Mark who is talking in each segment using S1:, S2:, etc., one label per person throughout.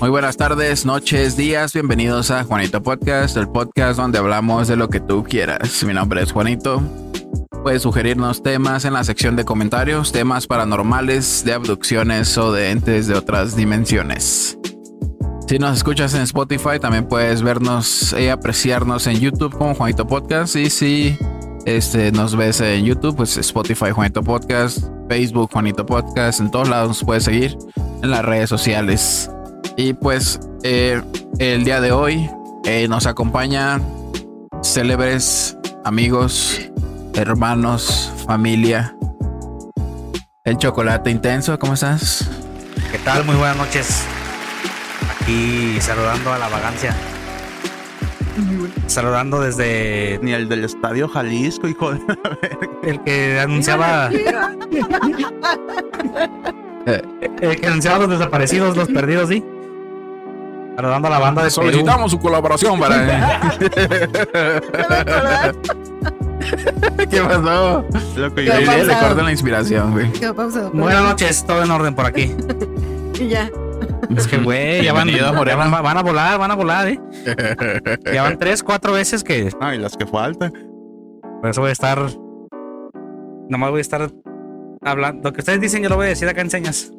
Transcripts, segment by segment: S1: Muy buenas tardes, noches, días. Bienvenidos a Juanito Podcast, el podcast donde hablamos de lo que tú quieras. Mi nombre es Juanito. Puedes sugerirnos temas en la sección de comentarios, temas paranormales, de abducciones o de entes de otras dimensiones. Si nos escuchas en Spotify, también puedes vernos y apreciarnos en YouTube con Juanito Podcast. Y si este, nos ves en YouTube, pues Spotify Juanito Podcast, Facebook Juanito Podcast, en todos lados nos puedes seguir en las redes sociales. Y pues eh, el día de hoy eh, nos acompañan célebres, amigos, hermanos, familia. El chocolate intenso, ¿cómo estás?
S2: ¿Qué tal? Muy buenas noches. Aquí saludando a la vagancia. Saludando desde
S3: Ni el del Estadio Jalisco, hijo de la verga.
S2: el que anunciaba
S1: Eh,
S2: el que anunciaba los desaparecidos, los perdidos, sí. Saludando a la banda de Perú.
S1: su colaboración para. ¿Qué pasó?
S3: Lo que
S4: ¿Qué
S3: yo
S1: Le-
S4: pasó?
S1: Le cortan la inspiración, güey.
S4: Quedó pausado. pero-
S2: Buenas noches, todo en orden por aquí.
S4: Y ya.
S2: Es que güey, ya van,
S1: Bienvenido,
S2: ya van, van a volar, van a volar, eh. Ya van tres, cuatro veces que
S3: Ah, y las que faltan.
S2: Por eso voy a estar. Nomás voy a estar hablando. Lo que ustedes dicen, yo lo voy a decir acá en señas.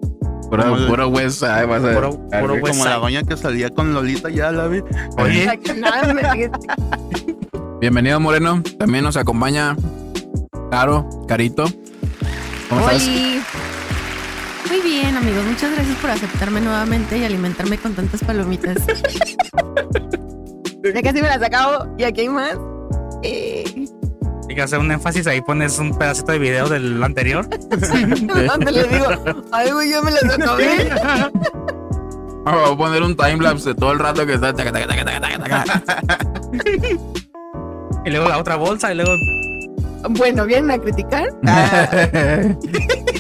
S1: Puro, puro West Side, vas a
S2: Puro- puro West
S3: Como
S2: Side.
S3: la doña que salía con Lolita ya la vi.
S2: Oye,
S4: Para que nada me digas.
S1: Bienvenido, Moreno. También nos acompaña Caro, Carito. ¿Cómo estás?
S4: Oli. Muy bien, amigos. Muchas gracias por aceptarme nuevamente y alimentarme con tantas palomitas. ya casi me las acabo y aquí hay más. Eh,
S2: hay que hacer un énfasis ahí, pones un pedacito de video del anterior.
S4: donde les digo, ay, güey, yo me las acabé.
S1: Vamos a poner un timelapse de todo el rato que está. taca, taca, taca, taca, taca, taca.
S2: Y luego la otra bolsa, y luego.
S4: Bueno, vienen a criticar, Ah,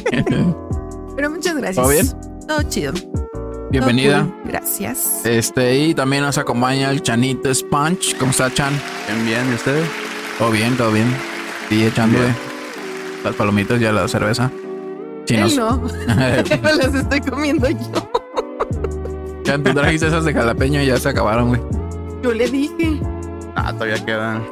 S4: pero muchas gracias.
S1: ¿Todo bien?
S4: Todo chido. Todo
S1: Bienvenida.
S4: cool. Gracias.
S1: Este, y también nos acompaña el Chanito Sponge. ¿Cómo está, Chan?
S3: Bien, bien, ¿y ustedes?
S1: Todo bien, todo bien. Y echando
S3: Bien.
S1: las palomitas y a la cerveza. Chinos.
S4: Él no, me las estoy comiendo yo.
S1: Chan, tú trajiste esas de jalapeño y ya se acabaron, güey.
S4: Yo le dije.
S3: Ah, todavía quedan.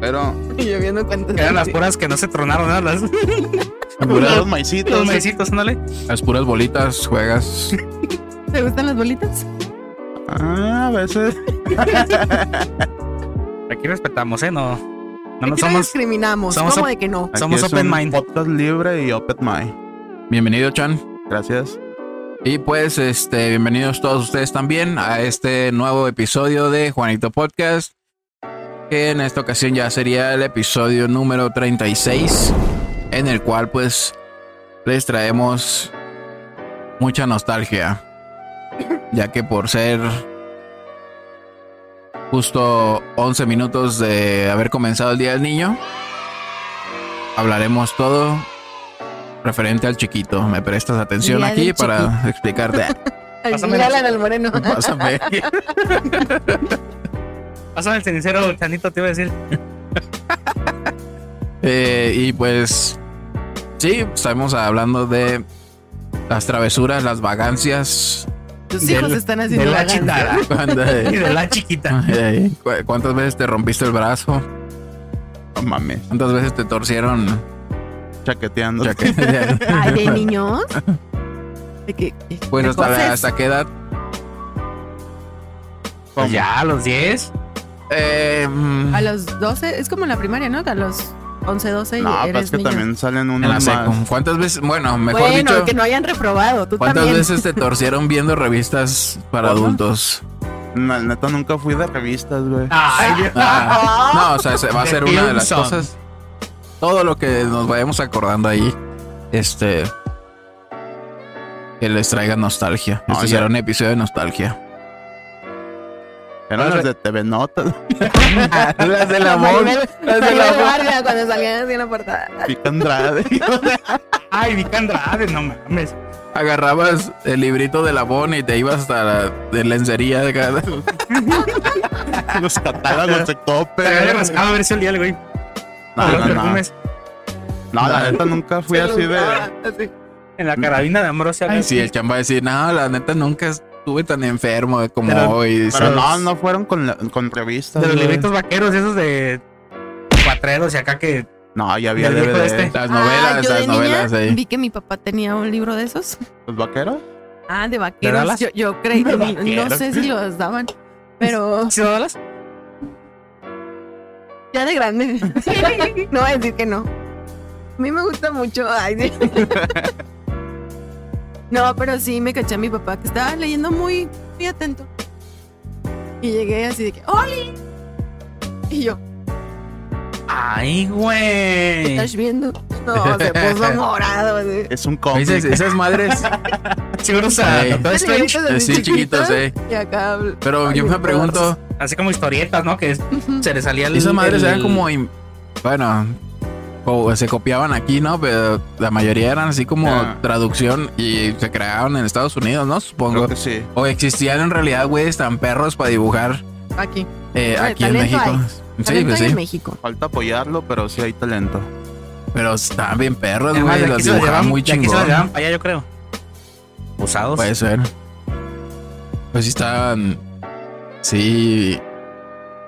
S3: Pero,
S4: Y yo viendo cuántas.
S2: Eran las puras que no se tronaron, ¿no? Las,
S3: puros
S1: Puras-
S3: pues, los maicitos.
S2: los maicitos, ándale.
S1: las puras bolitas juegas.
S4: ¿Te gustan las bolitas?
S3: Ah, a veces.
S2: Aquí respetamos, ¿eh? No. No, no
S4: Aquí
S2: somos.
S4: discriminamos.
S2: somos
S4: ¿Cómo
S2: op-
S4: de que no?
S3: Aquí
S2: Somos
S3: es
S2: open
S3: un
S2: mind.
S3: Podcast libre y open mind.
S1: Bienvenido, Chan.
S3: Gracias.
S1: Y pues, este, bienvenidos todos ustedes también a este nuevo episodio de Juanito Podcast. Que en esta ocasión ya sería el episodio número 36, en el cual pues les traemos mucha nostalgia. Ya que por ser justo 11 minutos de haber comenzado el Día del Niño, hablaremos todo referente al chiquito. ¿Me prestas atención
S4: Día
S1: aquí
S4: del
S1: para
S4: chiquito.
S1: explicarte?
S4: Ay,
S2: Pásame
S4: mira,
S2: las-
S4: Alan al moreno.
S1: Pásame.
S2: Pásame el cenicero, Chanito, te iba a decir.
S1: Eh, y pues, sí, estamos hablando de las travesuras, las vagancias.
S4: Tus hijos
S2: Del-
S4: están
S2: De
S4: haciendo
S2: la
S4: vagancia.
S2: chitara.
S1: Cuando-
S2: Y de la chiquita.
S1: eh, cu- ¿Cuántas veces te rompiste el brazo?
S3: No mames.
S1: ¿Cuántas veces te torcieron? Pues,
S3: Chaqueteando.
S1: Ya que-
S4: Ay, de niños. De que, eh,
S1: Bueno, hasta, la-
S4: Entonces-
S1: hasta qué edad?
S3: ¿Cómo?
S2: Pues Ya, a los 10.
S1: Eh, mm,
S4: a los 12, es como en la primaria, ¿no? Que A los 11, 12 y
S3: No, pero
S4: eres
S3: es que
S4: niño.
S3: también salen
S1: mm, en la
S3: unos
S1: secu.
S3: más.
S1: ¿Cuántas veces? Bueno, mejor
S4: bueno,
S1: dicho,
S4: que no hayan reprobado, tú
S1: ¿cuántas
S4: también.
S1: veces te torcieron viendo revistas para
S3: Porno.
S1: adultos?
S3: Na- Neta, nunca fui de revistas, güey.
S2: Ay, Dios.
S1: Ah, no, o sea, se- va a
S2: The
S1: ser una de las
S2: Film Song.
S1: cosas. Todo lo que nos vayamos acordando ahí, este. Que les traiga nostalgia.
S3: No,
S1: este
S3: ya-
S1: será un episodio de nostalgia.
S3: Eran las de TV Notas.
S1: las del
S4: La
S1: amor.
S4: Maribel-
S1: Las del
S4: Maribel
S1: amor.
S4: Guardia, cuando salían así en la portada.
S3: Pica Andrade.
S2: Ay, Vic Andrade, no mames.
S1: Agarrabas el librito de la Bonnie y te ibas hasta la de lencería de cada.
S3: Los catálogos de cope.
S2: Te había rascado a ver si olía el güey.
S3: No,
S2: Los
S3: no, no.
S2: perfumes.
S3: No, la neta nunca fui
S4: Se
S3: así
S4: los
S3: de.
S4: daban, así.
S2: En
S1: Mm.
S2: la carabina de Ambrosio. acá.
S1: Ay, sí, el chamba va a decir, no, la neta nunca estuve tan enfermo como
S2: Pero-
S1: hoy. dice.
S3: Pero no, no fueron con, la- con revistas.
S2: De los
S3: güey.
S2: libritos vaqueros, esos de cuatreros y acá que.
S3: No, ya había
S2: Del
S3: DVD.
S2: grupo este.
S1: Las novelas,
S4: Ah, yo de
S1: las
S4: niña
S1: novelas ahí.
S4: Vi que mi papá tenía un libro de esos.
S3: ¿Los vaqueros?
S4: Ah, de
S2: Dallas?
S4: vaqueros. Yo, yo creí,
S3: ¿De
S4: no
S3: vaqueros?
S4: sé si los daban, pero
S2: ¿Sí, dólares?
S4: ya de grande. no voy a decir que no. A mí me gusta mucho. ay, sí. no, pero sí me caché a mi papá que estaba leyendo muy, muy atento. Y llegué así de que, ¡Oli! Y yo,
S2: Ay,
S4: ¿qué
S2: güey.
S4: estás viendo? No, se puso morado. así.
S3: Es un cómic.
S1: Esas, esas madres,
S2: Seguro usa
S1: Ey.
S2: Doctor Strange.
S4: Libritos así
S1: sí, chiquitos, eh.
S4: Y acá.
S1: Pero
S4: Ay,
S1: yo me
S4: Dios.
S1: pregunto,
S2: Así como historietas, ¿no? Que se le salía el.
S1: esas madres
S2: el-
S1: eran como, im- bueno, co- se copiaban aquí, ¿no? Pero la mayoría eran así como
S3: Ah.
S1: traducción y se crearon en Estados Unidos, ¿no? Supongo.
S3: Creo que sí.
S1: O existían en realidad güeyes tan perros para dibujar
S4: Aquí.
S1: eh,
S4: Bueno,
S1: aquí en
S4: talento
S1: México.
S4: hay.
S1: Sí,
S4: Talento
S1: pues
S4: hay en
S1: sí.
S4: México.
S3: Falta apoyarlo, pero sí hay talento.
S1: Pero están bien perros,
S2: Además,
S1: güey.
S2: de
S1: Los
S2: aquí se lo
S1: dibujaban
S2: llevaban-
S1: muy
S2: de aquí se lo
S1: chingón.
S2: llevaban para allá, yo creo. Usados.
S1: Puede ser. Pues sí estaban. Sí.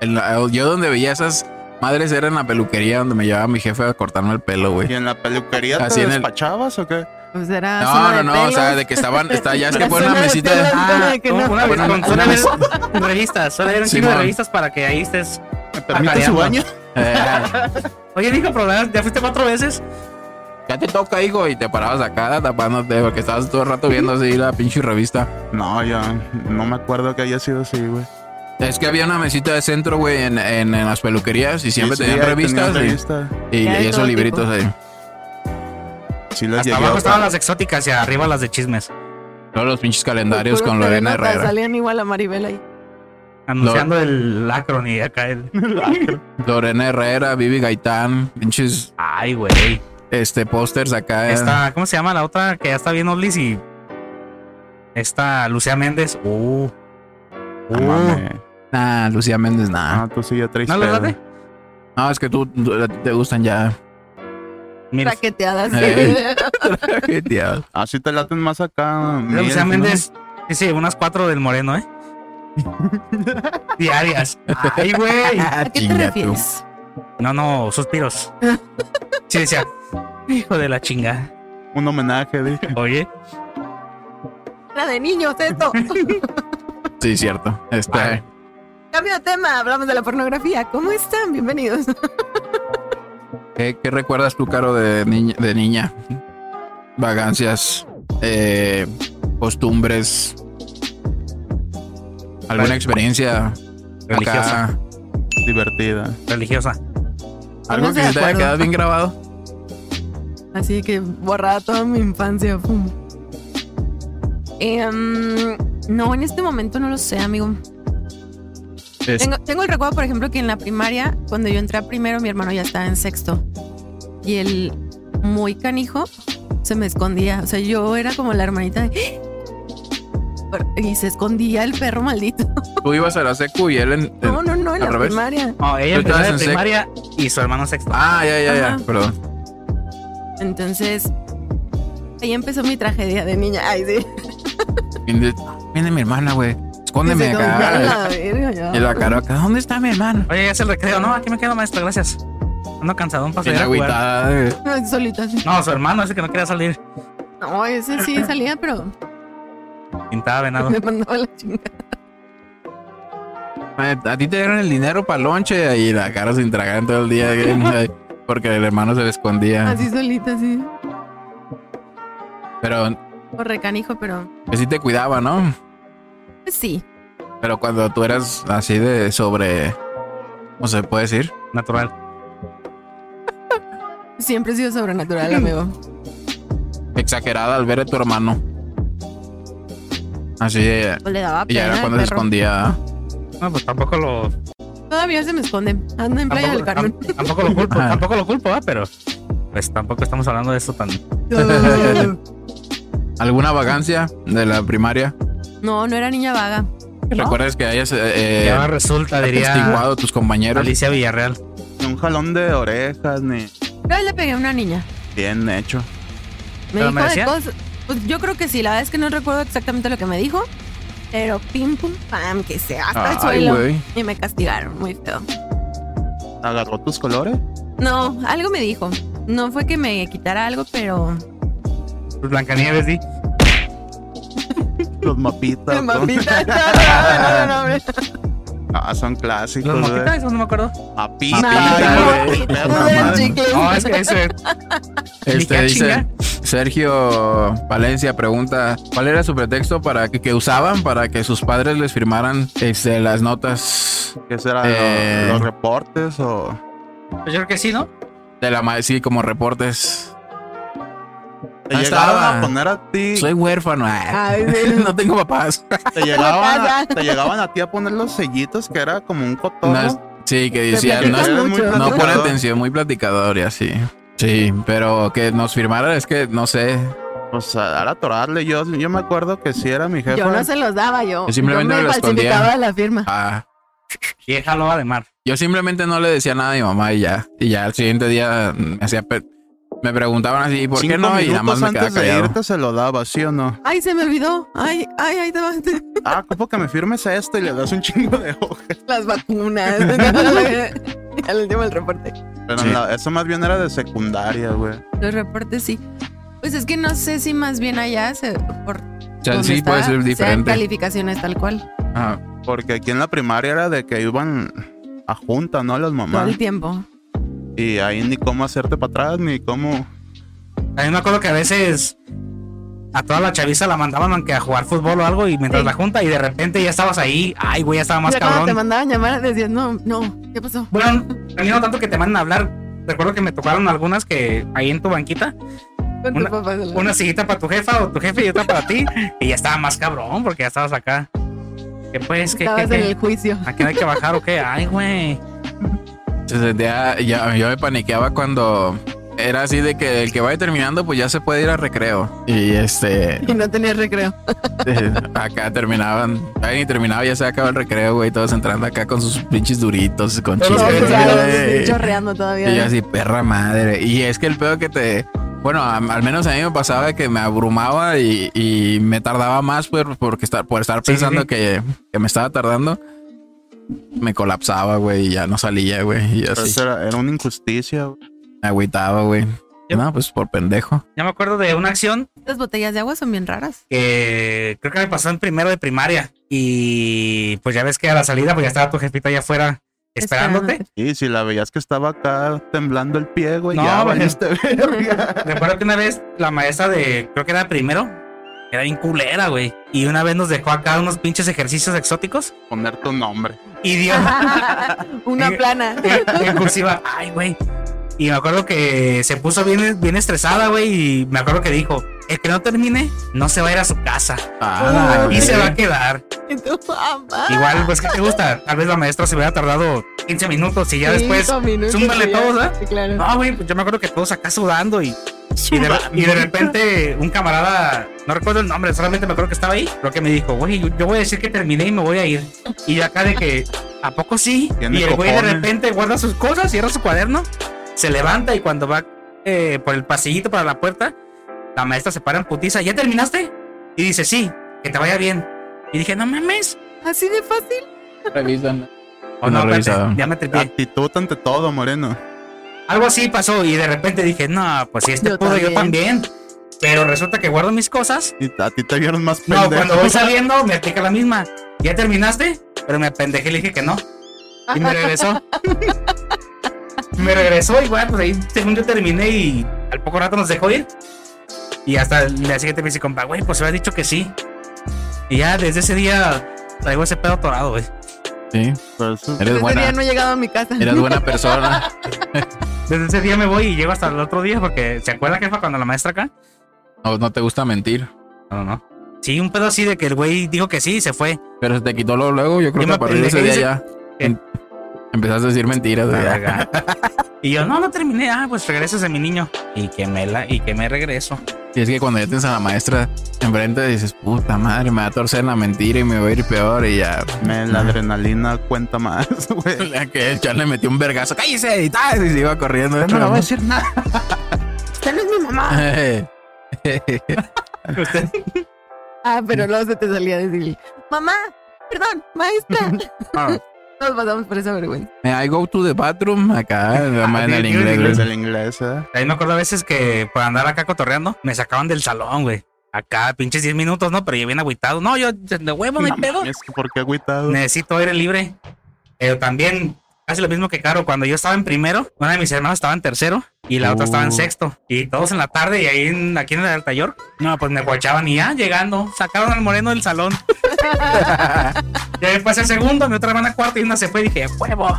S1: En la- yo donde veía esas madres era en la peluquería donde me llevaba mi jefe a cortarme el pelo,
S3: ¿Y
S1: güey.
S3: en la peluquería
S1: Así
S3: te
S1: en el-
S3: despachabas o qué?
S4: Pues era.
S1: No,
S4: zona
S1: no,
S4: de
S1: no. O sea,
S4: pelos.
S1: de que estaban. Está, ya es que
S4: Era
S1: ponen una
S4: zona de
S1: mesita.
S4: pelos.
S2: Ah,
S4: que no.
S2: una vez
S1: Bueno,
S2: con
S1: no,
S2: solo
S1: no.
S2: eran revistas, solo eran un chingo de
S1: Simón.
S2: revistas para que ahí estés.
S3: ¿Me permites
S2: Acareando.
S3: su baño?
S1: eh,
S2: Oye, dijo, pero ¿verdad? ya fuiste cuatro veces.
S1: ya te toca, hijo. Y te parabas acá tapándote porque estabas todo el rato viendo así la pinche revista.
S3: No, yo no me acuerdo que haya sido así, güey.
S1: Es que había una mesita de centro, güey, en, en- en las peluquerías y siempre
S3: Sí, sí,
S1: tenían
S3: ahí
S1: revistas
S3: tenían
S1: y-
S3: revistas.
S1: y,
S4: Ya de
S1: y esos
S4: todo
S1: libritos ahí.
S3: Sí, las
S2: Hasta
S3: llegué
S2: abajo
S3: a-
S2: estaban las exóticas y arriba las de chismes.
S1: Todos los pinches calendarios
S4: Puro
S1: con Lorena
S4: telenovela,
S1: Herrera.
S4: Salían igual a Maribel ahí.
S2: Anunciando el Lacron y acá el.
S1: Lorena Herrera, Vivi Gaitán, pinches
S2: Ay, güey.
S1: este pósters acá.
S2: Esta, ¿cómo se llama la otra que ya está bien Olis y esta Lucía Méndez? Uh.
S3: Ah,
S2: Uh.
S3: mame.
S1: Nah, Lucía Méndez, nada.
S3: Ah, tú sí ya traes
S2: ¿No les
S3: pedo.
S2: late?
S1: No, es que tú, tú- a ti te gustan ya.
S2: Mira,
S4: Traqueteadas.
S1: Ey. Qué diablo.
S3: Ah, sí te laten más acá.
S2: la
S3: Milf,
S2: Lucía
S3: ¿no?
S2: Méndez, sí, sí, unas cuatro del Moreno, ¿eh? Diarias. Ay, güey.
S4: ¿A qué te
S1: Ah, Chinga tú.
S4: refieres?
S2: No, no, suspiros. Sí, decía, hijo de la chinga.
S3: Un homenaje, dije.
S2: Oye,
S4: Era de niños esto.
S1: Sí, cierto. Este,
S2: Ay.
S4: Cambio de tema, hablamos de la pornografía. ¿Cómo están? Bienvenidos.
S1: ¿qué, qué recuerdas tú, Caro, de niña? De niña? Vagancias, eh, costumbres, alguna experiencia
S2: religiosa,
S1: acá,
S3: Divertida.
S2: religiosa.
S1: algo
S4: Estamos
S1: que
S4: de
S1: se te haya
S4: acuerdo.
S1: quedado bien grabado.
S4: Así que borrada toda mi infancia. pum. Em, no, en este momento no lo sé, amigo.
S1: Es-
S4: Tengo, tengo el recuerdo, por ejemplo, que en la primaria, cuando yo entré a primero, mi hermano ya estaba en sexto. Y él, muy canijo, se me escondía. O sea, yo era como la hermanita de... Y se escondía el perro maldito.
S1: Tú ibas a la secu y él en. en-
S4: No, no, no, en
S1: ¿Al
S4: la
S1: revés?
S4: primaria.
S2: No, ella
S1: Tú
S2: empezó
S1: estabas
S2: de
S1: en sec-
S2: primaria y su hermano sexto.
S1: Ah, ya, ya, ya.
S4: Ajá.
S1: Perdón.
S4: Entonces, ahí empezó mi tragedia de niña. Ay, sí.
S1: Viene, viene mi hermana, güey. Escóndeme
S4: Dice,
S1: acá.
S4: "Don, ya la verga, ya".
S1: Y la caro acá, ¿dónde está mi hermano?
S2: Oye, ya es el recreo. No, aquí me quedo, maestro, gracias. Ando cansadón para
S1: Bien
S2: salir a jugar.
S1: agüitada. eh.
S4: No, solita así.
S2: No, su hermano ese que no quería salir.
S4: No, ese sí salía, pero
S2: Pintaba
S1: Ah.
S2: venado.
S4: me mandaba la chingada.
S1: Eh, A ti te dieron el dinero para lonche y la cara sin tragar en todo el día. eh, Porque el hermano se le escondía.
S4: Así solita, así.
S1: Pero
S4: O recanijo, pero
S1: que sí te cuidaba, ¿no?
S4: pues sí.
S1: Pero cuando tú eras así de sobre. ¿Cómo se puede decir?
S2: Natural.
S4: Siempre he sido sobrenatural, amigo.
S1: Exagerada al ver a tu hermano. Así de.
S4: O le daba
S1: Y ya
S4: pena.
S1: era
S4: al
S1: cuando se
S4: perro.
S1: escondía.
S2: No, pues tampoco lo.
S4: Todavía se me esconde. Ando en Playa
S2: Tampoco,
S4: del Carmen.
S2: tam- tampoco lo culpo,
S1: Ajá.
S2: tampoco lo culpo, ¿ah? Pero. Pues tampoco estamos hablando de eso tan.
S1: ¿Alguna vagancia de la primaria?
S4: No, no era niña vaga.
S1: ¿Recuerdas que hayas eh,
S2: ya resulta, diría.
S1: atestiguado a tus compañeros?
S2: Alicia Villarreal.
S3: Ni un jalón de orejas, ni
S4: Pero le pegué a una niña.
S3: bien hecho.
S4: Me
S2: ¿Pero
S4: dijo
S2: me
S4: de
S2: decía?
S4: cosas. Pues yo creo que sí, la verdad es que no recuerdo exactamente lo que me dijo. Pero pim pum pam, que se hasta
S1: Ay,
S4: el suelo.
S1: güey.
S4: Y me castigaron muy feo.
S3: ¿Agarró tus colores?
S4: No, algo me dijo. No fue que me quitara algo, pero.
S2: Pues Blancanieves, di.
S3: Los mapitas. son-
S4: Mamita, no, no, no, no, no, no.
S3: Ah, son clásicos,
S4: pues,
S2: Los
S3: güey.
S2: moquitas, no me acuerdo.
S3: Mapitas,
S4: Mapitas,
S3: güey.
S4: mapitas.
S3: Perra
S4: Eran
S3: madre.
S4: chicles.
S2: No, es que ese. Pues
S1: Este
S2: Dije,
S1: dice
S2: "Chinga".
S1: Sergio Palencia pregunta cuál era su pretexto para que, que usaban para que sus padres les firmaran este, las notas
S3: ¿Qué será?
S1: Eh.
S3: ¿Los, los reportes o...?
S2: Pues yo creo que sí, ¿no?
S1: de la ma- sí como reportes.
S3: ¿Te
S1: Ah,
S3: llegaban
S1: estaba.
S3: a poner a ti?
S1: Soy huérfano, ah,
S4: Ay, sí.
S1: no tengo papás.
S3: ¿Te llegaban,
S4: Casa.
S3: a, ¿Te llegaban a ti a poner los sellitos que era como un
S1: No es-
S3: cotorro?
S1: sí, que
S4: Te
S1: decía
S3: Que
S1: no,
S4: platicas
S1: es-
S3: eres
S4: mucho.
S3: muy
S4: No
S1: no pone
S3: platicador.
S1: atención, muy platicador y así. Sí, pero que nos firmaran es que no sé.
S3: O sea, era atorarle. Yo, yo me acuerdo que si era mi jefe.
S4: Yo no se los daba, yo.
S1: Yo simplemente
S4: yo me
S1: me lo escondía.
S4: falsificaba la firma.
S1: ah,
S2: Vieja loba de mar.
S1: yo simplemente no le decía nada a mi mamá y ya. Y ya al siguiente día mm, me hacía pe- me preguntaban así, ¿por qué
S3: Cinco
S1: no? Y nada más
S3: minutos
S1: me quedaba
S3: antes de
S1: callado.
S3: irte se lo daba, ¿sí o no?
S4: Ay, se me olvidó. Ay, ay, ay, te va- te-
S3: Ah, ¿cómo que me firmes esto y le das un chingo de hojas?
S4: las vacunas. Al último el reporte.
S3: Pero
S1: Sí.
S3: no, eso más bien era de secundaria, güey.
S4: Los reportes sí. Pues es que no sé si más bien allá se, por
S1: O sea,
S4: donde
S1: sí
S4: está,
S1: puede ser
S4: sean
S1: diferente.
S4: calificaciones tal cual
S1: Ajá.
S3: Porque aquí en la primaria era de que iban a junta, ¿no? Las
S4: todo
S3: mamás.
S4: el tiempo.
S3: Y ahí ni cómo hacerte para atrás, ni cómo.
S2: A mí me acuerdo que a veces a toda la chaviza la mandaban aunque a jugar fútbol o algo y mientras
S4: Sí.
S2: la junta y de repente ya estabas ahí. Ay, güey, ya estaba más
S4: ya cuando te
S2: cabrón.
S4: mandaban llamar decías, no, no, ¿qué pasó?
S2: Bueno, a mí no tanto que te manden a hablar. Recuerdo que me tocaron algunas que ahí en tu banquita,
S4: Con
S2: Una-
S4: tu papá.
S2: una sillita para tu jefa o tu jefe y otra para ti. Y ya estaba más cabrón porque ya estabas acá. Que pues, que,
S4: Estabas
S2: que,
S4: en el juicio.
S2: aquí hay que bajar o qué. Ay, güey.
S1: Se sentía- ya- yo me paniqueaba cuando era así de que el que vaya terminando, pues ya se puede ir a recreo. Y este,
S4: Y no tenías recreo.
S1: eh, acá terminaban, ay, ni terminaba, ya se acabó el recreo, güey, todos entrando acá con sus pinches duritos, con
S2: Todos
S1: chile,
S4: Todos usados,
S1: güey.
S4: chorreando
S1: Y yo
S4: todavía.
S1: así, perra madre. Y es que el pedo que te. Bueno, a- al menos a mí me pasaba que me abrumaba y, y me tardaba más por, porque estar, por estar
S2: Sí, sí,
S1: pensando
S2: sí.
S1: Que, que me estaba tardando. Me colapsaba, güey, y ya no salía, güey. Y así
S3: Eso pues, era, era una injusticia, güey.
S1: me agüitaba, güey.
S2: Yep.
S1: No, pues por pendejo.
S2: Ya me acuerdo de una acción
S4: Estas botellas de agua son bien raras.
S2: que creo que me pasó en primero de primaria. Y pues ya ves que a la salida, pues ya estaba tu jefita allá afuera esperándote.
S3: Y si la veías que estaba acá temblando el pie, güey,
S2: No,
S3: ya
S2: güey.
S3: valiste verga.
S2: Recuerdo que una vez la maestra de, creo que era primero, era bien culera, güey. Y una vez nos dejó acá unos pinches ejercicios exóticos
S3: Poner tu nombre.
S2: y dio
S4: una plana.
S2: en cursiva, ay, güey. Y me acuerdo que se puso bien, bien estresada, güey. Y me acuerdo que dijo, el que no termine, no se va a ir a su casa.
S1: Ah,
S2: Aquí
S1: güey.
S2: se va a quedar.
S4: Y tu mamá.
S2: Igual, pues, ¿qué te gusta? Tal vez la maestra se hubiera tardado 15 minutos y ya después...
S4: Cinco minutos,
S2: zúmbale
S4: ya.
S2: todos, ¿eh?
S4: Sí, claro.
S2: No, güey, pues yo me acuerdo que todos acá sudando y, y, de, y de repente un camarada, no recuerdo el nombre, solamente me acuerdo que estaba ahí, lo que me dijo, güey, yo, yo voy a decir que terminé y me voy a ir. Y yo acá de que, ¿a poco sí?
S3: Tiene
S2: Y el güey de
S3: cojones.
S2: repente guarda sus cosas, cierra su cuaderno, se levanta y cuando va eh, por el pasillito para la puerta, la maestra se para en putiza, ¿ya terminaste? Y dice, sí, que te vaya bien. Y dije, no mames.
S4: Así de fácil.
S2: O
S1: No
S2: no, espérate,
S1: revisaba.
S2: ya me tripié.
S3: Actitud ante todo, Moreno.
S2: Algo así pasó y de repente dije, no, pues si este
S4: Yo
S2: pudo, yo también. Pero resulta que guardo mis cosas.
S3: Y a ti te vieron más
S2: No,
S3: pendejo.
S2: cuando voy saliendo me aplica la misma. ¿Ya terminaste? Pero me pendejé y le dije que no. Y me regresó. me regresó y bueno, pues ahí según yo terminé y al poco rato nos dejó ir. Y hasta el día siguiente me dice, compa, güey, pues se había dicho que sí. Y ya desde ese día traigo ese pedo atorado, güey.
S1: Sí,
S3: Pero eso-
S1: eres
S4: Ese día
S1: buena.
S4: no he llegado a mi casa.
S1: Eres buena persona.
S2: Desde ese día me voy y llego hasta el otro día porque, ¿se acuerda, jefa, cuando la maestra acá?
S1: No, no te gusta mentir.
S2: No, no. Sí, un pedo así de que el güey dijo que sí y se fue.
S1: Pero se te quitó luego, luego. Yo creo que
S2: Yo me
S1: a partir de ese
S2: pendejé,
S1: día
S2: dice-
S1: ya
S2: ¿Qué?
S1: em- empezaste a decir mentiras. güey.
S2: Verga. Y yo, no, no terminé. Ah, pues regresas a mi niño. Y que me la, y que me regreso.
S1: Y es que cuando ya tienes a la maestra enfrente, dices, puta madre, me va a torcer la mentira y me va a ir peor. Y ya,
S3: Me, la adrenalina cuenta más, güey.
S1: la que el Charlie metió un vergazo, cállese y tal. Y se iba corriendo.
S3: No le voy a decir nada.
S4: Usted no es mi mamá.
S1: Eh,
S2: Usted-
S4: Ah, pero luego se te salía a decir, mamá, perdón, maestra.
S1: Ah,
S4: Nos pasamos por esa vergüenza.
S1: May I go to the bathroom? Acá, mamá en el
S2: Ah, sí, sí,
S1: inglés.
S3: Inglés
S1: güey.
S3: del inglés, ¿eh?
S2: Ahí me acuerdo a veces que por andar acá cotorreando, me sacaban del salón, güey. Acá, pinches 10 minutos, ¿no? Pero yo bien agüitado. No, yo de huevo, no hay
S3: No
S2: pedo.
S3: mames, ¿Por qué agüitado?
S2: Necesito aire libre. Pero también, casi lo mismo que Caro, cuando yo estaba en primero, una de mis hermanas estaba en tercero y la otra estaba en
S3: Uh.
S2: sexto. Y todos en la tarde y ahí en- aquí en el Alta York, no, pues me guachaban y ya llegando, sacaron al moreno del salón. y ahí pasé el segundo, mi otra hermana cuarta y una se fue y dije, huevo,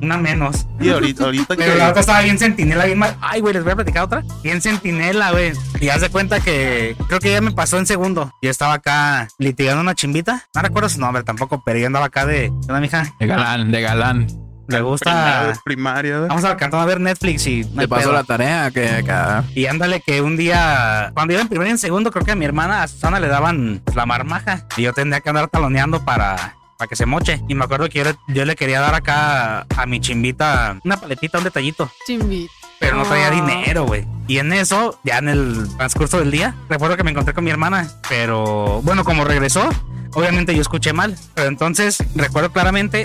S2: una menos.
S3: Y ahorita, ahorita
S2: Pero la
S3: que.
S2: otra estaba bien sentinela, bien mal. Ay, güey, les voy a platicar otra. Bien sentinela, güey. Y haz de cuenta que creo que ya me pasó en segundo. Yo estaba acá litigando una chimbita. No recuerdo su nombre tampoco, pero yo andaba acá de. ¿Qué onda, mija?
S1: De galán, de galán.
S2: Le
S3: Primaria,
S2: gusta.
S3: primaria, ¿eh?
S2: Vamos al cantón a ver Netflix y. no hay
S1: Te pasó
S2: pedo.
S1: la tarea que acá.
S2: Y ándale que un día, cuando iba en primero y en segundo, creo que a mi hermana, a Susana, le daban la marmaja. Y yo tendría que andar taloneando para, para que se moche. Y me acuerdo que yo le, yo le quería dar acá a mi chimbita una paletita, un detallito.
S4: Chimbi.
S2: pero no
S4: Ah.
S2: traía dinero, güey. Y en eso, ya en el transcurso del día, recuerdo que me encontré con mi hermana, pero bueno, como regresó, obviamente yo escuché mal, pero entonces recuerdo claramente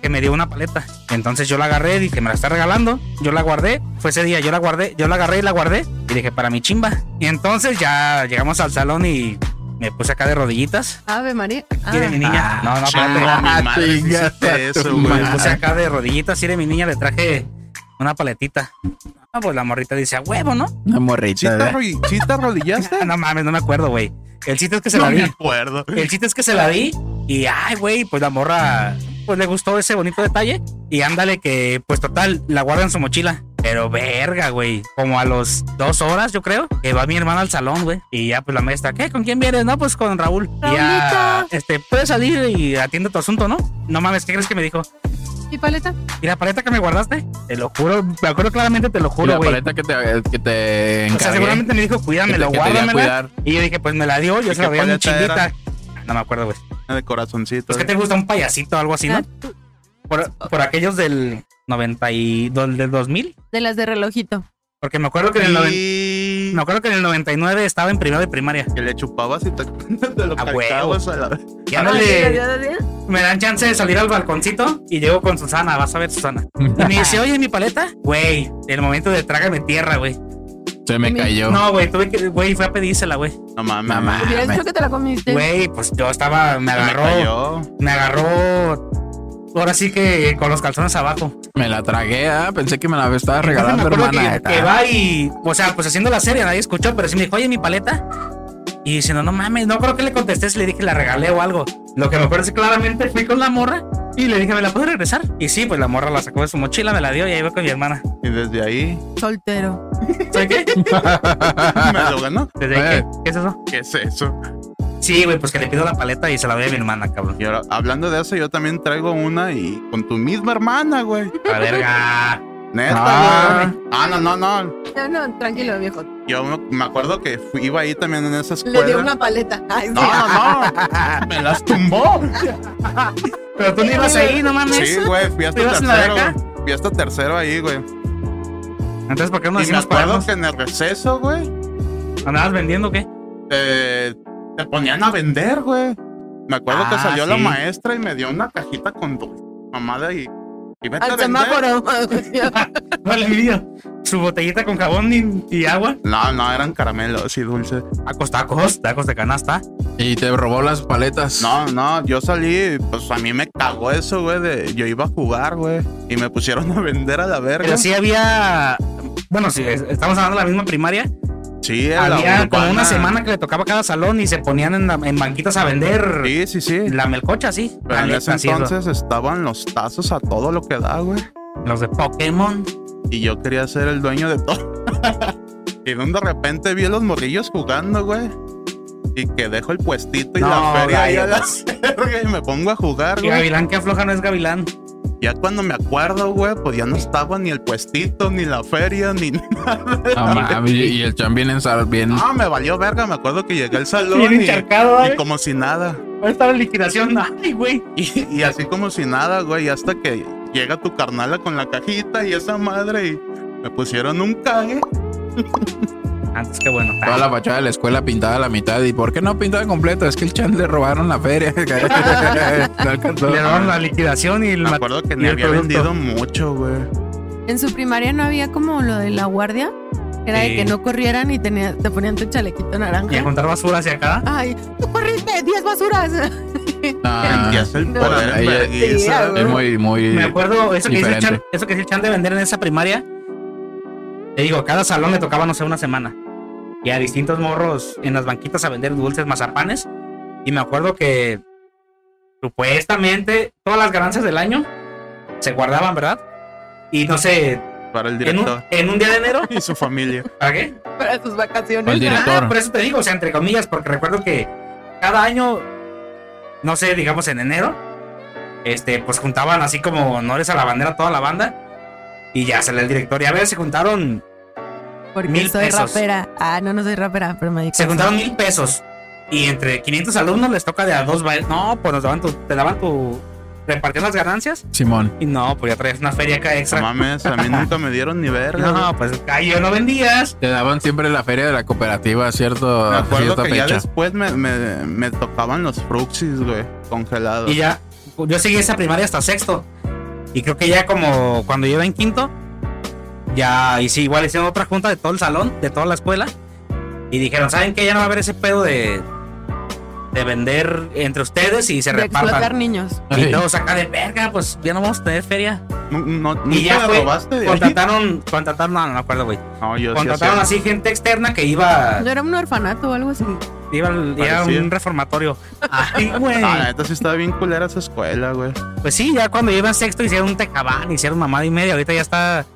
S2: que me dio una paleta. Entonces yo la agarré, dije, me la está regalando, yo la guardé, fue ese día, yo la guardé, yo la agarré y la guardé, y dije, para mi chimba. Y entonces ya llegamos al salón y me puse acá de rodillitas.
S4: Ave María. Ah,
S2: Mire mi niña. no, no, espérate.
S3: Chinga, mi madre,
S1: Ah, chinga,
S3: hiciste
S1: tu
S3: eso,
S2: Me
S3: güey.
S1: madre.
S2: puse acá de rodillitas, mire mi niña, le traje una paletita. Ah, pues la morrita dice, a huevo, ¿no?
S1: Una
S3: ¿Sí
S1: morrita.
S3: te
S1: ¿verdad?
S3: arro- sí te arrodillaste?
S2: Ah, No mames, no me acuerdo, güey. El chiste es que se
S3: No
S2: la
S3: me
S2: di.
S3: acuerdo.
S2: El chiste es que se la di y, ay, güey, pues la morra, pues le gustó ese bonito detalle. Y ándale que, pues total, la guarda en su mochila. Pero verga, güey. Como a los dos horas, yo creo, que va mi hermana al salón, güey. Y ya, pues la maestra, ¿qué? ¿Con quién vienes? No, pues con Raúl. Y ya,
S4: Raulito.
S2: este, puedes salir y atiende tu asunto, ¿no? No mames, ¿qué crees que me dijo?
S4: ¿Y paleta?
S2: ¿Y la paleta que me guardaste? Te lo juro, me acuerdo claramente, te lo
S1: Y
S2: juro,
S1: la
S2: güey.
S1: paleta que te, que te encargué.
S2: O sea, seguramente me dijo,
S1: que te-
S2: cuídamelo,
S1: que te iba a
S2: guárdamela.
S1: cuidar.
S2: Y yo dije, pues me la dio, yo
S3: ¿Y
S2: se la
S3: qué
S2: doy a mi
S3: paleta
S2: chimbita. No me acuerdo, güey.
S3: Ah, De corazoncito.
S2: Es que te gusta un payasito o algo así, ¿no?
S4: Ah, tú-
S2: Por, por aquellos del 92, del 2000.
S4: De las de relojito.
S2: Porque me acuerdo que en el, noven-
S3: Y-
S2: me acuerdo que en el 99 estaba en primero de primaria.
S3: Que le chupabas y te, te lo
S2: A huevo.
S3: cacabas a la-
S2: Y
S4: Ah,
S2: ándale, me dan chance de salir al balconcito y llego con Susana. Vas a ver, Susana. Y me dice, oye, mi paleta. Güey, el momento de trágame tierra, güey.
S1: Se me cayó.
S2: No, güey, tuve que, güey, fue a pedírsela, güey.
S3: No mames.
S1: Mamá.
S3: Se
S4: Hubieras dicho que te la comiste.
S2: Ah, Güey, pues yo estaba, me
S3: me
S2: agarró,
S3: cayó.
S2: me agarró. Ahora sí que con los calzones abajo.
S1: Me la tragué, ah, pensé que me la estaba
S2: Entonces
S1: regalando,
S2: me acuerdo
S1: hermana.
S2: Que, que
S3: ¿eh?
S2: va y, o sea, pues haciendo la serie, nadie escuchó, pero sí me dijo, oye, mi paleta. Y diciendo, no mames, no creo que le contesté si le dije la regalé o algo. Lo que me acuerdo es que claramente fui con la morra y le dije, ¿me la puedo regresar? Y sí, pues la morra la sacó de su mochila, me la dio y ahí va con mi hermana.
S3: Y desde ahí
S4: Soltero.
S2: ¿Sabes qué?
S3: me lo ganó.
S2: Desde ahí,
S1: Eh.
S2: ¿qué, ¿Qué es eso?
S3: ¿Qué es eso?
S2: Sí, güey, pues que le pido la paleta y se la doy a mi hermana, cabrón.
S3: Y ahora, hablando de eso, yo también traigo una y con tu misma hermana, güey.
S2: A verga.
S3: Neta,
S1: Ah.
S3: güey. Ah, no, no, no.
S4: No, no, tranquilo, viejo.
S3: Yo me- me acuerdo que fui- iba ahí también en esa escuela.
S4: Le dio una paleta. Ay, sí.
S3: No, no, no. Me las tumbó.
S2: Pero tú no ibas ahí, no mames.
S3: Sí, güey. Fui hasta
S2: ¿Ibas en la de
S3: tercero.
S2: acá?
S3: güey. Fui hasta tercero ahí, güey.
S2: Entonces, ¿por qué no
S3: Y me
S2: hacíamos
S3: acuerdo
S2: cuadernos?
S3: que en el receso, güey,
S2: ¿Andabas vendiendo o qué?
S3: te, te ponían a vender, güey. Me acuerdo que
S2: Ah,
S3: salió
S2: sí.
S3: la maestra y me dio una cajita con tu mamada y, y vete a
S4: Al
S3: vender.
S4: semáforo.
S2: Vale, mi vida. Su botellita con jabón y- y agua.
S3: No, no, eran caramelos y dulces.
S2: Tacos, tacos, tacos de canasta.
S1: Y te robó las paletas.
S3: No, no, yo salí, pues a mí me cagó eso, güey. de- Yo iba a jugar, güey. Y me pusieron a vender a la verga.
S2: Pero sí había. Bueno, sí, es- estamos hablando de la misma primaria.
S3: Sí, en la
S2: había como
S3: urbana.
S2: una semana que le tocaba cada salón y se ponían en, la- en banquitas a vender
S3: Sí, sí, sí.
S2: la melcocha, sí.
S3: Pero en
S2: Neta,
S3: ese
S2: sí, eso.
S3: entonces estaban los tazos a todo lo que da, güey.
S2: Los de Pokémon.
S3: Y yo quería ser el dueño de todo. y de repente vi a los morrillos jugando, güey. Y que dejo el puestito y
S2: No,
S3: la feria ahí a la
S2: galletas.
S3: verga y me pongo a jugar,
S2: Y
S3: güey.
S2: Gavilán que afloja no es Gavilán.
S3: Ya cuando me acuerdo, güey, pues ya no estaba ni el puestito, ni la feria, ni
S2: Mm.
S1: No mames, y, y el champ bien ensar- bien.
S3: No, me valió verga. Me acuerdo que llegué al salón
S2: Bien
S3: y,
S2: encharcado,
S3: y
S2: ¿vale?
S3: como si nada.
S2: Ahí estaba en liquidación. Ay, güey.
S3: Y, y así como si nada, güey. Hasta que llega tu carnala con la cajita y esa madre y me pusieron un cague.
S2: Antes que bueno.
S1: Toda la fachada de la escuela pintada a la mitad. ¿Y por qué no pintada completa? Es que el chan le robaron la feria. no alcanzó.
S2: Le daban la liquidación y el
S3: Me
S2: mat-
S3: acuerdo que
S2: y
S3: ni
S2: el
S3: había
S2: producto.
S3: vendido mucho, güey.
S4: En su primaria no había como lo de la guardia. Era de
S2: Sí.
S4: que no corrieran y tenía, te ponían tu chalequito
S2: y a
S4: naranja.
S2: juntar basura hacia acá.
S4: Ay, tú corriste 10 basuras.
S1: Ah,
S3: Sentías el
S4: no.
S3: poder en
S1: Ella-
S3: vergüenza,
S4: Sí,
S3: güey.
S1: es muy, muy.
S2: Me acuerdo eso que, dice el
S1: Diferente.
S2: Chan, eso que dice el Chan de vender en esa primaria. Te digo, cada salón le tocaba, no sé, una semana. Y a distintos morros en las banquitas a vender dulces, mazapanes. Y me acuerdo que supuestamente todas las ganancias del año se guardaban, ¿verdad? Y no sé,
S3: Para el
S2: en un,
S3: director
S2: en un día de enero,
S3: y su familia.
S2: ¿para qué?
S4: Para sus
S1: Al
S4: vacaciones.
S1: director.
S2: Ah, por eso te digo, o sea, entre comillas, porque recuerdo que cada año, no sé, digamos en enero, este, pues juntaban así como honores a la bandera toda la banda y ya sale el director. Y a ver, se juntaron,
S4: Porque
S2: Mil
S4: soy
S2: pesos.
S4: rapera. Ah, no, no soy rapera, pero me di
S2: se
S4: cuenta.
S2: juntaron mil pesos y entre 500 alumnos les toca de a dos bailes. No, pues nos daban tu, te daban tu, repartían las ganancias
S1: Simón.
S2: y no, pues ya traías una feria acá
S3: No
S2: extra.
S3: mames, a mí nunca me dieron ni verga. güey.
S2: No, pues ay, yo no vendías.
S1: Te daban siempre la feria de la cooperativa, ¿cierto?
S2: ah,
S3: Me acuerdo
S1: cierta
S3: que ya
S1: fecha.
S3: después me, me, me tocaban los fruxis, güey, congelados.
S2: Y ya, yo seguí esa primaria hasta sexto. Y creo que ya como cuando yo iba en quinto, ya hice igual, hicieron otra junta de todo el salón, de toda la escuela. Y dijeron, ¿saben qué? Ya no va a haber ese pedo de, de vender entre ustedes y se
S4: de explotar
S2: repartan.
S4: niños.
S2: Y
S1: Ey.
S2: todos acá de verga, pues ya no vamos a tener feria.
S3: No, no,
S2: Y ya
S3: ¿Nunca
S2: fue,
S3: me robaste? de ahí?
S2: Contrataron, contrataron, no, no me acuerdo, güey.
S3: No, yo sí
S2: Contrataron
S3: hacía-
S2: así gente externa que iba,
S4: No era un orfanato o algo así.
S2: iba, al- iba a
S3: Parecido.
S2: un reformatorio. Ay, güey.
S3: Ah, la neta sí estaba bien culera esa escuela, güey.
S2: Pues sí, ya cuando yo iba en sexto hicieron un tecabán, hicieron mamada y media. Ahorita ya está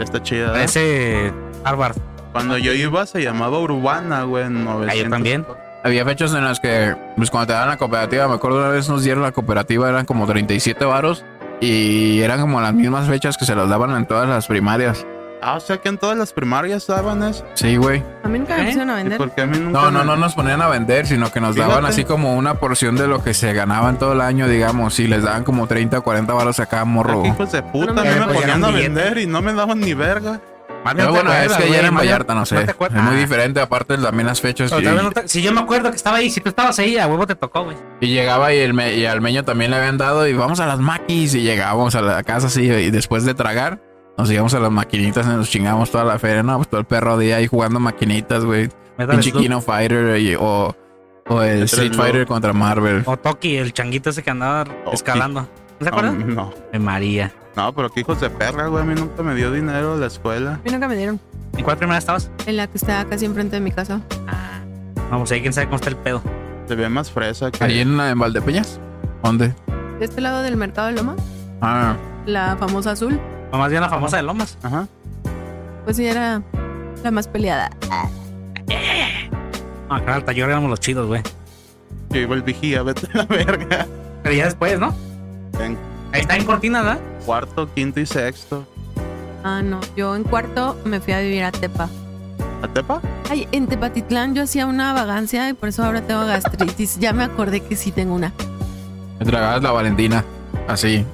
S3: Está chida. ¿eh?
S2: ese Harvard.
S3: Cuando yo iba se llamaba Urbana, güey. en 900.
S2: Ah, yo también.
S1: Había fechas en las que, pues cuando te daban la cooperativa, me acuerdo una vez nos dieron la cooperativa, eran como 37 varos y eran como las mismas fechas que se las daban en todas las primarias.
S3: Ah, o sea que en todas las primarias daban eso.
S1: Sí, güey.
S4: A mí nunca me
S2: ¿Eh?
S4: pusieron a
S3: ¿Y
S4: vender.
S3: por qué a mí nunca
S1: No, no,
S3: me-
S1: no nos ponían a vender, sino que nos daban
S3: Fíjate.
S1: así como una porción de lo que se ganaban todo el año, digamos, y les daban como 30 o 40 varos a cada morro.
S3: Qué Hijos de puta,
S4: No
S3: a
S4: me-
S3: mí me
S2: Pues ya
S3: ponían
S2: no
S3: a
S2: billete.
S3: vender y no me daban ni verga.
S2: Más
S1: Pero
S2: bien te
S1: bueno, es
S2: acuerdas,
S1: que
S2: güey,
S1: ya era en
S2: más bien-
S1: Vallarta, no sé.
S2: te acuerdas.
S1: es muy
S2: Ah,
S1: diferente, aparte también las fechas.
S2: pero
S1: y-
S2: también no te- si yo me acuerdo que estaba ahí, si tú estabas ahí, a huevo te tocó, güey.
S1: Y llegaba y, el me- y al meño también le habían dado y vamos a las maquis y llegábamos a la casa así y después de tragar nos íbamos a las maquinitas y nos chingamos toda la feria, no, pues todo el perro día ahí jugando maquinitas, güey.
S2: Metal
S1: Pinche
S2: Slug.
S1: Kino Fighter y- o, o el Street
S3: Slug.
S1: Fighter contra Marvel.
S2: O Toki, el changuito ese que andaba escalando. ¿No se
S3: No,
S2: acuerdan?
S3: no.
S2: De María.
S3: No, pero qué hijos de perra, güey. A mí nunca me dio dinero la escuela.
S4: A mí nunca me dieron.
S2: ¿En cuál primera estabas?
S4: En la que estaba casi enfrente de mi casa.
S2: Ah, vamos, ahí quién sabe cómo está el pedo.
S3: Se ve más fresa que.
S1: Ahí en, en Valdepeñas. ¿Dónde?
S4: De este lado del mercado de Loma,
S1: Ah,
S4: la famosa azul,
S2: O más bien la famosa de Lomas.
S3: Ajá.
S4: pues sí era la más peleada.
S2: No, acá en el taller éramos los chidos, güey.
S3: Yo iba el vigía, vete a la verga.
S2: Pero ya después, ¿no?
S3: En
S2: Ahí está en Cortina, ¿verdad?
S3: cuarto, quinto y sexto.
S4: Ah, no. Yo en cuarto me fui a vivir a Tepa.
S3: ¿Atepa?
S4: Ay, en Tepatitlán yo hacía una vagancia y por eso ahora tengo gastritis. Ya me acordé que sí tengo una.
S1: me tragabas la Valentina. Así.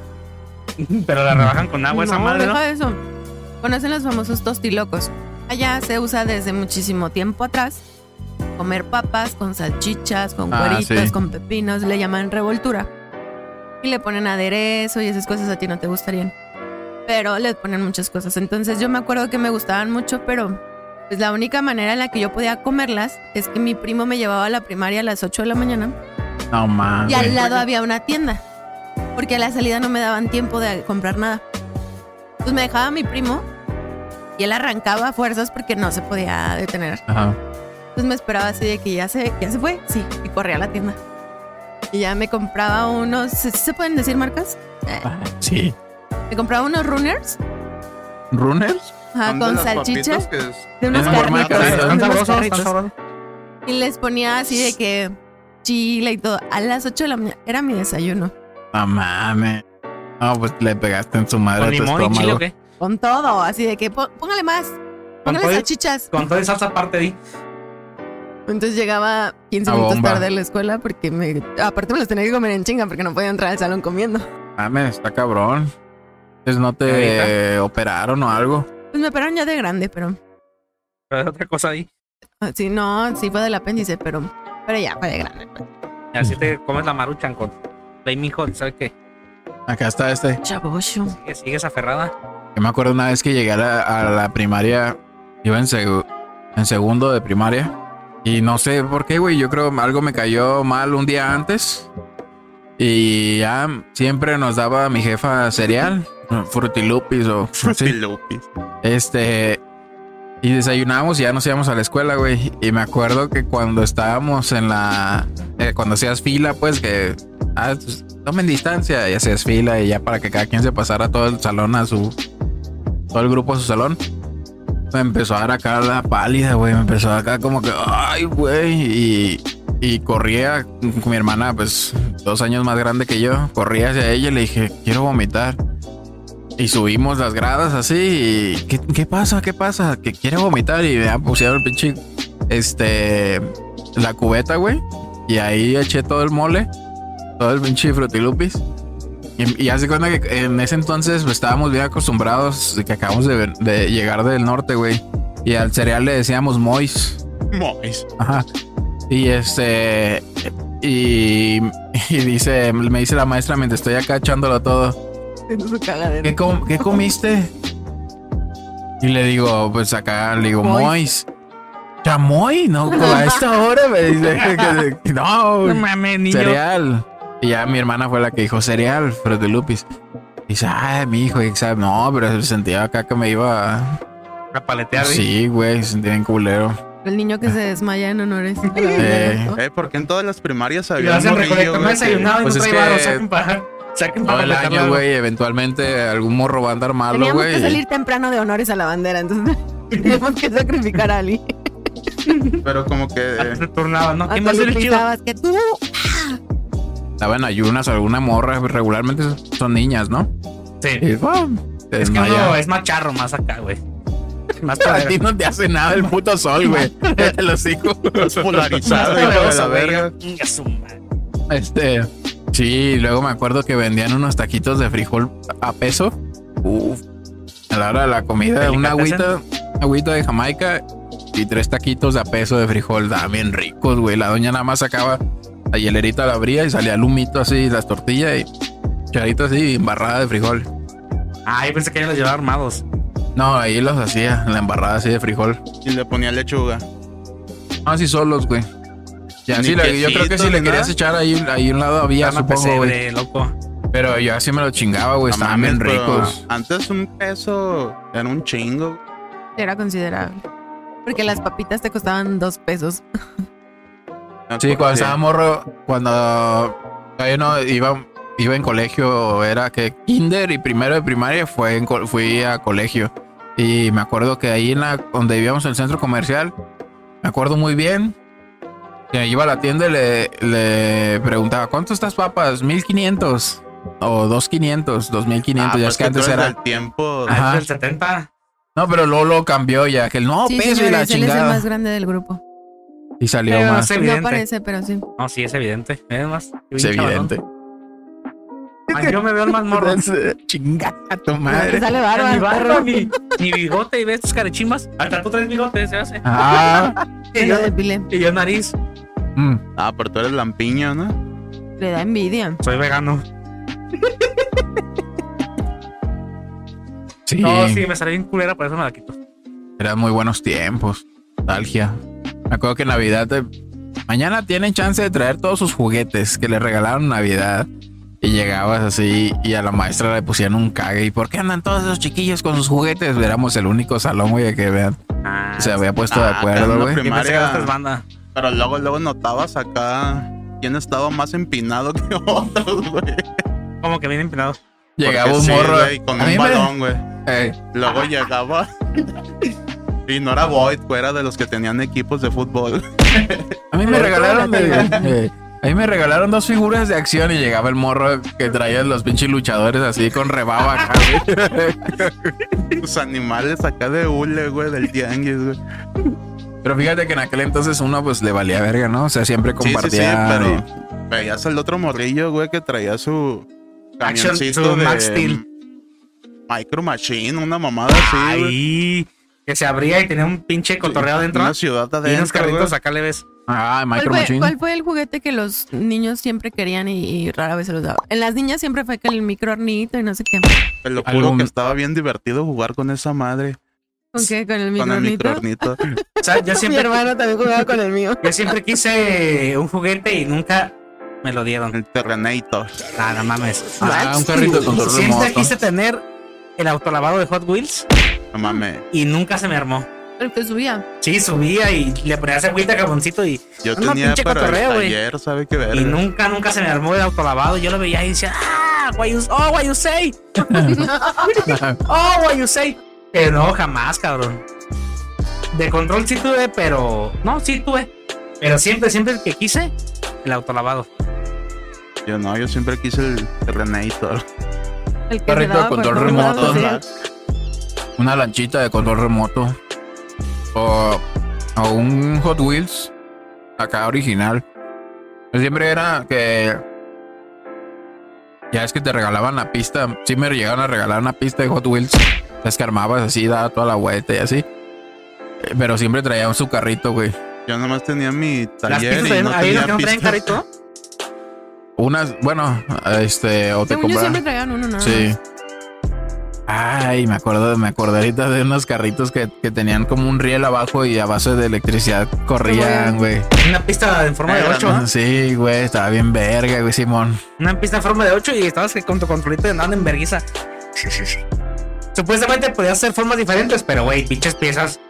S2: Pero la rebajan con agua esa
S4: no,
S2: madre, ¿no?
S4: deja eso. Conocen los famosos tostilocos. Allá se usa desde muchísimo tiempo atrás comer papas con salchichas, con
S1: Ah,
S4: cueritos,
S1: sí.
S4: con pepinos, le llaman revoltura. Y le ponen aderezo y esas cosas a ti no te gustarían. Pero le ponen muchas cosas. Entonces yo me acuerdo que me gustaban mucho, pero pues la única manera en la que yo podía comerlas es que mi primo me llevaba a la primaria a las 8 de la mañana
S1: No mames.
S4: y al lado había una tienda. Porque a la salida no me daban tiempo de comprar nada. Entonces me dejaba mi primo y él arrancaba a fuerzas porque no se podía detener.
S1: Ajá.
S4: Entonces me esperaba así de que ya se, ya se fue. Sí, y corría a la tienda. Y ya me compraba unos. ¿sí ¿Se pueden decir marcas?
S1: Sí.
S4: Me compraba unos runners
S1: ¿Runners?
S4: ajá,
S3: Son de
S4: Ah, con
S3: las
S4: salchichas
S3: papitas que es-
S4: de unos
S1: en forma de
S4: carritos.
S1: carrito.
S2: Están
S4: de unos
S2: sabrosos, están
S4: carritos.
S2: sabrosos.
S4: Y les ponía así de que chile y todo. A las 8 de la mañana era mi desayuno.
S1: No mames. No, pues le pegaste en su madre
S2: ¿Con
S1: a Ah, tu
S2: limón y chile o
S1: estómago.
S2: qué?
S4: Con todo, así de que "Pó- póngale más. Póngale
S2: todo y-
S4: salchichas.
S2: Con toda esa salsa aparte, di.
S4: Entonces llegaba 15
S1: A
S4: minutos
S1: bomba.
S4: tarde a la escuela porque me, aparte me los tenía que comer en chinga porque no podía entrar al salón comiendo.
S1: Mames, está cabrón. Entonces no te
S2: Ahorita.
S1: operaron o algo.
S4: Pues me operaron ya de grande, pero ah,
S2: Pero es otra cosa ahí.
S4: Sí, no, sí fue del apéndice, pero, pero ya, fue de grande.
S2: Así te comes la maruchan con Flaming Hot, ¿sabes qué?
S1: Acá está este.
S4: Chabocho.
S2: Que Sigues aferrada.
S1: Yo me acuerdo una vez que llegué a la, a la primaria, iba en, segu- en segundo de primaria. Y no sé por qué, güey. Yo creo algo me cayó mal un día antes. Y ya siempre nos daba mi jefa cereal, frutilupis o
S3: Fruity
S1: así.
S3: Loopies.
S1: Este. Y desayunábamos y ya nos íbamos a la escuela, güey. Y me acuerdo que cuando estábamos en la. eh, cuando hacías fila, pues que. Ah, pues, tomen distancia y hacías fila y ya para que cada quien se pasara todo el salón a su. Todo el grupo a su salón. Me empezó a dar acá la pálida, güey. Me empezó acá como que. Ay, güey. Y. Y corría con mi hermana, pues dos años más grande que yo. Corría hacia ella y le dije, quiero vomitar. Y subimos las gradas así. Y, ¿qué, qué pasa? ¿Qué pasa? Que quiere vomitar. Y me pusieron el pinche. Este. La cubeta, güey. Y ahí eché todo el mole. Todo el pinche frutilupis. Y, y hace cuenta que en ese entonces pues, estábamos bien acostumbrados. de Que acabamos de, ver- de llegar del norte, güey. Y al cereal le decíamos Mois.
S3: Mois.
S1: Ajá. Y este. Y, y dice, me dice la maestra mientras estoy acá echándolo todo.
S4: Tiene su cagadero.
S1: ¿Qué, com- qué comiste? Y le digo, pues acá le digo, Mois.
S4: Mois.
S1: ¿Chamoy? No, a esta hora me dice que- que- no,
S2: No mames, niño.
S1: cereal. Y ya mi hermana fue la que dijo cereal, pero de lupis. Dice, ay, mi hijo, y sabe, no, pero sentía acá que me iba. a-
S2: Para paletear, ¿eh?
S1: Sí, güey, se sentía bien culero.
S4: El niño que se desmaya en honores. a la
S1: Eh.
S4: verdad,
S3: Eh, ¿por qué en todas las primarias
S2: Y lo
S3: había un
S2: hacen
S3: morrillo,
S2: recolectar. No
S3: güey,
S2: he desayunado y
S1: Pues
S2: no
S1: es que-
S2: trae varo. Saquen para. Saquen
S1: Todo
S2: para
S1: el
S2: recolectar
S1: año,
S2: varo.
S1: güey, eventualmente algún morro va a andar
S4: ¿no?
S1: malo,
S4: Teníamos que
S1: güey.
S4: salir temprano de honores a la bandera, entonces teníamos que sacrificar a Ali.
S3: Pero como que.
S2: Antes Ah, se turnaban, ¿no? ¿Quién va
S4: Hasta
S2: a ser el chido?
S4: gritabas que tú.
S1: Estaba en ayunas alguna morra, regularmente son niñas, ¿no?
S2: Sí.
S1: Y, ah, te
S2: Es que
S1: desmaya.
S2: uno es más charro, más acá, güey. Más
S1: A
S2: para
S1: ti no te hace nada el puto sol, güey. El hocico.
S3: polarizado,
S2: Más
S3: hijo de la
S2: poderoso, güey.
S3: verga.
S2: Chinga su madre.
S1: Este. Sí, luego me acuerdo que vendían unos taquitos de frijol a peso. Uf. A la hora de la comida, una agüita, agüita de Jamaica y tres taquitos de a peso de frijol. Da bien ricos, güey. La doña nada más sacaba la hielerita, la abría y salía el humito así, las tortillas y charito así, embarrada de frijol.
S2: Ah, yo pensé que ya los llevaba armados.
S1: No, ahí los hacía, la embarrada así de frijol.
S3: Y le ponía lechuga.
S1: No, así Ah, solos, güey. Ya,
S3: Ni
S1: sí, le- yo creo que
S3: quesito
S1: si
S3: ni
S1: le querías
S3: nada.
S1: echar ahí, ahí un lado había,
S2: Arma
S1: supongo, güey.
S2: pesebre, loco.
S1: Pero yo así me lo chingaba, güey.
S3: No
S1: Pues Estaban bien
S3: mames, pero
S1: ricos.
S3: Antes un peso era un chingo.
S4: Era considerable. Porque las papitas te costaban dos pesos.
S3: Me
S1: Sí,
S3: acuerdo
S1: cuando
S3: que-
S1: estaba morro, cuando yo no iba, iba en colegio, era que kinder y primero de primaria fue en co- fui a colegio. Y me acuerdo que ahí en la, donde vivíamos en el centro comercial, me acuerdo muy bien que iba a la tienda y le, le preguntaba, ¿cuánto estas papas? ¿1500? O 2500, 2500,
S3: Ah,
S1: ya
S3: pues
S1: es que antes
S3: tú eres
S1: era.
S3: del tiempo.
S1: Ajá.
S2: Ah, es del 70.
S1: No, pero luego lo cambió ya, que el no
S4: sí,
S1: peso y la
S4: señores, él es el
S1: chingada.
S4: más grande del grupo.
S1: Y salió
S2: Pero
S1: más.
S2: Eh, es evidente.
S4: No parece, pero sí.
S2: No, sí, es evidente. Es más. yo
S1: Es
S2: bien chavalón.
S1: evidente.
S2: Ay, yo me veo el más morro.
S1: Chingada tu
S4: Te
S1: madre.
S4: sale
S2: Ni
S4: barba.
S2: barba, ni, ni bigote. Y ves tus carechimbas. Hasta tú traes bigote, se hace.
S1: Ah,
S4: Se
S2: Y
S4: lo
S2: yo,
S4: depilé.
S2: y yo nariz.
S1: mm.
S3: Ah, pero tú eres lampiño, ¿no?
S4: Le da envidia.
S2: Soy vegano.
S1: sí,
S2: No, sí, me sale bien culera, por eso me la quito.
S1: eran muy buenos tiempos. Nostalgia. Me acuerdo que en Navidad eh, mañana tienen chance de traer todos sus juguetes que le regalaron en Navidad. Y llegabas así y a la maestra le pusieron un cague. ¿Y por qué andan todos esos chiquillos con sus juguetes? Éramos el único salón, güey, que vean,
S2: Ah,
S1: se había puesto de
S3: Ah, pero en
S1: acuerdo,
S3: la
S1: güey.
S2: yo pensé que
S3: primaria-
S2: eras banda.
S3: Pero luego, luego notabas acá quién estaba más empinado que otros, güey.
S2: Como que viene empinado.
S1: Llegaba
S3: Porque
S1: un
S3: sí,
S1: morro.
S3: güey, con
S1: A
S3: un
S1: mí me-
S3: balón, güey.
S1: eh,
S3: Luego llegaba. Y no era Void, güey, era de los que tenían equipos de fútbol.
S1: A mí me
S4: Pero
S1: regalaron
S4: toda la
S1: de- eh, a mí me regalaron dos figuras de acción y llegaba el morro que traía los pinches luchadores así con rebaba acá, güey.
S3: Los animales acá de hule, güey, del tianguis, güey.
S1: Pero fíjate que en aquel entonces uno pues le valía verga, ¿no? O sea, siempre
S3: Sí, sí, sí,
S1: compartía.
S3: pero veías el otro morrillo, güey, que traía su
S2: Action,
S3: camioncito
S2: su
S3: de
S2: Max Steel.
S3: Micro Machine, una mamada así, güey.
S2: Ahí. que se abría y tenía un pinche cotorreo adentro.
S3: Una ciudad
S2: y unos
S3: adentro,
S2: carritos
S3: güey.
S2: acá le ves.
S1: Ah,
S4: ¿Cuál
S1: Micro
S4: fue,
S1: Machine.
S4: cuál fue el juguete que los niños siempre querían y, y rara vez se los daba? En las niñas siempre fue que el micro hornito y no sé qué.
S3: Te lo juro
S1: Algún-
S3: que estaba bien divertido jugar con esa madre.
S4: ¿Con qué? ¿Con el
S3: Con
S4: micro
S3: el
S4: hornito?
S3: microornito.
S2: O sea, yo
S4: Mi
S2: siempre,
S4: hermano también jugaba con el mío.
S2: yo siempre quise un juguete y nunca me lo dieron.
S3: el Terrenator.
S2: Nada, no mames.
S1: Ah, un carrito con control
S2: Siempre
S1: remoto.
S2: quise tener el autolavado de Hot Wheels
S3: No mames.
S2: y nunca se me armó.
S4: El que subía.
S2: Sí, subía y le ponía agüita carboncito y,
S3: Yo
S2: Una
S3: tenía
S2: Ah, pinche
S3: para
S2: cotorreo,
S3: el
S2: güey.
S3: taller, ¿sabe qué ver?
S2: y nunca, nunca se me armó el autolavado. Yo lo veía y decía, ah, what you, oh, what you say, oh, what you say. Pero no, jamás, cabrón. De control sí tuve, pero no, sí tuve. Pero siempre, siempre el que quise, el autolavado.
S3: Yo no, yo siempre quise el Terrenator.
S4: El que
S1: Carrito
S4: se daba
S1: de control
S4: por
S2: Ah,
S4: todos
S1: remoto.
S4: lados,
S1: Ajá.
S4: sí.
S1: Una lanchita de control remoto. O, o un Hot Wheels. Acá original. Yo Siempre era que. Ya es que te regalaban la pista. Sí me llegaron a regalar una pista de Hot Wheels. Las que armabas así, daba toda la vuelta y así. Eh, Pero siempre traían su carrito, güey.
S3: Yo nomás tenía mi
S2: Las
S3: taller
S2: pistas
S3: y
S2: también,
S3: no
S2: ahí
S3: tenía
S2: no traen
S3: pistas.
S2: carrito.
S1: Unas, bueno, este, o te
S4: Según yo siempre
S1: compraban.
S4: traían uno, ¿no?
S1: Sí. Ay, me acuerdo, me acuerdo ahorita de unos carritos que, que tenían como un riel abajo y a base de electricidad corrían, güey.
S2: Una pista en forma de
S3: Era,
S2: 8, ¿ah?
S1: Sí, güey, estaba bien verga, güey, Simón.
S2: Una pista en forma de 8 y estabas que con tu controlito andando en verguiza. Supuestamente podías hacer formas diferentes, pero güey, pinches piezas.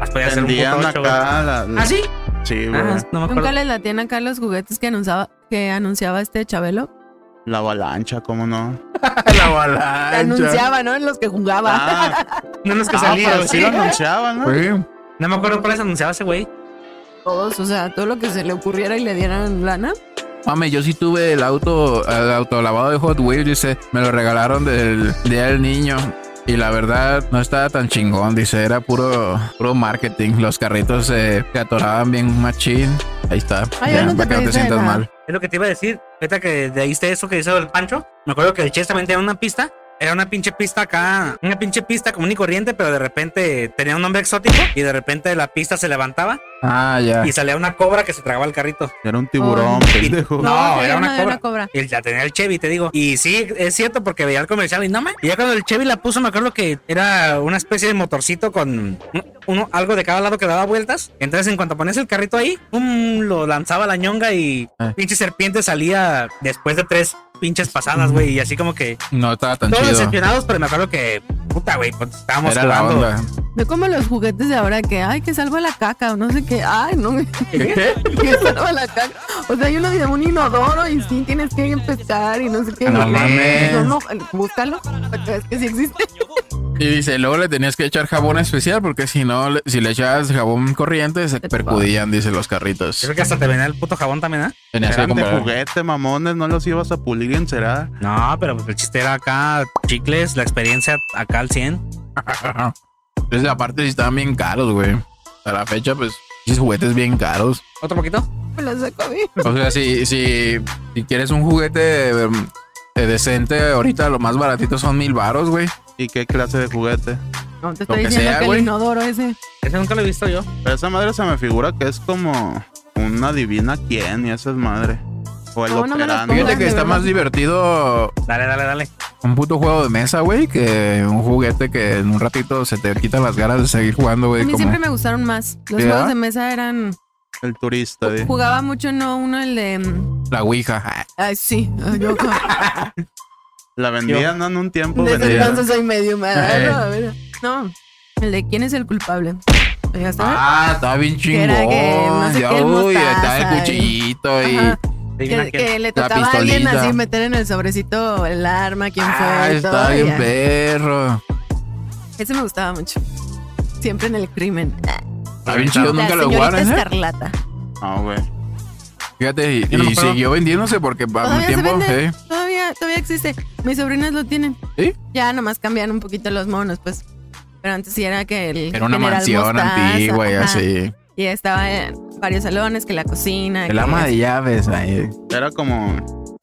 S2: Las podías hacer un
S3: Tendían
S2: puto 8, güey.
S3: acá la, la-
S2: ¿Ah, sí?
S3: sí, güey.
S2: Ah, no me acuerdo.
S4: Nunca les latían acá los juguetes que anunciaba, que anunciaba este Chabelo.
S3: La avalancha, ¿cómo no?
S1: La
S4: Que
S1: avalancha.
S4: anunciaba, ¿no? En los que jugaba.
S3: Ah,
S2: No nos que
S3: ah,
S2: salía,
S3: pero sí lo anunciaban, ¿no?
S1: Sí.
S2: No me acuerdo cuáles anunciaba ese güey.
S4: Todos, o sea, todo lo que se le ocurriera y le dieran lana.
S1: Mame, yo sí tuve el auto, el autolavado de Hot Wheels, dice, me lo regalaron del día del niño. Y la verdad, no estaba tan chingón, dice, era puro, puro marketing. Los carritos eh, se atoraban bien machín. Ahí está.
S4: Ay,
S1: ya,
S4: no te
S1: para que no te
S4: pediste
S1: sientas
S4: nada.
S1: mal.
S2: Es lo que te iba a decir. Ahorita que leíste eso que hizo el Pancho, me acuerdo que el Chess también tenía una pista. Era una pinche pista acá, una pinche pista común y corriente, pero de repente tenía un nombre exótico y de repente la pista se levantaba
S1: Ah, ya.
S2: y salía una cobra que se tragaba el carrito.
S3: Era un tiburón,
S4: Ay.
S3: pendejo.
S2: No,
S4: que
S2: era
S4: ya
S2: una
S4: no,
S2: cobra. El, la tenía el Chevy, te digo. Y sí, es cierto, porque veía el comercial y no más. Y ya cuando el Chevy la puso, me acuerdo que era una especie de motorcito con un- uno, algo de cada lado que daba vueltas. Entonces, en cuanto ponías el carrito ahí, pum, lo lanzaba la ñonga y
S1: Ah.
S2: pinche serpiente salía después de tres pinches pasadas, güey. Y así como que
S1: No estaba tan
S2: todos
S1: chido.
S2: decepcionados, pero me acuerdo que, puta, güey, pues, estábamos
S1: Era la
S2: jugando.
S1: onda.
S4: No como los juguetes de ahora que, ay, que salva la caca o no sé qué. Ay, no, que salva la caca. O sea, hay uno de un inodoro y sí tienes que empezar y no sé qué.
S1: No
S4: Y-
S1: mames.
S4: No, no, búscalo. Es que sí existe.
S1: Y dice, luego le tenías que echar jabón especial porque si no, le- si le echabas jabón corriente se percudían, dice los carritos.
S2: Creo que hasta te venía el puto jabón también, ¿ah?
S1: Tenías que
S3: Eran de
S1: comprar.
S3: juguete, mamones, no los ibas a pulir y encerar.
S2: No, pero pues el chiste era acá, chicles, la experiencia acá al 100.
S1: Entonces aparte sí estaban bien caros, güey. A la fecha, pues, esos juguetes bien caros.
S2: ¿Otro poquito?
S4: Me lo saco a mí.
S1: O sea, si, si, si quieres un juguete eh, eh, decente, ahorita lo más baratito son mil varos, güey.
S3: ¿Y qué clase de juguete?
S4: No, te
S1: Lo
S4: estoy
S1: que
S4: diciendo
S1: sea,
S4: que
S1: güey.
S4: el inodoro ese.
S2: Ese nunca lo he visto yo.
S3: Pero esa madre se me figura que es como una divina quién y esa es madre. O el
S4: No, no Ah, me los
S3: operando.
S1: Fíjate
S4: Pongan,
S1: que
S4: de
S1: está
S4: verdad.
S1: más divertido
S2: Dale, dale, dale.
S1: un puto juego de mesa, güey, que un juguete que en un ratito se te quitan las ganas de seguir jugando,
S4: A
S1: güey.
S4: mí
S1: como-
S4: siempre me gustaron más. Los
S1: ¿Sí, ah?
S4: juegos de mesa eran.
S3: El turista, di.
S4: Jugaba mucho, no uno el de. mm,
S1: La Ouija.
S4: Ay, sí. Ay, yo-
S3: La vendían ¿no? en un tiempo.
S4: Desde
S3: vendían.
S4: entonces soy medio mala.
S1: Eh.
S4: No, a ver. No, el de quién es el culpable. ¿Llegaste a ver?
S1: Ah, está bien
S4: Que
S1: chingón.
S4: era que no sé
S1: Ya,
S4: qué, el
S1: uy,
S4: mostaza
S1: está el
S4: y-
S1: cuchillito y.
S4: Ajá.
S2: Adivina
S4: que,
S2: quién.
S4: que le
S1: La
S4: tocaba a alguien
S1: pistolita.
S4: así meter en el sobrecito el arma, quién
S1: Ah,
S4: fue. y
S1: está
S4: todo, y
S1: bien
S4: ya.
S1: perro.
S4: Ese me gustaba mucho. Siempre en el crimen.
S1: Está bien
S2: La
S1: chido,
S4: La
S1: nunca lo
S4: señorita
S1: jugaron, ¿eh?
S4: Escarlata.
S3: No, Ah, güey.
S1: Fíjate, y,
S2: Yo no me
S1: y
S2: acuerdo.
S1: siguió vendiéndose porque para un
S4: Todavía se
S1: tiempo.
S4: vende.
S1: eh.
S4: Todavía, todavía existe. Mis sobrinas lo tienen.
S1: ¿Sí?
S4: Ya nomás cambian un poquito los monos, pues. Pero antes sí era que el.
S1: Era una
S4: General
S1: mansión
S4: Mostaza,
S1: antigua y
S4: ajá.
S1: así.
S4: Y estaba en varios salones, que la cocina.
S1: El
S4: que
S1: ama de llaves. ahí.
S3: Era como.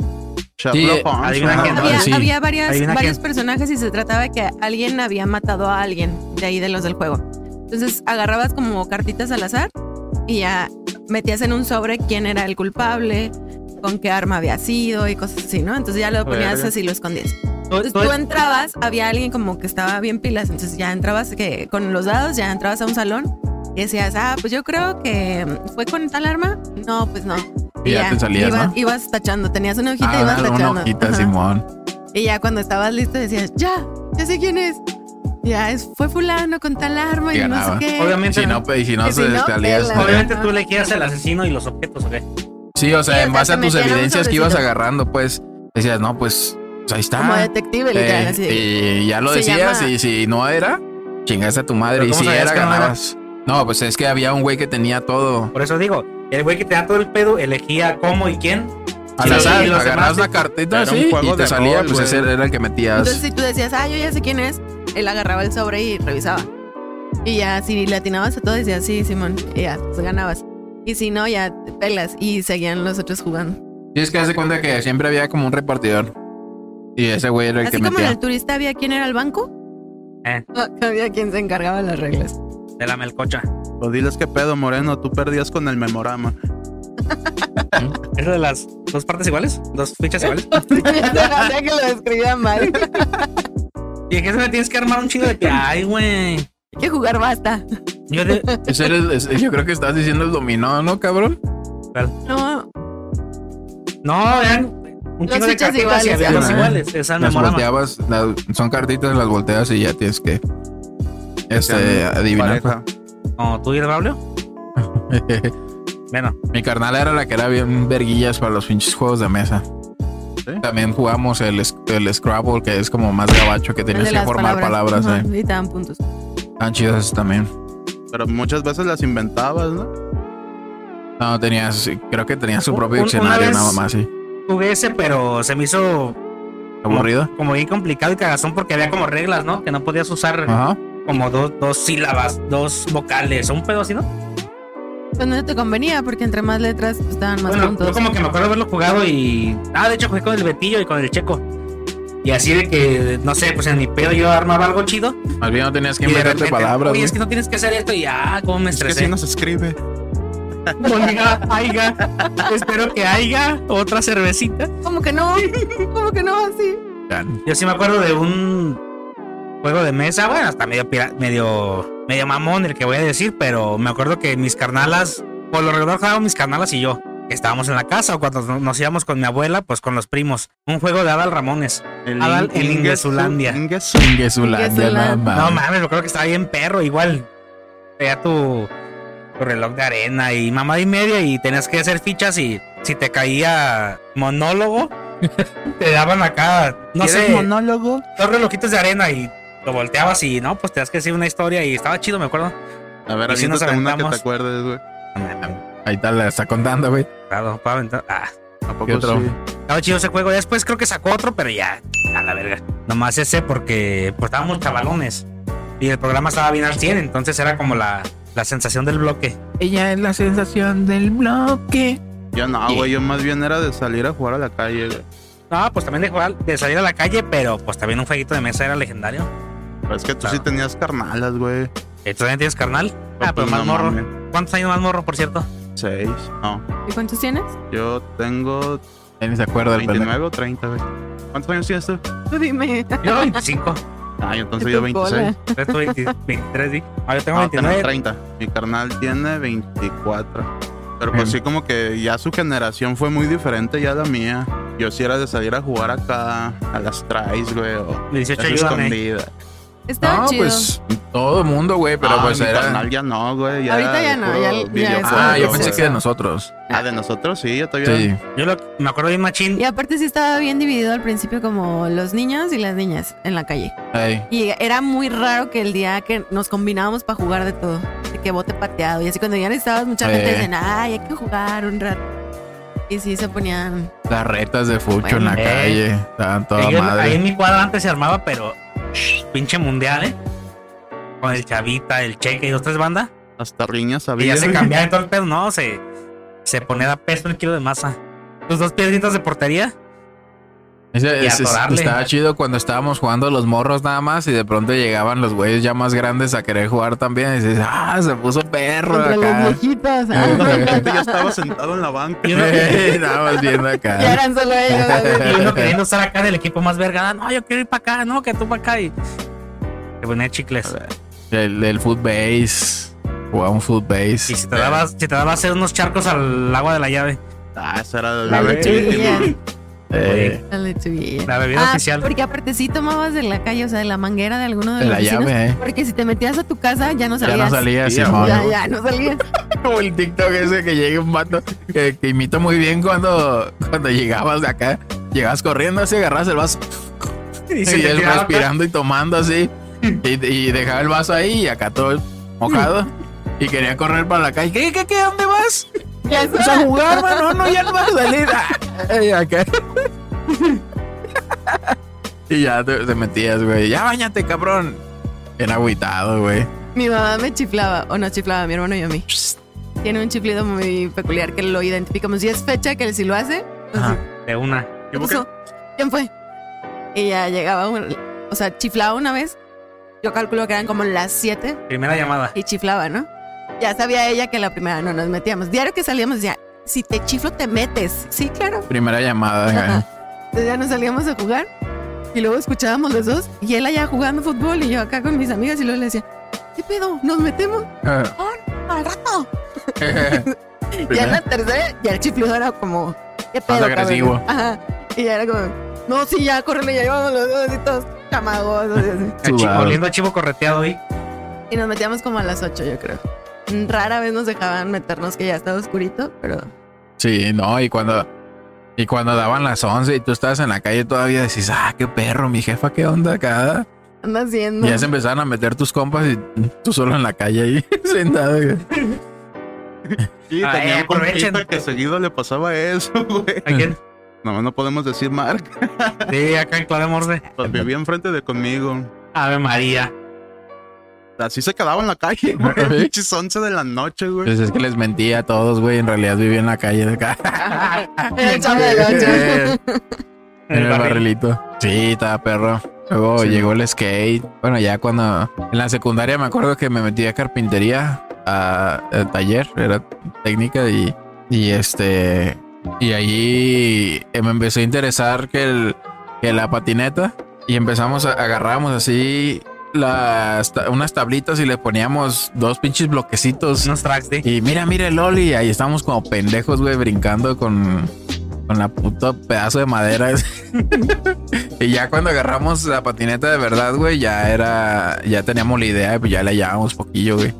S3: Sherlock Holmes,
S2: adivina
S3: ¿no?
S2: quién.
S1: Ah,
S4: Había,
S1: sí.
S4: había varias-
S2: Adivina
S4: varios
S2: quién.
S4: personajes y se trataba de que alguien había matado a alguien de ahí de los del juego. Entonces agarrabas como cartitas al azar y ya metías en un sobre quién era el culpable, con qué arma había sido y cosas así, ¿no? Entonces ya lo ponías
S3: Verga.
S4: así y lo escondías.
S2: Todo-
S4: Entonces
S2: todo
S4: tú
S1: Pues,
S2: es-
S4: entrabas, había alguien como que estaba bien pilas, entonces ya entrabas que con los dados, ya entrabas a un salón y decías, ah, pues yo creo que fue con tal arma. No, pues no.
S1: Y ya te salías,
S4: ibas,
S1: ¿no?
S4: ibas tachando, tenías una hojita y
S1: Ah,
S4: ibas
S1: una-
S4: tachando.
S1: una hojita,
S4: Ajá.
S1: Simón.
S4: Y ya cuando estabas listo decías, ya, ya sé quién es. Ya es, fue fulano con tal arma y,
S1: Y
S4: no sé
S1: ganaba.
S4: qué.
S1: Y
S2: Obviamente,
S1: Si no, pues, y si no,
S4: que si
S1: se
S4: no,
S1: salías.
S4: pelas.
S2: obviamente tú le quieras al asesino y los objetos, ¿ok?
S1: Sí, o sea,
S4: Sí,
S1: en
S4: o sea,
S1: base
S4: te
S1: a tus
S4: metían a un
S1: evidencias que ibas
S4: sobrecito.
S1: agarrando, pues decías, no, pues pues, ahí está.
S4: Como detective, literal,
S1: Eh,
S4: así. de-
S1: y ya lo
S4: Se
S1: decías,
S4: llama-
S1: y si no era, chingaste a tu madre.
S2: ¿Pero
S1: Y
S2: cómo
S1: si
S2: sabías
S1: era,
S2: que no era?
S1: ganabas. No, pues es que había un güey que tenía todo.
S2: Por eso digo, el güey que te da todo el pedo elegía cómo y quién.
S1: Al
S2: Sí,
S1: azar,
S2: y los
S1: agarrabas
S2: demás-
S1: la cartita
S3: Era un
S1: así
S3: juego
S1: y te
S3: de
S1: salía,
S3: rol,
S1: pues
S3: güey.
S1: ese era el que metías.
S4: Entonces, si tú decías, ah, yo ya sé quién es, él agarraba el sobre y revisaba. Y ya, si le atinabas a todo, decías, sí, Simón, y ya, pues ganabas. Y si no, ya te pelas y seguían los otros jugando.
S1: Y es que hace cuenta que siempre había como un repartidor. Y ese güey era el
S4: Así
S1: que
S4: como en
S1: metía.
S4: el turista había quién era el banco,
S2: Eh,
S4: había quien se encargaba de las reglas.
S2: de la melcocha.
S3: O diles que pedo, Moreno, tú perdías con el memorama.
S2: ¿Es de las dos partes iguales? ¿Dos fichas iguales?
S4: Hacía que lo describía mal.
S2: Y es que me tienes que armar un chingo de que, ay, güey.
S4: Hay que jugar basta.
S2: Yo de-
S1: Ese era el- ese- yo creo que estás diciendo el dominó, ¿no, cabrón?
S4: No,
S2: No, eran un
S4: Las
S2: chingo de
S4: fichas
S2: cartitas y
S4: iguales,
S2: había
S1: ajá.
S2: dos iguales. Esa
S1: Las
S2: memorama.
S1: volteabas, las- son cartitas, las volteas y ya tienes que este,
S3: Sean
S1: adivinar.
S3: Pareja.
S2: No, tú y el Braulio. Bueno,
S1: Mi carnal era la que era bien verguillas para los pinches juegos de mesa.
S3: ¿Sí?
S1: También jugamos el, es- el Scrabble, que es como más gabacho, que
S4: el
S1: tienes
S4: de
S1: que
S4: las
S1: formar palabras.
S4: Ajá,
S1: eh.
S4: Y te dan puntos.
S1: Tan chidas esas también.
S3: Pero muchas veces las inventabas, ¿no?
S1: No, tenías, creo que tenía su
S2: Un-
S1: propio
S2: un- una
S1: diccionario,
S2: vez-
S1: nada más, sí.
S2: jugué ese, pero se me hizo
S1: Aburrido.
S2: como bien complicado y cagazón porque había como reglas, ¿no? Que no podías usar
S1: Ajá.
S2: como dos, dos sílabas, dos vocales, un pedo así, ¿no?
S4: Pues no te convenía porque entre más letras pues, te daban más
S2: Bueno, yo
S4: puntos.
S2: como que me acuerdo haberlo jugado y. Ah, de hecho jugué con el Betillo y con el Checo. Y así de que, no sé, pues en mi pedo yo armaba algo chido.
S1: Más bien no tenías que
S2: y de
S1: inventarte
S2: repente,
S1: palabras.
S2: Oye,
S1: ¿no?
S2: es que no tienes que hacer esto y ah, cómo me
S3: Es que
S2: estresé.
S3: sí nos escribe.
S2: Oiga, aiga, espero que haya otra cervecita.
S4: Como que no, como que no, así.
S2: Yo sí me acuerdo de un juego de mesa, bueno, hasta medio, pira- medio, medio mamón el que voy a decir, pero me acuerdo que mis carnalas, por lo regular jugábamos mis carnalas y yo. Estábamos en la casa o cuando no- nos íbamos con mi abuela, pues con los primos. Un juego de Adal Ramones.
S3: El
S2: Adal- el
S3: Ingesu-
S2: Ingesulandia.
S3: Ingesu-
S1: Ingesulandia,
S4: Ingesulandia.
S1: no
S2: No
S1: mames.
S2: mames, me acuerdo que estaba bien perro, igual. Tenía tu, tu reloj de arena y mamada y media y tenías que hacer fichas y si te caía monólogo, te daban acá, no
S3: ¿Quieres
S2: sé,
S3: monólogo?
S2: dos relojitos de arena y lo volteabas y no, pues tenías que decir una historia y estaba chido, me acuerdo.
S3: A ver,
S2: Y si nos
S3: aviéntate una que te
S2: aventamos.
S3: acuerdes, güey.
S1: Ahí está, la está contando, güey.
S2: Claro, para aventar- ah,
S3: ¿A poco
S1: ¿Qué otro?
S3: sí?
S2: estaba chido ese juego. Después creo que sacó otro, pero ya, a la verga. Nomás ese porque pues, estábamos chavalones y el programa estaba bien al 100, entonces era como la, la sensación del bloque.
S1: Ella es la sensación del bloque.
S3: Yo no, güey. Yo más bien era de salir a jugar a la calle, güey.
S2: No, pues también de jugar, de salir a la calle, pero pues también un jueguito de mesa era legendario.
S3: Pero es que tú
S2: Claro.
S3: sí tenías carnalas, güey.
S2: Eh, ¿Tú también tienes carnal? Ah,
S3: Pero,
S2: pero
S3: pues,
S2: más
S3: no
S2: morro.
S3: mames.
S2: ¿Cuántos años más morro, por cierto?
S3: Seis. No.
S4: ¿Y cuántos tienes?
S3: Yo tengo
S1: Él ni se acuerda del pendejo.
S3: 29 o 30, güey. ¿Cuántos años tienes tú?
S4: Tú dime.
S2: Yo 25.
S3: Ay, entonces
S4: Tu
S3: yo 26.
S4: cola.
S2: Entonces tú 20 23, sí. Ah, yo tengo
S3: No, tengo
S2: 29.
S3: 30. Mi carnal tiene 24. Pero
S2: Mm.
S3: pues sí, como que ya su generación fue muy diferente ya a la mía. Yo sí era de salir a jugar acá a las tries, güey, o
S2: 18
S3: las
S2: ayúdame.
S3: escondidas.
S4: Estaba
S1: No,
S4: chido.
S1: pues todo el mundo, güey, pero
S3: Ah,
S1: pues
S3: mi
S1: era.
S3: carnal ya no, güey. Ya
S4: Ahorita
S3: era
S4: ya
S3: de
S4: no,
S3: puro
S4: ya- ya es eh.
S3: videojuego,
S1: Ah, yo
S4: Sí,
S1: pensé
S4: sí.
S1: que de nosotros.
S3: Ah, de nosotros sí, yo todavía.
S1: Sí.
S2: Yo lo, me acuerdo bien machín.
S4: Y aparte sí estaba bien dividido al principio como los niños y las niñas en la calle.
S1: Ey.
S4: Y era muy raro que el día que nos combinábamos para jugar de todo, de que bote pateado y así cuando ya necesitabas mucha
S1: Eh.
S4: gente decían, ay, hay que jugar un rato. Y sí se ponían...
S1: Las retas de fucho en la
S2: Bueno, eh.
S1: calle. Estaban toda
S2: Ahí en- ahí en
S1: madre.
S2: mi cuadra antes se armaba, pero shh, pinche mundial, ¿eh? Con el Chavita, el Cheque y otras bandas.
S3: Hasta riñas
S2: Y
S3: había.
S2: ya se
S3: güey.
S2: cambiaba y todo el pedo, no, se, se ponía a peso el kilo de masa. Tus dos piedritas de portería
S1: Ese-
S2: Y
S1: ese-
S2: atorarle.
S1: estaba chido cuando estábamos jugando los morros nada más y de pronto llegaban los güeyes ya más grandes a querer jugar también. Y dices, ah, se puso perro
S4: Contra las
S1: acá.
S4: viejitas. ¿eh?
S1: Ah,
S3: De
S1: no.
S3: repente yo estaba sentado en la banca.
S1: eh, nada más viendo
S4: Ya
S1: acá.
S4: eran solo ellos.
S2: Y uno queriendo estar acá del equipo más vergada. No, yo quiero ir para acá, no, que tú para acá. Y te ponía chicles.
S1: El, el footbase. Jugaba un footbase.
S2: Y si te daba, si te daba hacer unos charcos al agua de la llave.
S3: Ah, esa era
S4: La
S3: la
S2: Ah,
S4: lechuguilla.
S3: Activity,
S1: Eh,
S4: La lechuguilla.
S2: La bebida
S4: Ah,
S2: oficial.
S4: Porque aparte sí tomabas de la calle, o sea, de la manguera de alguno de
S1: de
S4: los
S1: la
S4: vecinos.
S1: llave, eh.
S4: Porque si te metías a tu casa ya no
S1: Ya
S4: salías.
S1: no salía,
S3: Ya,
S1: Simón.
S4: Ya, ya, no salías.
S1: Como el TikTok ese que llega un vato que, que imita muy bien cuando, cuando llegabas de acá. Llegabas corriendo así, agarrabas el vaso
S2: Y
S1: y,
S2: se te
S1: él
S2: tiraba acá.
S1: respirando y tomando así. Y, y dejaba el vaso ahí y acá todo mojado. Y quería correr para la calle. ¿Qué, qué, qué? ¿Dónde vas?
S4: Ya es
S1: Pues a
S4: hora.
S1: jugar, mano. No, ya no vas a salir. Ah, y acá. Y ya te, te metías, güey. Ya bañate, cabrón. Era agüitado, güey.
S4: Mi mamá me chiflaba, o no chiflaba a mi hermano y a mí. Tiene un chiflido muy peculiar que lo identificamos. Y es fecha que él sí lo hace.
S2: Ajá, de una.
S4: ¿Qué pasó? ¿Quién fue? Y ya llegaba, un- o sea, chiflaba una vez. Yo calculo que eran como las 7
S2: Primera llamada.
S4: y chiflaba, ¿no? Ya sabía ella que la primera no nos metíamos. Diario que salíamos decía, si te chiflo te metes. Sí, claro.
S1: Primera llamada, güey.
S4: Ajá. Entonces ya nos salíamos a jugar y luego escuchábamos los dos y él allá jugando fútbol y yo acá con mis amigas y luego le decía, ¿qué pedo? ¿Nos metemos
S1: Ah.
S4: al rato? Ya en la tercera, ya el chiflido era como, ¿qué pedo? cabrón?"
S1: agresivo.
S4: Ajá. Y ya era como, no, sí, ya, córrele, ya llevamos los dos y todos chamagosos y así.
S2: A chi-
S1: Sudado.
S2: Oliendo a chivo correteado ahí.
S4: Y nos metíamos como a las 8, yo creo. Rara vez nos dejaban meternos que ya estaba oscurito, pero
S1: Sí, no, y cuando y cuando daban las 11 y tú estabas en la calle todavía decís, ah, qué perro, mi jefa, qué onda acá.
S4: anda haciendo.
S1: Y ya se empezaron a meter tus compas y tú solo en la calle ahí sentado. güey.
S3: Sí,
S2: Ah,
S3: tenía
S2: eh,
S3: un compita
S2: aprovechen.
S3: que seguido le pasaba eso, güey.
S2: ¿A quién?
S3: No, no podemos decir marca.
S2: Sí, acá en Clave Morde.
S3: Pues vivía enfrente de conmigo.
S2: Ave María.
S3: Así se quedaba en la calle, güey. Pinches 11 de la noche, güey.
S1: Pues es que les mentía a todos, güey, en realidad vivía en la calle de acá.
S4: Era el chavo del ocho.
S1: Eh.
S2: eh,
S1: en
S2: El
S1: el
S2: barril.
S1: barrilito. Sí, estaba perro. Luego
S3: Sí.
S1: llegó el skate. Bueno, ya cuando en la secundaria me acuerdo que me metí a carpintería, a, a taller, era técnica y, y este. Y allí eh, me empezó a interesar que, el, que la patineta y empezamos a agarramos así las ta- unas tablitas y le poníamos dos pinches bloquecitos.
S2: Unos tracks de.
S1: Y mira, mira el Oli, ahí estamos como pendejos, güey, brincando con, con la puta pedazo de madera. y ya cuando agarramos la patineta de verdad, güey, ya era, ya teníamos la idea, y pues ya la llevábamos poquillo, güey.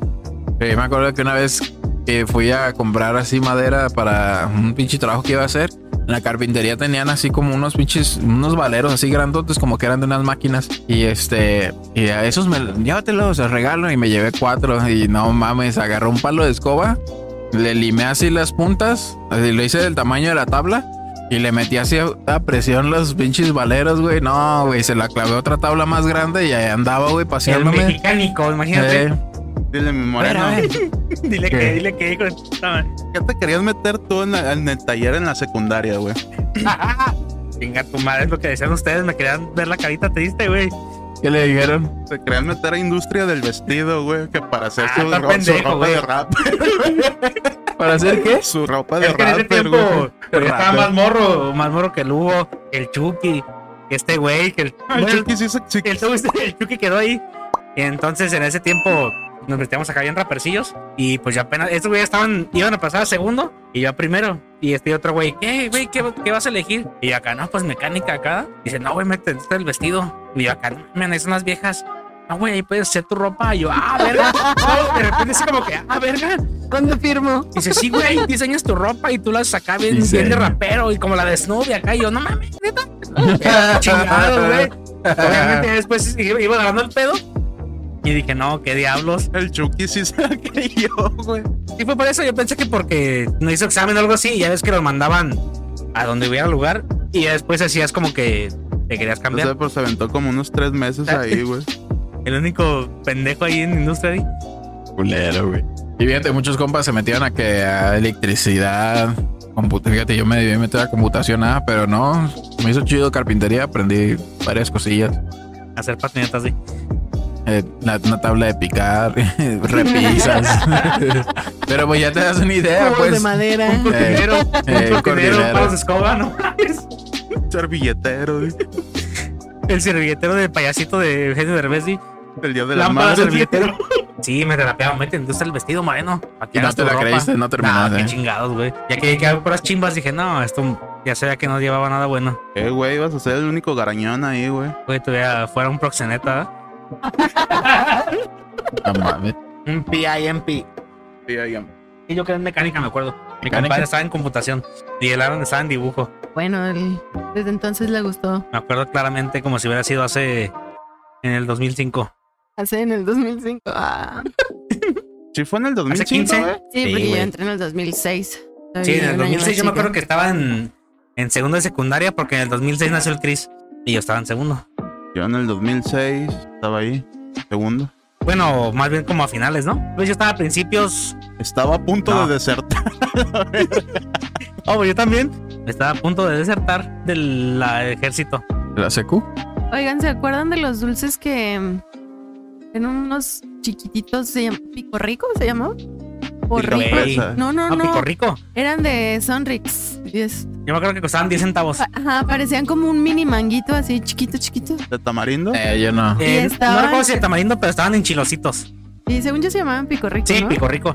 S1: Pero yo me acuerdo que una vez que fui a comprar así madera para un pinche trabajo que iba a hacer, en la carpintería tenían así como unos pinches, unos valeros así grandotes, como que eran de unas máquinas. Y este, y a esos me, llévatelos, los regalo. Y me llevé cuatro. Y no mames, agarré un palo de escoba, le limé así las puntas, así lo hice del tamaño de la tabla. Y le metí así a a presión los pinches valeros, güey. No, güey, se la clavé a otra tabla más grande y ahí andaba, güey,
S2: El
S1: paseándome.
S2: mexicánico, imagínate.
S1: Eh,
S3: Dile, mi moreno.
S1: Espera, eh.
S2: Dile
S1: ¿Qué?
S2: que, dile que, hijo de puta madre.
S3: ¿Qué te querías meter tú en, la- en el taller en la secundaria, güey?
S2: Venga, tu madre es lo que decían ustedes. Me querían ver la carita triste, güey.
S1: ¿Qué le dijeron?
S3: Se querían meter a industria del vestido, güey. Que para hacer
S2: Ah,
S3: su,
S2: está
S3: ro- su
S2: pendejo,
S3: ropa
S2: güey.
S3: de rap.
S1: ¿Para hacer qué?
S3: Su ropa de
S2: Es que en ese
S3: rap,
S2: tiempo
S3: güey.
S2: yo estaba
S3: Rapper.
S2: más morro, más morro que el Hugo, que el Chucky, que este güey, que el.
S3: El
S2: bueno,
S3: Chucky sí se- sí-
S2: el, Chucky- el Chucky quedó ahí. Y entonces en ese tiempo nos metíamos acá bien rapercillos. Y pues yo apenas. Estos güeyes estaban. Iban a pasar a segundo y yo a primero. Y este otro güey, ¿qué, güey? ¿Qué, qué vas a elegir? Y yo acá, no, pues mecánica acá. Dice, no, güey, me tendiste el vestido. Y yo acá, no, man, son unas viejas. No, güey, ahí puedes hacer tu ropa. Y yo, ah, verga. No, de repente así como que, ah, verga.
S4: ¿Cuándo firmo?
S2: Dice, sí, güey, diseñas tu ropa y tú la sacas bien,
S1: Diseño.
S2: bien de rapero y como la de Snoopy acá. Y yo, no mames, neta. Chingado, güey. Obviamente ya después iba iba agarrando el pedo. Y dije, no, qué diablos.
S3: El Chucky sí se la creyó, güey.
S2: Y fue por eso yo pensé que porque no hizo examen o algo así, y ya ves que los mandaban a donde hubiera lugar. Y ya después hacías como que te querías
S3: O
S2: cambiar.
S3: sea, pues se aventó como unos tres meses ahí, güey.
S2: el único pendejo ahí en industria. ahí.
S1: Culero, güey. Y fíjate, muchos compas se metieron a que a electricidad, compu- fíjate, yo me debí meter a computación, nada, ah, pero no. Me hizo chido carpintería, aprendí varias cosillas.
S2: Hacer patinetas así.
S1: Eh, la- una tabla de picar, repisas. Pero pues ya te das una
S2: eh,
S1: idea,
S4: Juegos de
S1: pues.
S4: madera.
S1: Eh,
S2: Dinero,
S1: eh,
S2: mucho
S1: con
S2: dinero,
S1: dinero.
S2: palos de escoba, no mames.
S3: Servilletero, güey.
S2: El servilletero de payasito de Eugenio Derbez, sí.
S3: El día de la
S2: Lámpara
S3: madre.
S2: servilletero. Sí, me terapeaba, me endulza el vestido moreno. para que
S1: Y no
S2: hagas
S1: te
S2: tu
S1: la
S2: ropa.
S1: creíste, no
S2: Nah, qué
S1: terminaste. eh.
S2: chingados, güey. Ya que llegué por las chimbas, dije, no, esto ya sabía que no llevaba nada bueno.
S3: Eh, güey, vas a ser el único garañón ahí, güey.
S2: Güey, todavía fuera un proxeneta. ¿eh?
S1: No mames.
S2: Un PIMP.
S3: Sí, ahí am-
S2: Y yo quedé en mecánica, me acuerdo. Mi
S1: ¿Mecánica?
S2: compadre estaba en computación y el Aaron estaba en dibujo.
S4: Bueno, él- desde entonces le gustó.
S2: Me acuerdo claramente como si hubiera sido hace en el 2005.
S4: Hace en el 2005. Ah.
S3: Sí, fue en el
S2: ¿Hace
S3: 2015.
S2: 15?
S4: Sí,
S2: Sí,
S4: porque yo
S2: güey.
S4: entré en el
S2: Sí,
S4: 2006.
S2: en el
S4: Todavía era una
S2: 2006 yo me
S4: chica.
S2: acuerdo que estaba en, en segundo de secundaria porque en el 2006 nació el Chris y yo estaba en segundo.
S3: Yo en el 2006 estaba ahí, segundo.
S2: Bueno, más bien como a finales, ¿no? Pues yo estaba a principios...
S3: Estaba a punto
S2: No.
S3: de desertar.
S2: Oh, pues yo también. Estaba a punto de desertar del la- ejército.
S1: ¿La secu?
S4: Oigan, ¿se acuerdan de los dulces que mm, eran unos chiquititos? ¿Se llama- ¿Pico Rico se llamó?
S3: Pico
S4: Porrico.
S2: Güey.
S3: fresa.
S4: No, no,
S2: No,
S4: no.
S2: Ah, Pico Rico.
S4: Eran de Sonrix. Y es-
S2: Yo me acuerdo que costaban 10 centavos.
S4: pa- Ajá, parecían como un mini manguito así, chiquito, chiquito.
S3: ¿De tamarindo?
S1: Eh, yo no.
S2: Eh,
S4: estaban-
S2: No recuerdo si de tamarindo, pero estaban en chilositos.
S4: Y según yo se llamaban Pico Rico.
S2: Sí,
S4: ¿no?
S2: Pico Rico.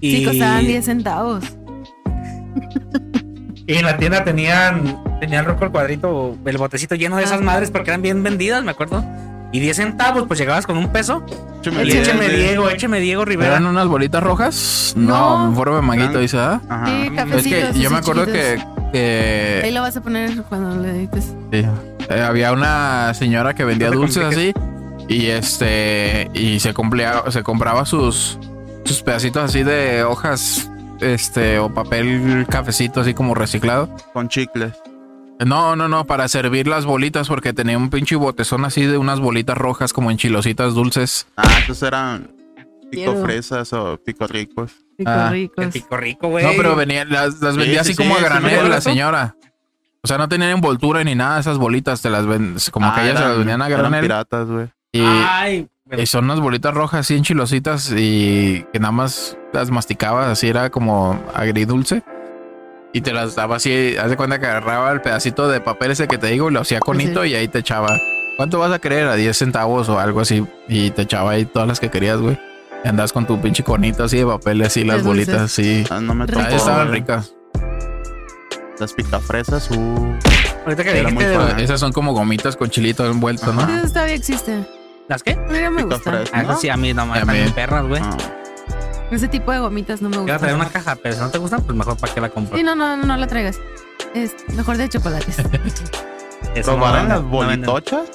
S4: Sí, costaban 10 centavos.
S2: y en la tienda tenían, tenían roco el cuadrito, el botecito lleno de esas
S4: Ah.
S2: madres porque eran bien vendidas, me acuerdo. Y 10 centavos, pues llegabas con un peso.
S3: Échame
S4: Bien.
S2: Écheme
S3: diez,
S2: Diego, écheme Diego Rivera.
S1: ¿Eran unas bolitas rojas?
S4: No. Pues
S1: No, en forma de manguito, dice. ¿ah?
S3: güey. Ajá.
S4: Sí,
S1: Es
S4: cafecitos.
S1: que yo
S4: así
S1: me acuerdo
S4: chiquitos.
S1: que, que
S4: Ahí lo vas a poner cuando le edites.
S1: Sí. Eh, había una señora que vendía
S3: No te
S1: dulces así y este y se cumplía, se compraba sus sus pedacitos así de hojas este o papel cafecito así como reciclado.
S3: Con chicles.
S1: No, no, no, para servir las bolitas porque tenía un pinche botezón así de unas bolitas rojas como en chilositas dulces.
S3: Ah, esos eran pico
S4: Quiero.
S3: fresas o pico ricos.
S4: Pico
S1: Ah,
S4: Ricos.
S2: El Pico Rico, güey.
S1: No, pero venían las, las
S3: Sí,
S1: vendía así
S3: sí, sí,
S1: como
S3: sí, me
S1: a granel
S3: acuerdo.
S1: la señora. O sea, no tenían envoltura ni nada esas bolitas, te las ven, como que
S3: Ah,
S1: ellas se las
S3: eran-
S1: vendían a
S3: eran
S1: granel.
S3: piratas, güey.
S1: Y,
S2: Ay, me-
S1: Y Eh, son unas bolitas rojas así en chilositas y que nada más las masticabas, así era como agridulce. Y te las daba así, haz de cuenta que agarraba el pedacito de papel ese que te digo y lo hacía con
S4: Sí, sí.
S1: hito y ahí te echaba. ¿Cuánto vas a creer? A 10 centavos o algo así. Y te echaba ahí todas las que querías, güey. Y andabas con tu pinche conito así de papel, así las
S4: Qué
S1: bolitas así.
S3: Ah, no me
S4: Rico.
S3: tocó.
S1: Ahí estaban
S3: güey.
S1: ricas.
S3: Las picafresas, uh.
S2: ahorita que
S3: era
S2: dijiste
S3: muy
S2: de-
S3: fan. Ajá.
S1: Ah, Esas son como gomitas con chilito envuelto, ¿no?
S4: Eso todavía existe.
S2: ¿Las qué?
S4: A mí no me
S3: Pico
S4: gustan.
S3: fresa.
S2: Ah,
S3: ¿No?
S2: sí, a mí no me
S1: A
S2: gustan
S1: mí.
S2: bien perras, güey.
S3: Ah.
S4: Ese tipo de gomitas no me
S2: Quiero traer
S4: gustan.
S2: una caja, pero si no te gustan, pues mejor para que la compro.
S4: Sí, no, no, no la traigas. Es mejor de chocolates. Ah,
S2: Eso no venden,
S3: ¿Probaron las
S2: no venden.
S3: bolitochas?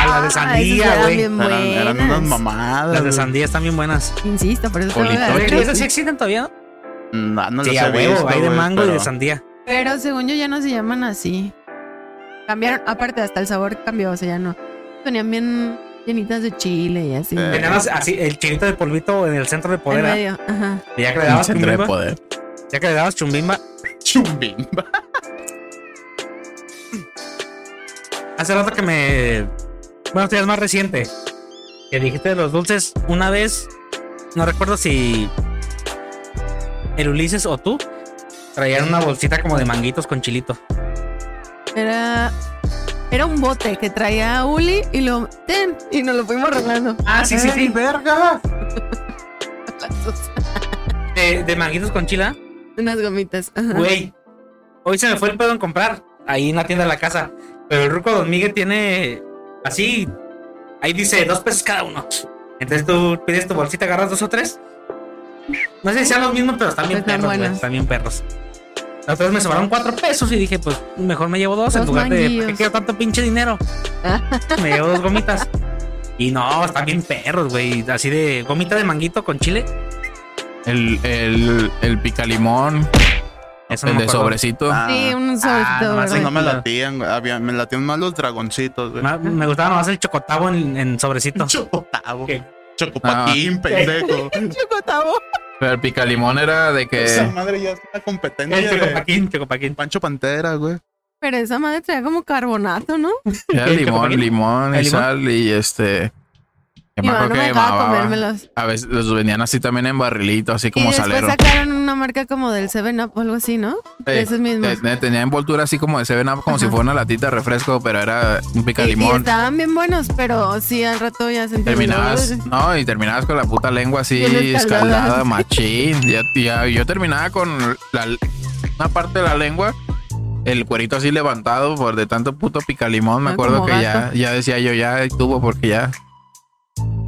S2: Ah, las de sandía, güey.
S3: Eran, eran unas mamadas.
S2: Las de
S3: güey.
S2: sandía están bien buenas.
S4: Insisto, por eso te voy a
S1: Bolitochas.
S4: dar
S2: Oye,
S1: sí.
S4: tres.
S2: ¿Esas sí existen todavía? no?
S3: No, Ah, no
S2: Sí,
S3: las
S2: a
S3: he
S2: huevo,
S3: visto,
S2: hay de
S3: güey,
S2: mango y de
S3: pero-
S2: sandía.
S4: Pero según yo ya no se llaman así. Cambiaron, aparte hasta el sabor cambió, o sea, ya no. Tenían bien llenitas de chile y así.
S3: Eh,
S2: Teníamos así el chilito de polvito en el centro de
S4: en
S2: poder. ¿ah?
S4: medio, ajá.
S2: Y ya que le dabas
S1: Pinche entre
S2: chumbimba,
S1: poder.
S2: ya que le dabas chumbimba.
S3: Chumbimba.
S2: Hace rato que me. Bueno, esto ya es más reciente. Que dijiste de los dulces. Una vez, no recuerdo si. El Ulises o tú traían una bolsita como de manguitos con chilito.
S4: Era. Era un bote que traía a Uli y lo. ¡Ten! Y nos lo fuimos rolando.
S2: Ah, sí, sí, sí.
S3: verga!
S4: Las dos.
S2: De, de manguitos con ¿ah? chila.
S4: Unas gomitas. ajá.
S2: Güey, hoy se me fue el pedo en comprar ahí en la tienda de la casa. Pero el Ruco Don Miguel tiene así. Ahí dice dos pesos cada uno. Entonces tú pides tu bolsita, agarras dos o tres. No sé si sean los mismos, pero están bien
S4: Están
S2: perros, güey.
S4: buenos.
S2: Están bien perros. La otra vez me sobraron cuatro pesos y dije, pues mejor me llevo dos, en
S4: Dos
S2: lugar de.
S4: manguillos.
S2: ¿Por qué quiero tanto pinche dinero? me llevo dos gomitas. Y no, están bien perros, güey. Así de gomita de manguito con chile.
S1: El, el, el picalimón,
S2: Eso no
S1: el
S2: me
S1: de
S2: acuerdo.
S1: sobrecito.
S4: Sí, un sobrecito.
S2: nomás
S4: verde.
S3: Ah. no me
S2: Ay,
S3: latían, güey. Había- Me latían más los dragoncitos, güey.
S2: Ma- Me gustaba nomás el chocotavo en, en sobrecito.
S3: Chocotavo.
S2: ¿Qué?
S3: Chocopatín, pendejo.
S4: Chocotavo.
S1: Pero el picalimón era de que.
S3: Esa madre ya es una competencia
S2: El
S3: de
S2: chocopaquín, chocopaquín.
S3: Pancho Pantera, güey.
S4: Pero esa madre traía como carbonato, ¿no?
S1: Era
S2: ¿Qué,
S1: limón,
S2: capulina?
S1: limón y
S2: ¿El limón?
S1: sal y este. que
S4: Mi
S1: me
S4: mamá
S1: acuerdo
S4: no
S1: que
S4: me
S1: llevaba-
S4: dejaba comérmelos.
S1: A veces los vendían así también en barrilito, así como
S4: y después
S1: salero.
S4: sacaron una marca como del Seven Up o algo así, ¿no? De
S1: Sí.
S4: esos mismos.
S1: Te- te- eh, Tenía envoltura así como de 7 Up, como
S4: Ajá.
S1: si fuera una latita de refresco, pero era un pica
S4: Y- Y
S1: limón.
S4: estaban bien buenos, pero sí, al rato ya sentí.
S1: Terminabas, no, y terminabas con la puta lengua así
S4: Bien escaldada.
S1: escaldada, machín. Ya, ya- yo terminaba con la, una parte de la lengua, el cuerito así levantado por de tanto puto picalimón. Me
S4: Ah,
S1: acuerdo
S4: como
S1: que ya,
S4: gato.
S1: ya decía yo, ya estuvo porque ya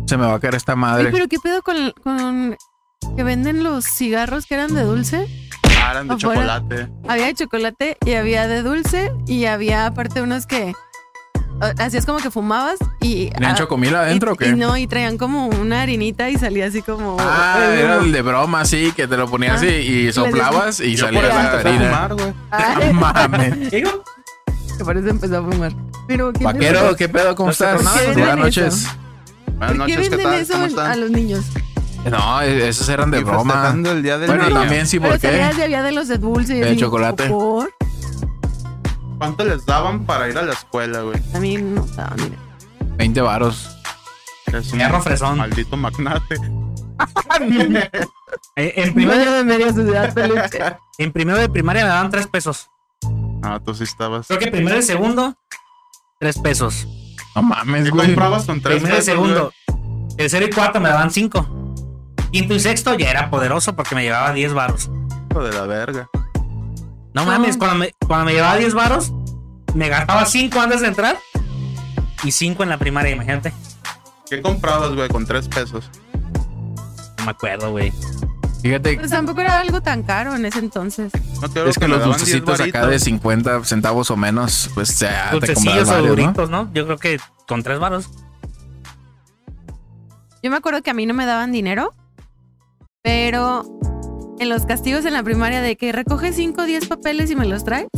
S1: se me va a caer esta
S4: Oye,
S1: madre.
S4: pero ¿qué pedo con, con que venden los cigarros que eran de dulce?
S3: Ah, eran de
S4: Afuera.
S3: chocolate.
S4: Había de chocolate y había de dulce y había aparte unos que ah, hacías como que fumabas y...
S1: ¿Tenían
S4: ah,
S1: chocomila adentro
S4: y-
S1: o qué?
S4: y no, y traían como una harinita y salía así como...
S1: Ah,
S4: el
S1: era
S4: humo.
S1: el de broma, sí, que te lo ponías
S4: eh, Ah.
S1: y, y soplabas y
S3: Yo por
S1: salía
S3: eso
S1: la
S3: empecé a
S1: harina.
S3: fumar, güey.
S4: Ay,
S1: No mames.
S2: Digo,
S4: Ah, que por eso empezó a fumar. Pero ¿qué
S1: Vaquero, ¿qué pedo? ¿Cómo
S3: No sé por
S1: estás?
S4: nada.
S1: Buenas
S4: ¿Qué venden
S1: noches.
S4: eso?
S3: Buenas
S4: ¿Por qué
S3: noches, ¿qué tal?
S4: venden
S3: ¿Cómo
S4: eso a
S3: están?
S4: los niños?
S1: No, e-, esos eran de
S3: Aquí
S1: broma.
S3: festejando el día del
S1: Bueno,
S3: niño.
S1: también sí,
S4: Pero
S1: ¿por qué?
S4: sabías de había de los de dulce y
S1: De
S4: así,
S1: chocolate.
S4: ¿Por?
S3: ¿Cuánto les daban para ir a la escuela, güey?
S4: A mí no estaba, mira.
S1: 20 varos.
S3: Eres un
S2: perro fresón.
S3: maldito magnate.
S2: Eh, En primero,
S4: Primero de media ciudad, peluche.
S2: en primero de primaria me daban tres pesos.
S3: Ah, tú sí estabas.
S2: Creo que primero y segundo, tres pesos.
S1: No mames,
S3: ¿Qué
S1: güey.
S3: comprabas con tres
S2: Primero y
S3: pesos,
S2: segundo. Tercero y cuarto me daban cinco. Quinto y sexto ya era poderoso porque me llevaba 10 varos.
S3: güey? Hijo de la verga.
S2: No
S4: No.
S2: mames, cuando me, cuando me llevaba 10 varos, me gastaba 5 antes de entrar y 5 en la primaria, imagínate.
S3: ¿Qué comprabas, güey, con tres pesos?
S2: No me acuerdo, güey.
S1: Fíjate,
S4: Pues tampoco era algo tan caro en ese entonces.
S3: No creo
S1: es que
S3: me
S1: los
S3: daban diez
S1: dulcecitos acá de
S3: varitos.
S1: 50 centavos o menos, pues se te
S2: Dulcecillos
S1: comprabas
S2: o
S1: varios, ¿no?
S2: duritos, ¿no? Yo creo que con 3 varos.
S4: Yo me acuerdo que a mí no me daban dinero, pero en los castigos en la primaria de que recoge 5 o 10 papeles y me los traes.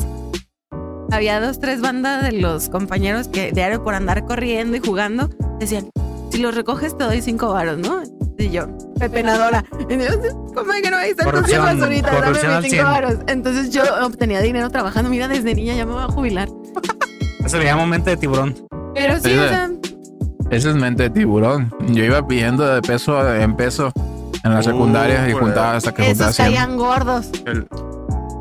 S4: Había dos, tres bandas de los compañeros que diario por andar corriendo y jugando decían, si los recoges te doy cinco varos, ¿no? Y yo, pepenadora. Y yo, ¿Cómo es que no voy a estar con mi
S2: Corrupción,
S4: basurita?
S2: corrupción
S4: Dame
S2: al
S4: mis
S2: cien.
S4: cinco varos. Entonces yo obtenía dinero trabajando. Mira, desde niña ya me voy a jubilar.
S2: Eso le llama mente de tiburón.
S4: Pero sí,
S1: Sí,
S4: o
S1: de-
S4: sea,
S1: Esa es mente de tiburón. Yo iba pidiendo de peso en peso en la
S3: Uh,
S1: secundaria y
S3: güey.
S1: juntaba hasta que juntaba
S4: esos
S1: 100.
S4: caían gordos.
S3: El-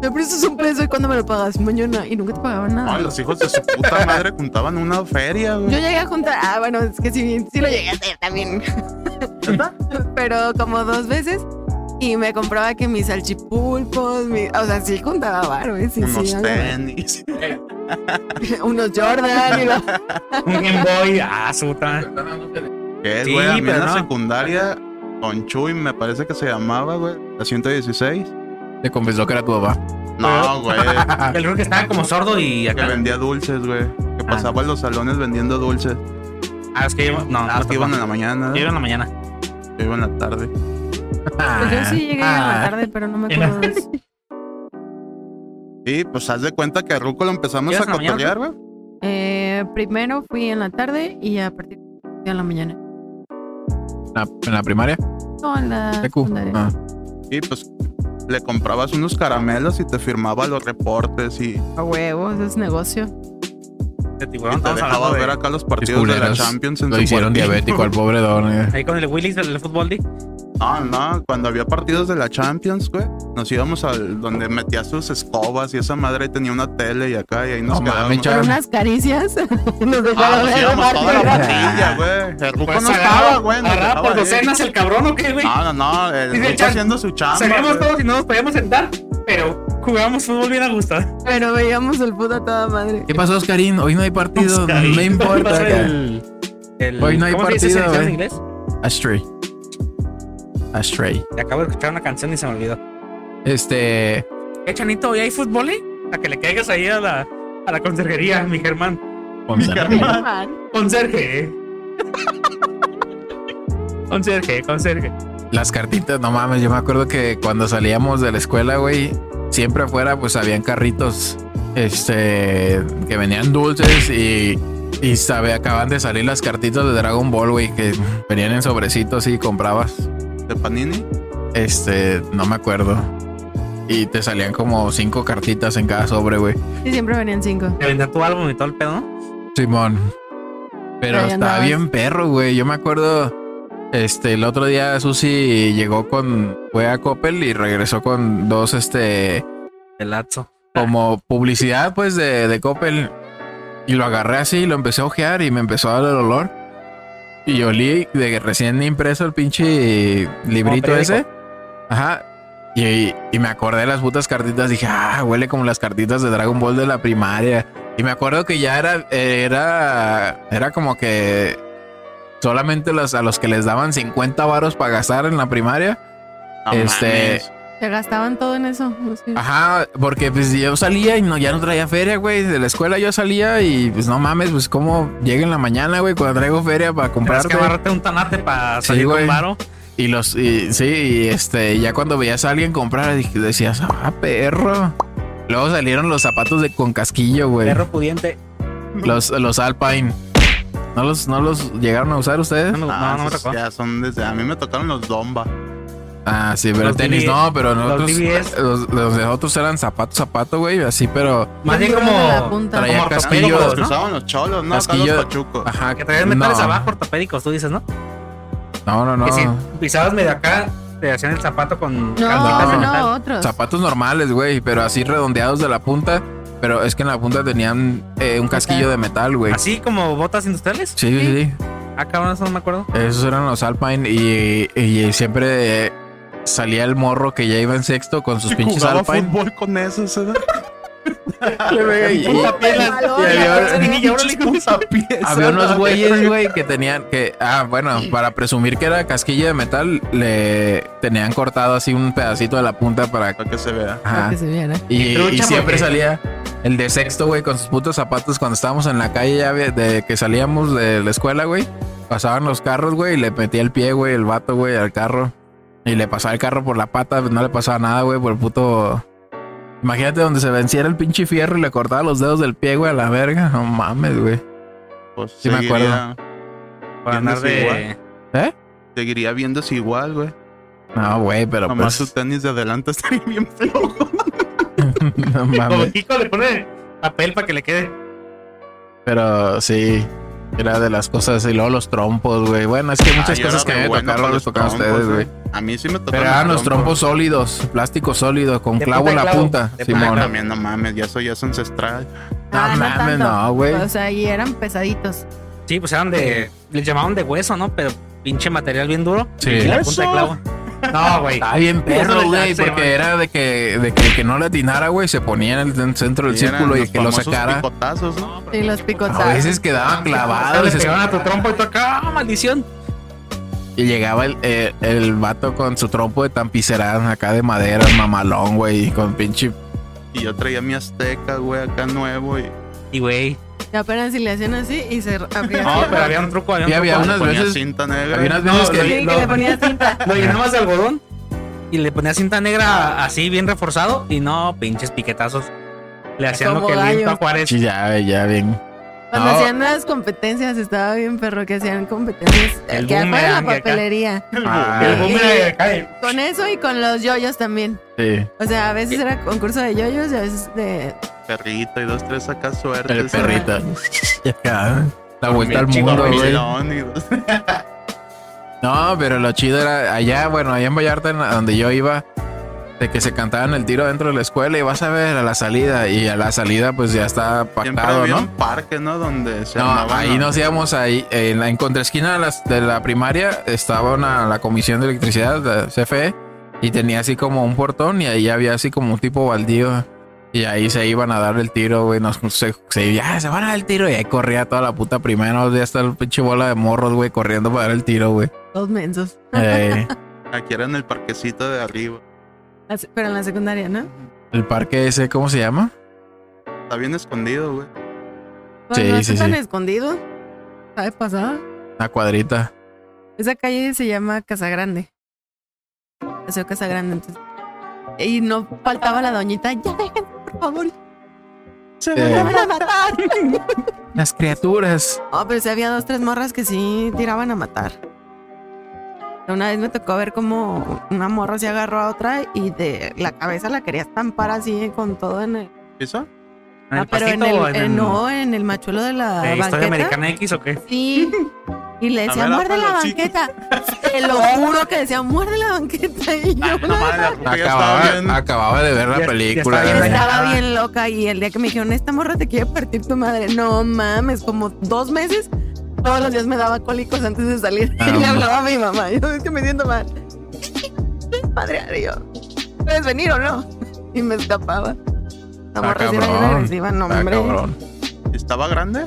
S4: Me prestas un peso y cuando me lo pagas, mañana. Y nunca te pagaban nada.
S3: No, los hijos de su puta madre juntaban una feria,
S4: Yo
S3: güey.
S4: llegué a juntar, ah, bueno, es que sí, sí lo llegué a hacer también. Pero como dos veces y me compraba que mis salchipulpos, mi- o sea, sí juntaba varo, ¿eh? sí,
S3: Unos
S4: sí, algo.
S3: tenis.
S4: unos Jordan y lo-
S2: Un Game Boy, ah, su puta.
S3: ¿Qué,
S2: Sí,
S3: güey? A mí en
S2: pero
S3: la
S2: no.
S3: secundaria, con Chuy, me parece que se llamaba, güey. La 116.
S1: Te confesó que era tu papá.
S3: No, güey.
S2: Yo creo que estaba como sordo y
S3: que
S2: acá.
S3: vendía dulces, güey. Que pasaba en los salones vendiendo dulces.
S2: Ah, es que yo, no,
S3: Ah,
S2: no,
S3: que iban en la mañana,
S2: Yo iba en la mañana.
S3: yo iba en la tarde.
S1: Ah.
S4: Pues yo sí llegué a la tarde, pero no me acuerdo de eso.
S3: Y pues haz de cuenta que a Ruco lo empezamos a
S2: ¿Ibas en la mañana?
S3: cotorrear, güey.
S4: Eh, primero fui en la tarde y a partir de la mañana.
S1: La- en la primaria.
S4: No, en la
S1: TQ.
S4: secundaria.
S1: Ah.
S3: Y pues le comprabas unos caramelos y te firmaba los reportes y, y
S4: A huevos, es negocio.
S2: De tiburón,
S3: te
S2: estamos
S3: dejaba
S2: hablando
S3: ver
S2: de...
S3: acá los partidos de la
S1: culeros.
S3: Champions en
S1: Lo
S3: su
S1: hicieron
S3: cuartito.
S1: diabético al pobre don. eh.
S2: Ahí con el Willis del fútbol, di.
S3: Ah, no, cuando había partidos de la Champions, güey, nos íbamos al donde metía sus escobas y esa madre ahí tenía una tele y acá y ahí nos
S1: No mames,
S3: quedábamos.
S1: chaval.
S4: Por unas caricias nos
S3: Ah, nos
S4: dejaron ver el
S3: íbamos toda la
S4: partido.
S3: pandilla, güey. El Ruco
S2: Pues
S3: no
S2: agarraba-
S3: estaba, güey. nos
S2: Agarraba por
S3: dejaba ahí.
S2: docenas el cabrón, ¿o qué, güey?
S3: No, no, no, el
S2: Y de
S3: Ruco
S2: hecho,
S3: haciendo su chamba.
S2: Salíamos
S3: güey.
S2: todos y no nos podíamos sentar, pero jugábamos fútbol bien a gusto.
S4: Pero veíamos el puto a toda madre.
S1: ¿Qué pasó, Oscarín? Hoy no hay partido. No importa.
S2: Pasó
S1: cara.
S2: el- el-
S1: Hoy no hay
S2: ¿Cómo se dice esa
S1: partido,
S2: canción en
S1: güey.
S2: inglés?
S1: Ashtray. Ashtray.
S2: Te acabo de escuchar una canción y se me olvidó.
S1: Este.
S2: Eh, Chanito, ¿hoy hay fútbol, eh? A que le caigas ahí a la, a la conserjería, mi Germán. Conserje. conserje, conserje.
S1: Las cartitas, no mames. Yo me acuerdo que cuando salíamos de la escuela, güey, siempre afuera, pues habían carritos. Este. Que venían dulces y. Y sabe, acaban de salir las cartitas de Dragon Ball, güey, que venían en sobrecitos y comprabas.
S3: De Panini.
S1: Este, no me acuerdo. y te salían como cinco cartitas en cada sobre, güey.
S4: Y siempre venían cinco.
S2: Te vendía tu álbum y todo el pedo, ¿no?
S1: Simón. Pero
S4: Ahí
S1: estaba
S4: andabas.
S1: bien perro, güey. Yo me acuerdo, este, el otro día Susi llegó con, fue a Coppel y regresó con dos, este,
S2: Pelazo.
S1: como publicidad, pues, de, de Coppel. Y lo agarré así, lo empecé a ojear y me empezó a dar el olor. Y yo olí de que recién impreso el pinche librito
S2: periódico.
S1: ese. Ajá. Y, y me acordé de las putas cartitas. Dije, ah, huele como las cartitas de Dragon Ball de la primaria. Y me acuerdo que ya era, era, era como que solamente los, a los que les daban 50 varos para gastar en la primaria.
S3: No
S1: Este,
S3: mames.
S4: Se gastaban todo en eso. sí.
S2: Ah,
S1: Ajá, porque pues yo salía y no, ya no traía feria, güey. De la escuela yo salía y pues no mames, pues cómo llega en la mañana, güey, cuando traigo feria para
S2: Tenías que
S1: comprarte.
S2: agarrarte un tanate para
S1: Sí,
S2: salir
S1: güey.
S2: con varo.
S1: Y los, y, sí, y este, ya cuando veías a alguien comprar, dij- decías, ah, perro. Luego salieron los zapatos de con casquillo, güey.
S2: Perro pudiente.
S1: Los, los Alpine. ¿No los, ¿No los llegaron a usar ustedes?
S2: No, no,
S3: Ah,
S2: no, me
S3: esos
S2: tocó.
S3: ya son desde. A mí me tocaron los Domba.
S1: Ah, sí, pero
S2: Los
S1: tenis
S2: DVDs.
S1: no, pero nosotros,
S2: DVDs.
S1: los, los de otros eran zapato, zapato, güey, así, pero
S2: Más bien
S4: Duro de la
S2: como.
S4: punta.
S1: traía
S2: como
S1: casquillo,
S3: Pero los
S2: ortopédicos,
S3: que
S2: ¿no?
S3: usaban los cholos, ¿no? Acá
S1: Casquillo-
S3: los pachucos.
S1: ajá.
S2: Que traías metales abajo, ortopédicos, tú dices, ¿no?
S1: No, no, no.
S2: Que si pisabas medio acá, te hacían el zapato con
S4: No,
S2: calcitas de
S1: no.
S2: metal.
S4: no, otros.
S1: Zapatos normales, güey, pero así redondeados de la punta. Pero es que en la punta tenían eh, un casquillo de metal, güey.
S2: Así como botas industriales.
S1: Sí, sí, sí.
S2: Ah, cabrón, eso no me acuerdo.
S1: Esos eran los Alpine y, y siempre eh, salía el morro que ya iba en sexto con sus pinches
S3: Jugaba
S1: Alpine.
S3: fútbol con esos, ¿eh?
S1: Y- y-
S4: Puta piedra.
S1: y había-
S2: Y ahora le
S1: Había unos güeyes, güey, que tenían que. Ah, bueno, para presumir que era casquillo de metal, le tenían cortado así un pedacito de la punta para.
S3: Para que se vea.
S4: Para
S1: Ajá.
S4: que se ¿eh? viera.
S1: Y,
S2: trucha,
S1: y siempre
S2: porque-
S1: salía el de sexto, güey, con sus putos zapatos cuando estábamos en la calle ya ve- de que salíamos de la escuela, güey. Pasaban los carros, güey, y le metía el pie, güey, el vato, güey, al carro. Y le pasaba el carro por la pata, no le pasaba nada, güey, por el puto... Imagínate donde se venciera el pinche fierro y le cortaba los dedos del pie, güey, a la verga. No mames, güey.
S3: Pues
S1: Sí me
S3: seguiría-
S2: Para andar de.
S3: Seguiría viéndose igual, güey.
S1: No, güey, pero
S3: Nomás su
S1: pues...
S3: tenis de adelante está bien flojo.
S1: no
S2: Como
S1: mames.
S2: Kiko le pone papel para que le quede.
S1: Pero sí, era de las cosas. Y luego los trompos, güey. Bueno, es que muchas
S3: Ah, yo
S1: cosas que
S3: era
S1: a mí me
S3: re bueno
S1: tocaron,
S3: para
S1: les tocaron a ustedes,
S3: trompos, ¿eh?
S1: güey.
S3: A mí sí me tocaron
S1: Pero eran los trompos sólidos, plástico sólido, con
S2: De
S1: clavo en
S2: punta
S1: la
S2: a clavo.
S1: punta,
S2: De punta a
S1: Simón.
S2: clavo.
S3: Ah, También no mames, ya soy ya es ancestral.
S4: Ah,
S1: No
S4: no
S1: mames,
S4: tanto.
S1: no, güey.
S4: O sea, y eran pesaditos.
S2: Sí, pues eran de. Les llamaban de hueso, ¿no? Pero pinche material bien duro.
S1: Sí.
S2: Y la punta de clavo. No, güey.
S1: Está bien perro,
S2: Eso
S1: güey,
S2: le hace,
S1: porque
S2: güey.
S1: era de que, de que el que no le atinara, güey, se ponía en el en- centro del
S3: Sí, eran
S1: círculo y
S3: los
S1: que lo
S3: famosos
S1: sacara.
S3: Picotazos, ¿no?
S4: Y los
S1: A
S4: picotazos.
S1: veces quedaban
S2: O sea,
S1: Ah, clavados
S2: le
S1: y, se-
S2: pegaban a tu trompo y tú acá, ¡ah, maldición.
S1: y llegaba el, eh, el vato con su trompo de tampicerán acá de madera, mamalón, güey, y con pinche...
S3: Y yo traía mi azteca, güey, acá nuevo. Y
S2: Y güey.
S4: Y apenas si le hacían así y se abría.
S2: No,
S4: así.
S2: pero había un truco. Había un
S1: Y había
S2: truco.
S1: unas
S3: ponía
S1: veces-
S3: cinta negra.
S1: Había unas
S2: No,
S1: veces
S2: lo-
S1: que...
S4: Sí, que le ponía cinta.
S2: Lo llenabas de algodón y le ponías cinta negra así, bien reforzado. Y no, pinches piquetazos. Le hacían lo
S4: Como
S2: que le hizo a
S4: gallo.
S2: Juárez.
S1: Sí, ya, ya, bien.
S4: Cuando
S1: No.
S4: hacían las competencias, estaba bien perro que hacían competencias.
S2: El
S4: que afuera de la
S2: boomerang acá.
S4: papelería.
S1: Ah,
S2: El boom era de Pues acá, eh.
S4: Con eso y con los yoyos también.
S1: sí.
S4: O sea, a veces era concurso de yoyos y a veces de.
S3: Perrito y dos, tres acá suerte.
S1: El perrito. Acá, La vuelta al
S3: Chico
S1: mundo, güey.
S3: milón y dos-
S1: No, pero lo chido era allá, bueno, allá en Vallarta, en- a donde yo iba, de que se cantaban el tiro dentro de la escuela y vas a ver a la salida. Y a la salida, pues ya está
S3: Siempre
S1: pactado,
S3: había
S1: ¿no?
S3: un parque, ¿no? Donde se
S1: No,
S3: armaban
S1: ahí
S3: los-
S1: nos íbamos ahí, en la en contraesquina de las- de la primaria estaba una, la comisión de electricidad, la CFE, y tenía así como un portón y ahí había así como un tipo baldío. Y ahí se iban a dar el tiro, güey. Nos, se, se- ya, se van a dar el tiro. Y ahí corría toda la puta primera. Ya está el pinche bola de morros, güey, corriendo para dar el tiro, güey.
S4: Dos mensos.
S1: Eh,
S3: Aquí era en el parquecito de arriba.
S4: Así- Pero en la secundaria, ¿no?
S1: el parque ese, ¿cómo se llama?
S3: Está bien escondido, güey.
S1: Sí,
S4: no
S1: sí,
S4: está tan
S1: sí.
S4: escondido. ¿Sabe pasada?
S1: La cuadrita.
S4: Esa calle se llama Casagrande. Paseo Casagrande. Entonces. Y no faltaba la doñita. Ya déjenme, por favor.
S3: Se
S1: Eh,
S4: ¡Me van a matar!
S1: las criaturas.
S4: Oh, pero sí había dos, tres morras que sí tiraban a matar. Una vez me tocó ver como una morra se agarró a otra y de la cabeza la quería estampar así con todo en el.
S3: ¿Eso?
S2: ¿En
S4: Ah,
S2: el
S4: pero en
S2: pastito o
S4: el, eh, no, en el machuelo de la
S2: ¿De historia
S4: banqueta.
S2: americana X o qué?
S4: Sí. Y le decía,
S3: A ver,
S4: muerde la
S3: ábrelo, sí".
S4: banqueta. Te lo juro que decía, muerde la banqueta. Y
S1: Ah,
S3: No
S4: yo
S3: mames, la puta ya estaba bien.
S1: Acababa, acababa de ver
S2: Ya-
S1: la
S2: ya
S1: película. Ah,
S2: estaba bien.
S4: estaba
S2: dañada.
S4: bien loca. Y el día que me dijeron, esta morra te quiere partir tu madre. No mames, como dos meses. Todos los días me daba cólicos antes de salir.
S1: Ah,
S4: y le
S1: ma-
S4: hablaba a mi mamá. Yo es que me siento mal. Madre de Dios. ¿Puedes venir o no? Y me escapaba. La
S1: Ah,
S4: morra sí era bien
S1: cabrón.
S4: agresiva, no,
S1: Ah,
S4: hombre.
S1: cabrón.
S3: ¿Estaba grande?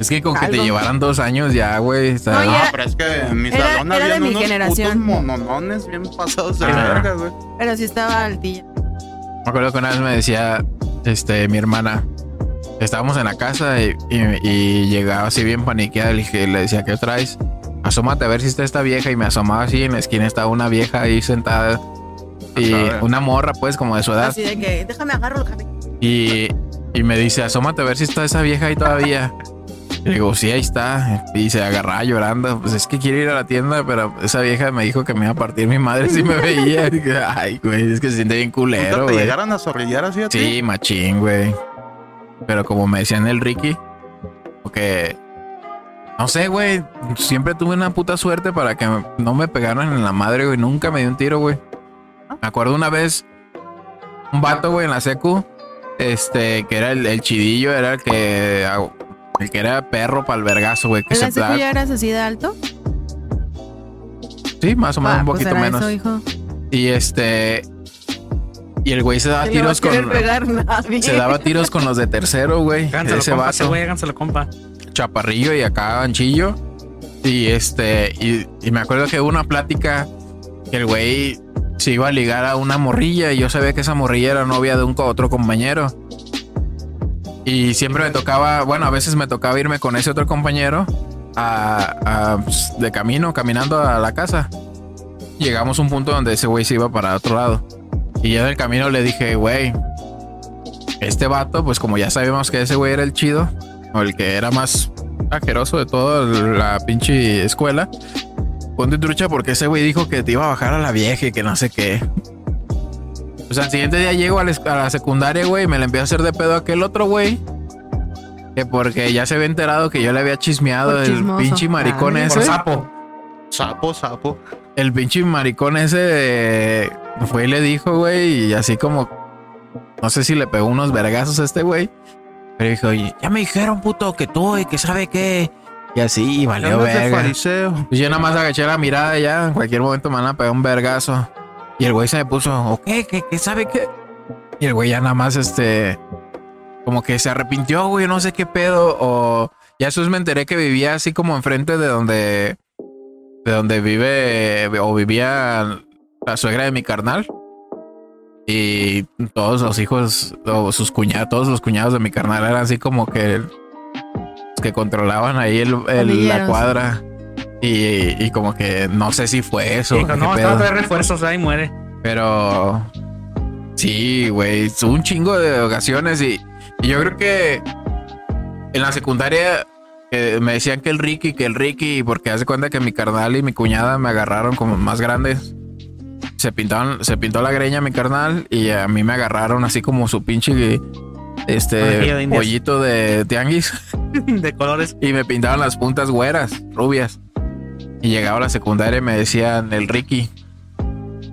S1: Es que con que te
S4: Algo.
S1: llevaran dos años ya, güey. está-
S4: No, ya-
S3: Ah, pero es que en mi
S4: Era-
S3: salón
S4: era de
S3: habían
S4: mi
S3: unos putos
S4: generación.
S3: mononones bien pasados de
S1: Ah.
S3: verga, güey.
S4: Pero sí estaba altilla.
S1: Me acuerdo que una vez me decía, este, mi hermana, estábamos en la casa y, y- y llegaba así bien paniqueada. Le, dije- le decía, ¿qué traes? Asómate a ver si está esta vieja. Y me asomaba así, en la esquina estaba una vieja ahí sentada. Y
S3: Ajá.
S1: una morra, pues, como de su edad.
S4: Así de que, déjame agarro el cabello.
S1: Y, y me dice, asómate a ver si está esa vieja ahí todavía. Y digo, sí, ahí está. Y se agarraba llorando. Pues es que quiero ir a la tienda, pero esa vieja me dijo que me iba a partir mi madre si me veía. Y dije, Ay, güey, es que se siente bien
S3: ¿Nunca
S1: culero,
S3: te
S1: güey.
S3: llegaron a zorrillar así a ti?
S1: Sí, machín, güey. Pero como me decían el Ricky, porque no sé, güey. Siempre tuve una puta suerte para que no me pegaran en la madre, güey. Nunca me dio un tiro, güey.
S4: Ah.
S1: Me acuerdo una vez, un vato, güey, en la secu, este, que era el, el chidillo, era el que, el que era perro para el vergazo, güey. Que
S4: ¿En
S1: se
S4: la secu
S1: pla-
S4: ya eras así de alto?
S1: Sí, más o menos,
S4: Ah,
S1: un
S4: pues
S1: poquito
S4: era
S1: menos.
S4: Eso, hijo.
S1: y este, y el güey se daba
S4: No le va a
S1: tiros
S4: querer
S1: con.
S4: pegar nadie.
S1: Se daba tiros con los de tercero, güey.
S2: Háganselo,
S1: Ese
S2: compa, ese
S1: vato.
S2: güey, háganselo, compa.
S1: chaparrillo y acá anchillo. Y este, y, y me acuerdo que hubo una plática que el güey se iba a ligar a una morrilla y yo sabía que esa morrilla era novia de un co- otro compañero. Y siempre me tocaba, bueno, a veces me tocaba irme con ese otro compañero a, a, pues, de camino, caminando a la casa. Llegamos a un punto donde ese güey se iba para otro lado. Y yo en el camino le dije, güey, este vato, pues como ya sabíamos que ese güey era el chido, o el que era más asqueroso de toda la pinche escuela. Ponte trucha porque ese güey dijo que te iba a bajar a la vieja y que no sé qué. Pues al siguiente día llego a la, esc- a la secundaria, güey, y me le empiezo a hacer de pedo a aquel otro güey. Que porque ya se había enterado que yo le había chismeado
S4: Por
S1: el
S4: chismoso.
S1: pinche maricón
S4: Ah,
S2: Por
S1: ese.
S2: sapo.
S3: Sapo, sapo.
S1: El pinche maricón ese eh, fue y le dijo, güey, y así como, no sé si le pegó unos vergazos a este güey, pero dijo, oye, ya me dijeron, puto, que tú y que sabe qué. Y así, y valió
S3: Andas de
S1: verga.
S3: fariseo.
S1: Pues yo nada más agaché la mirada y ya, en cualquier momento me van a pegar un vergazo. Y el güey se me puso, ok, ¿qué, qué sabe qué? Y el güey ya nada más, este, como que se arrepintió, güey, no sé qué pedo. O ya después me enteré que vivía así como enfrente de donde, de donde vive o vivía la suegra de mi carnal. Y todos los hijos, o sus cuñados, todos los cuñados de mi carnal eran así como que, que controlaban ahí el- el- la
S4: Pandilleros.
S1: cuadra. Y, y como que no sé si fue eso.
S2: Dijo,
S1: qué
S2: no,
S1: pedo.
S2: estaba tres refuerzos, ahí muere.
S1: Pero sí, güey, es un chingo de ocasiones y, y yo creo que en la secundaria eh, me decían que el Ricky, que el Ricky, porque hace cuenta que mi carnal y mi cuñada me agarraron como más grandes. Se pintaron, se pintó la greña mi carnal y a mí me agarraron así como su pinche
S2: Conejillo de
S1: este
S2: indias.
S1: pollito de tianguis
S2: De colores.
S1: y me pintaban las puntas güeras, rubias. Y llegaba a la secundaria y me decían el Ricky.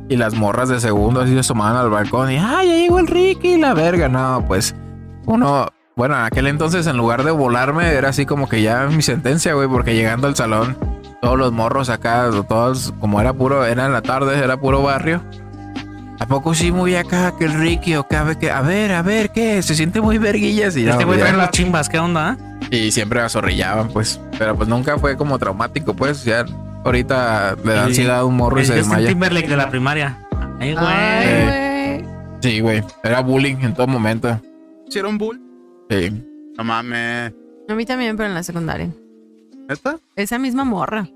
S1: Y las morras de segundo así se asomaban al balcón y ¡ay, ya llegó el Ricky! La verga, no, pues uno, bueno, en aquel entonces en lugar de volarme era así como que ya mi sentencia, güey, porque llegando al salón, todos los morros acá, todos, como era puro, era en la tarde, era puro barrio. ¿A poco sí muy acá que el Ricky o que a ver, que, a ver, a ver, qué? Se siente muy verguillas y no,
S2: este
S1: pues,
S2: güey
S1: ya.
S2: trae las chimbas, ¿qué onda? ah?
S1: Y siempre me azorrillaban, pues. Pero pues nunca fue como traumático, pues. Ya ahorita le da
S2: El-
S1: ansiedad un morro y
S2: El
S1: se
S2: Eh, Justin
S1: desmaya.
S2: Timberlake de la primaria. Ay, güey.
S4: Ay, güey.
S1: Sí, güey. Era bullying en todo momento.
S3: ¿Hicieron bull?
S1: Sí.
S3: No mames.
S4: A mí también, pero en la secundaria.
S3: ¿Esta?
S4: Esa misma morra.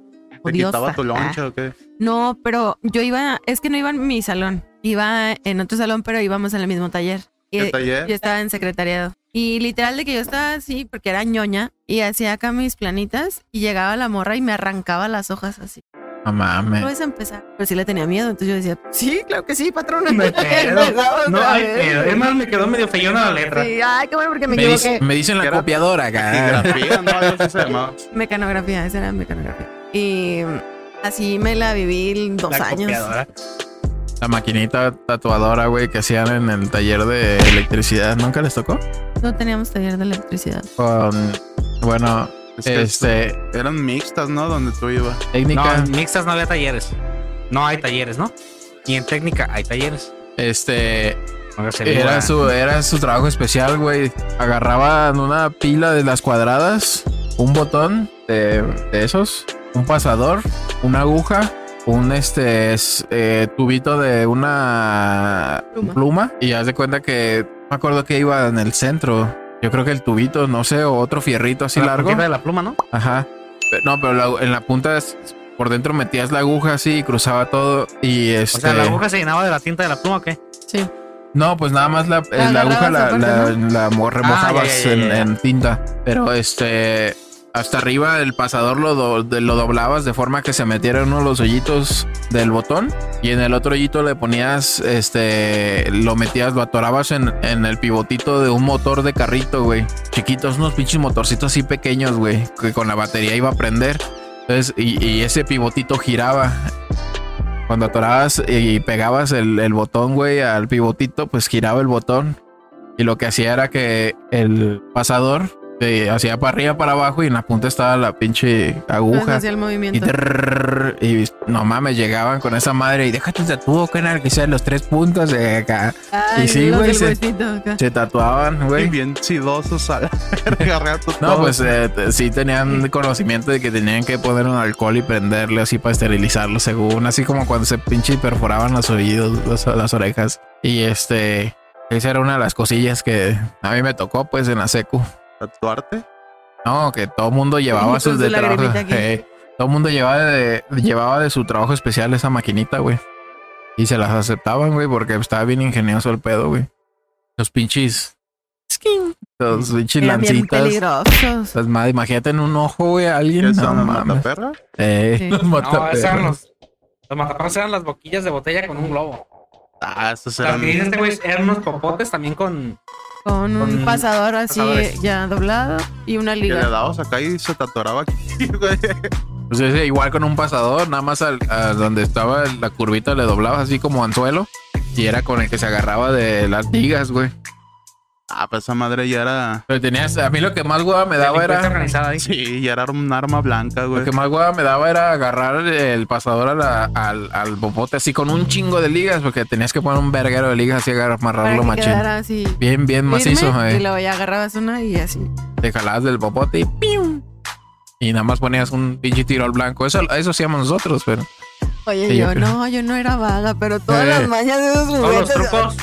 S3: ¿Te
S4: Odiosa.
S3: quitaba tu loncha o qué?
S4: Ah, No, pero yo iba, es que no iba en mi salón. Iba en otro salón, pero íbamos en el mismo taller. Y-
S3: ¿Qué taller?
S4: Yo estaba en secretariado. Y literal de que yo estaba así, porque era ñoña, y hacía acá mis planitas, y llegaba la morra y me arrancaba las hojas así.
S1: No mames.
S4: Puedes empezar. Pero sí le tenía miedo, entonces yo decía, Pues, sí, claro que sí, patrona.
S2: No hay pedo.
S4: Empezaba
S2: No
S4: otra
S2: hay
S4: vez.
S2: pedo. Es más, me quedó medio feyona la letra.
S4: Sí, ay, qué bueno porque me,
S1: Me,
S4: equivoqué.
S1: dice- me dicen la
S3: Era-
S1: copiadora acá.
S3: Grafía, no, algo así se llamaba.
S4: Mecanografía, esa era mecanografía. Y mm, así me la viví dos
S2: la
S4: años.
S2: copiadora.
S1: La maquinita tatuadora, güey, que hacían en el taller de electricidad. ¿Nunca les tocó?
S4: No teníamos taller de electricidad.
S1: Con, bueno,
S3: Es que
S1: este,
S3: Eran mixtas, ¿no? Donde tú ibas.
S2: No,
S1: técnica,
S2: en mixtas no había talleres. No hay talleres, ¿no? Y en técnica hay talleres.
S1: este,
S2: Ahora se
S1: era
S2: mira.
S1: su, era su trabajo especial, güey. Agarraban una pila de las cuadradas, un botón de, de esos, un pasador, una aguja, un este es- eh, tubito de una
S4: Pluma.
S1: pluma y haz de cuenta que me acuerdo que iba en el centro. Yo creo que el tubito, no sé, o otro fierrito así
S2: La
S1: largo.
S2: puntita de la pluma, ¿no?
S1: Ajá. Pe- No, pero la- en la punta es- por dentro metías la aguja así y cruzaba todo y este
S2: O sea, la aguja se llenaba de la tinta de la pluma, ¿o qué?
S4: Sí.
S1: no pues nada más la,
S2: Ah,
S1: eh,
S4: La
S1: la aguja la,
S4: agarrabas
S1: la,
S4: aparte,
S1: la mo- remojabas
S2: ya, ya, ya,
S1: en-
S2: ya.
S1: En, tinta pero este hasta arriba el pasador lo, do- de- lo doblabas de forma que se metiera en uno de los hoyitos del botón y en el otro hoyito le ponías este lo metías lo atorabas en, en el pivotito de un motor de carrito güey chiquitos unos pinches motorcitos así pequeños güey que con la batería iba a prender entonces, y, y ese pivotito giraba. Cuando atorabas y pegabas el, el botón, güey, al pivotito, pues giraba el botón. Y lo que hacía era que el pasador se hacía para arriba, para abajo, y en la punta estaba la pinche
S4: Entonces
S1: aguja.
S4: hacía el
S1: Y,
S4: movimiento.
S1: trrrr, y no mames, llegaban con esa madre y déjate de tu canal que sean los tres puntos de acá.
S4: Ay,
S1: y sí,
S4: los
S1: güey,
S4: del
S1: se-
S4: huesito acá.
S1: Se tatuaban,
S3: Y
S1: güey.
S3: bien sidosos a la verga, rato
S1: No,
S3: todo.
S1: pues eh, t- sí tenían conocimiento de que tenían que poner un alcohol y prenderle así para esterilizarlo, según así como cuando se pinche perforaban los oídos, los- las orejas. Y este, esa era una de las cosillas que a mí me tocó, pues en la secu.
S3: ¿Tatuarte?
S1: No, que todo mundo llevaba
S4: Con
S1: sus
S4: su
S1: de trabajo.
S4: lagrimita aquí.
S1: eh, todo mundo llevaba de, llevaba de su trabajo especial esa maquinita, güey. Y se las aceptaban, güey, porque estaba bien ingenioso el pedo, güey. Los pinches,
S4: Skin.
S1: los pinches
S4: Eran bien
S1: lancitas.
S4: peligrosos.
S1: Las madre, imagínate en un ojo, güey, a alguien.
S3: ¿Qué
S1: No,
S3: son las
S1: mames.
S3: mataperras?
S1: Eh,
S4: Sí.
S1: los
S2: No,
S1: mataperros.
S2: esos eran los. Los mataperros eran las boquillas de botella con un globo.
S3: Ah, esos
S2: Las
S3: eran.
S2: que dice este
S4: Mm.
S2: güey eran unos popotes también con.
S4: Con un
S2: Con
S4: pasador así
S2: pasadores.
S4: ya doblado y una
S3: Que le
S4: liga.
S3: dabas acá y se tatuaba aquí, güey.
S1: Pues ese igual con un pasador, nada más al, a donde estaba la curvita le doblabas así como anzuelo. Y era con el que se agarraba de las ligas, güey.
S3: Ah, pues esa madre ya era.
S1: Pero tenías, a mí lo que más hueva me daba
S2: delincuencia
S1: era.
S2: organizada ahí.
S3: Sí, ya era un arma blanca,
S1: Lo
S3: güey.
S1: que más hueva me daba era agarrar el pasador a la- al, al popote así con un chingo de ligas, porque tenías que poner un verguero de ligas así
S4: Para
S1: agarrarlo
S4: que
S1: machín.
S4: quedara así.
S1: Bien, bien macizo,
S4: firme,
S1: eh.
S4: Y luego ya agarrabas una y así.
S1: te jalabas del popote y ¡pium! Y nada más ponías un pinche tiro al blanco. Eso, eso hacíamos nosotros, pero.
S4: Oye,
S1: Sí, Eh. yo
S4: yo,
S1: creo.
S4: no, yo no era vaga, pero todas las mañas de esos
S2: Todos los
S4: juguetes.
S2: trucos.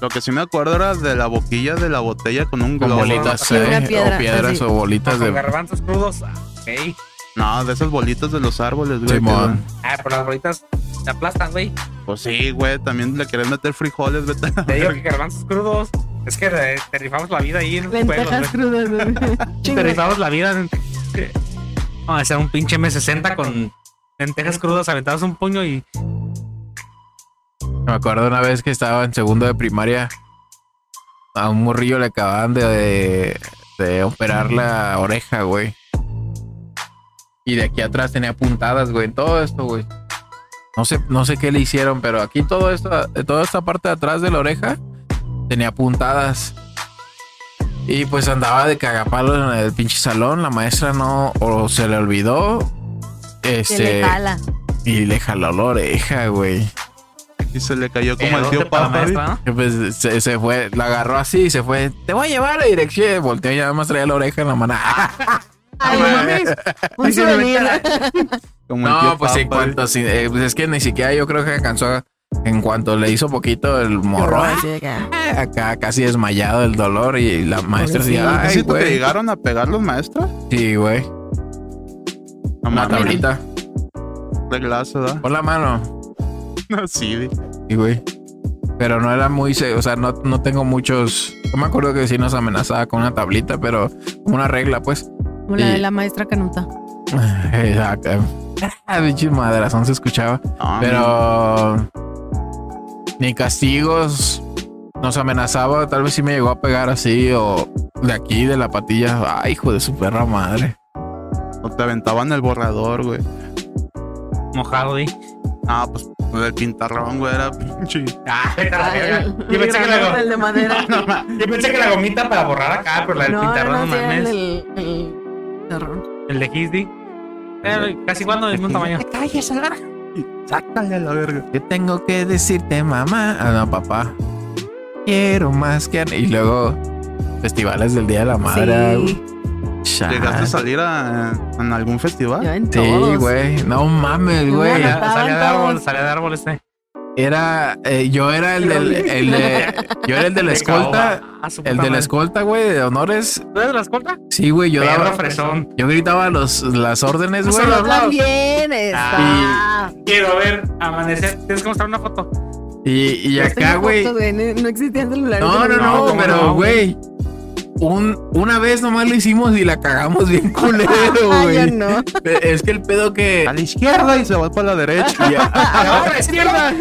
S3: Lo que sí me acuerdo era de la boquilla de la botella con un
S1: Con
S3: globo.
S1: bolitas,
S4: Y una
S1: ¿eh?
S4: piedra,
S1: o piedras
S4: así.
S1: o bolitas
S2: Con
S1: de.
S2: garbanzos crudos. Ah, ok.
S3: No, de esas bolitas de los árboles, güey.
S1: Simón.
S3: que-
S2: Ah, pero las bolitas te aplastan, güey.
S3: Pues sí, güey. También le querés meter frijoles, vete. a la
S2: Te digo
S3: verga.
S2: que garbanzos crudos. Es que eh, te rifamos la vida ahí en los juegos, ¿eh?
S4: Lentejas
S2: güey.
S4: crudas. güey.
S2: Te
S4: Chinga.
S2: rifamos la vida. en- Vamos a hacer un pinche M60 con lentejas crudas aventadas un puño y.
S1: Me acuerdo una vez que estaba en segundo de primaria. A un morrillo le acababan de, de, de operar la oreja, güey. Y de aquí atrás tenía puntadas, güey. en Todo esto, güey. No sé, no sé qué le hicieron, pero aquí todo esto, toda esta parte de atrás de la oreja tenía puntadas. Y pues andaba de cagapalo en el pinche salón. La maestra no, o se le olvidó.
S4: Se
S1: Este.
S4: le jala.
S1: Y le jaló la oreja, güey.
S3: Y se le cayó como el
S2: Pedote
S3: tío
S2: para la
S3: Papa.
S2: maestra, ¿no?
S1: Y Pues se, se fue, la agarró así y se fue. Te voy a llevar a la dirección. Volteó y nada más traía la oreja en la mano. ¡Ah!
S4: Ay, no mames. Un
S2: Ahí se me
S4: souvenir.
S3: Como el
S1: No,
S3: tío
S1: pues en
S3: Papa,
S1: cuanto. sí, eh, pues es que ni siquiera yo creo que alcanzó. a- En cuanto le hizo poquito el morro.
S4: Así de que-
S1: ¡ah! Acá casi desmayado el dolor y la maestra se
S4: Pobrecito.
S1: ay,
S3: ¿Sí te
S1: güey.
S3: llegaron a pegar los maestros?
S1: Sí, güey.
S3: No
S1: Una
S3: mames,
S1: tablita.
S3: de glazo, ¿da?
S1: Pon la mano.
S3: No, sí, di.
S1: Sí, güey. Pero no era muy. se- O sea, no, no tengo muchos. No me acuerdo que sí nos amenazaba con una tablita, pero una regla, pues.
S4: Como la
S1: Y-
S4: de la maestra Canuta.
S1: Exacto. Ah, Pinche madrazón se escuchaba.
S3: No,
S1: Pero ni castigos nos amenazaba, tal vez sí me llegó a pegar así o de aquí de la patilla. Ay, hijo de su perra madre.
S3: no te aventaban el borrador, güey.
S2: Mojado, ¿eh?
S3: Ah, pues el pintarrón, güey, era pinche.
S2: Ah, vete a la
S4: Ah,
S2: verga.
S4: el-
S2: Yo pensé que la
S4: el de madera.
S3: No, ma-
S2: go- yo pensé que la gomita para borrar acá, pero la del
S4: no,
S2: pintarrón, no
S4: no, sí, era
S2: mames.
S4: el,
S2: El,
S4: el, el terror.
S2: de Hisdi. Pero casi igual no del mismo tamaño.
S3: Sácale a la verga.
S1: ¿Qué tengo que decirte, mamá? Ah, no, papá. Quiero más que... Y luego, festivales del Día de la Madre. güey.
S4: Sí,
S1: Chale.
S3: ¿Llegaste a salir a, en algún
S4: yo
S3: festival?
S4: en
S1: Sí,
S4: todos.
S1: güey. No mames,
S4: No,
S1: güey.
S4: no. Estaban
S2: Sale de árbol,
S4: todos.
S2: sale de árbol este.
S1: Era... eh, yo era el del... el de- yo era el de la escolta.
S2: Ah, su
S1: El
S2: puta
S1: de la
S2: madre.
S1: escolta, güey, de honores.
S2: ¿Tú eres de la escolta?
S1: Sí, güey, yo
S2: Perro
S1: daba...
S2: fresón.
S1: Yo gritaba los, las órdenes,
S2: No
S1: güey.
S2: solo-
S4: Yo también está.
S1: Ah,
S2: Quiero ver amanecer. Tienes que mostrar una foto.
S1: Y, y
S4: Yo
S1: acá,
S4: tengo
S1: güey.
S4: fotos, No, no existían celulares.
S1: No, no,
S4: en el
S2: No,
S1: no,
S2: ¿cómo
S4: momento.
S1: pero,
S2: no,
S1: güey. Un, una vez nomás lo hicimos y la cagamos bien culero,
S4: Ah, yo
S1: güey. E,
S4: no.
S1: Es que el pedo que.
S3: A la izquierda y se va para la derecha.
S2: ¡Ah, la izquierda!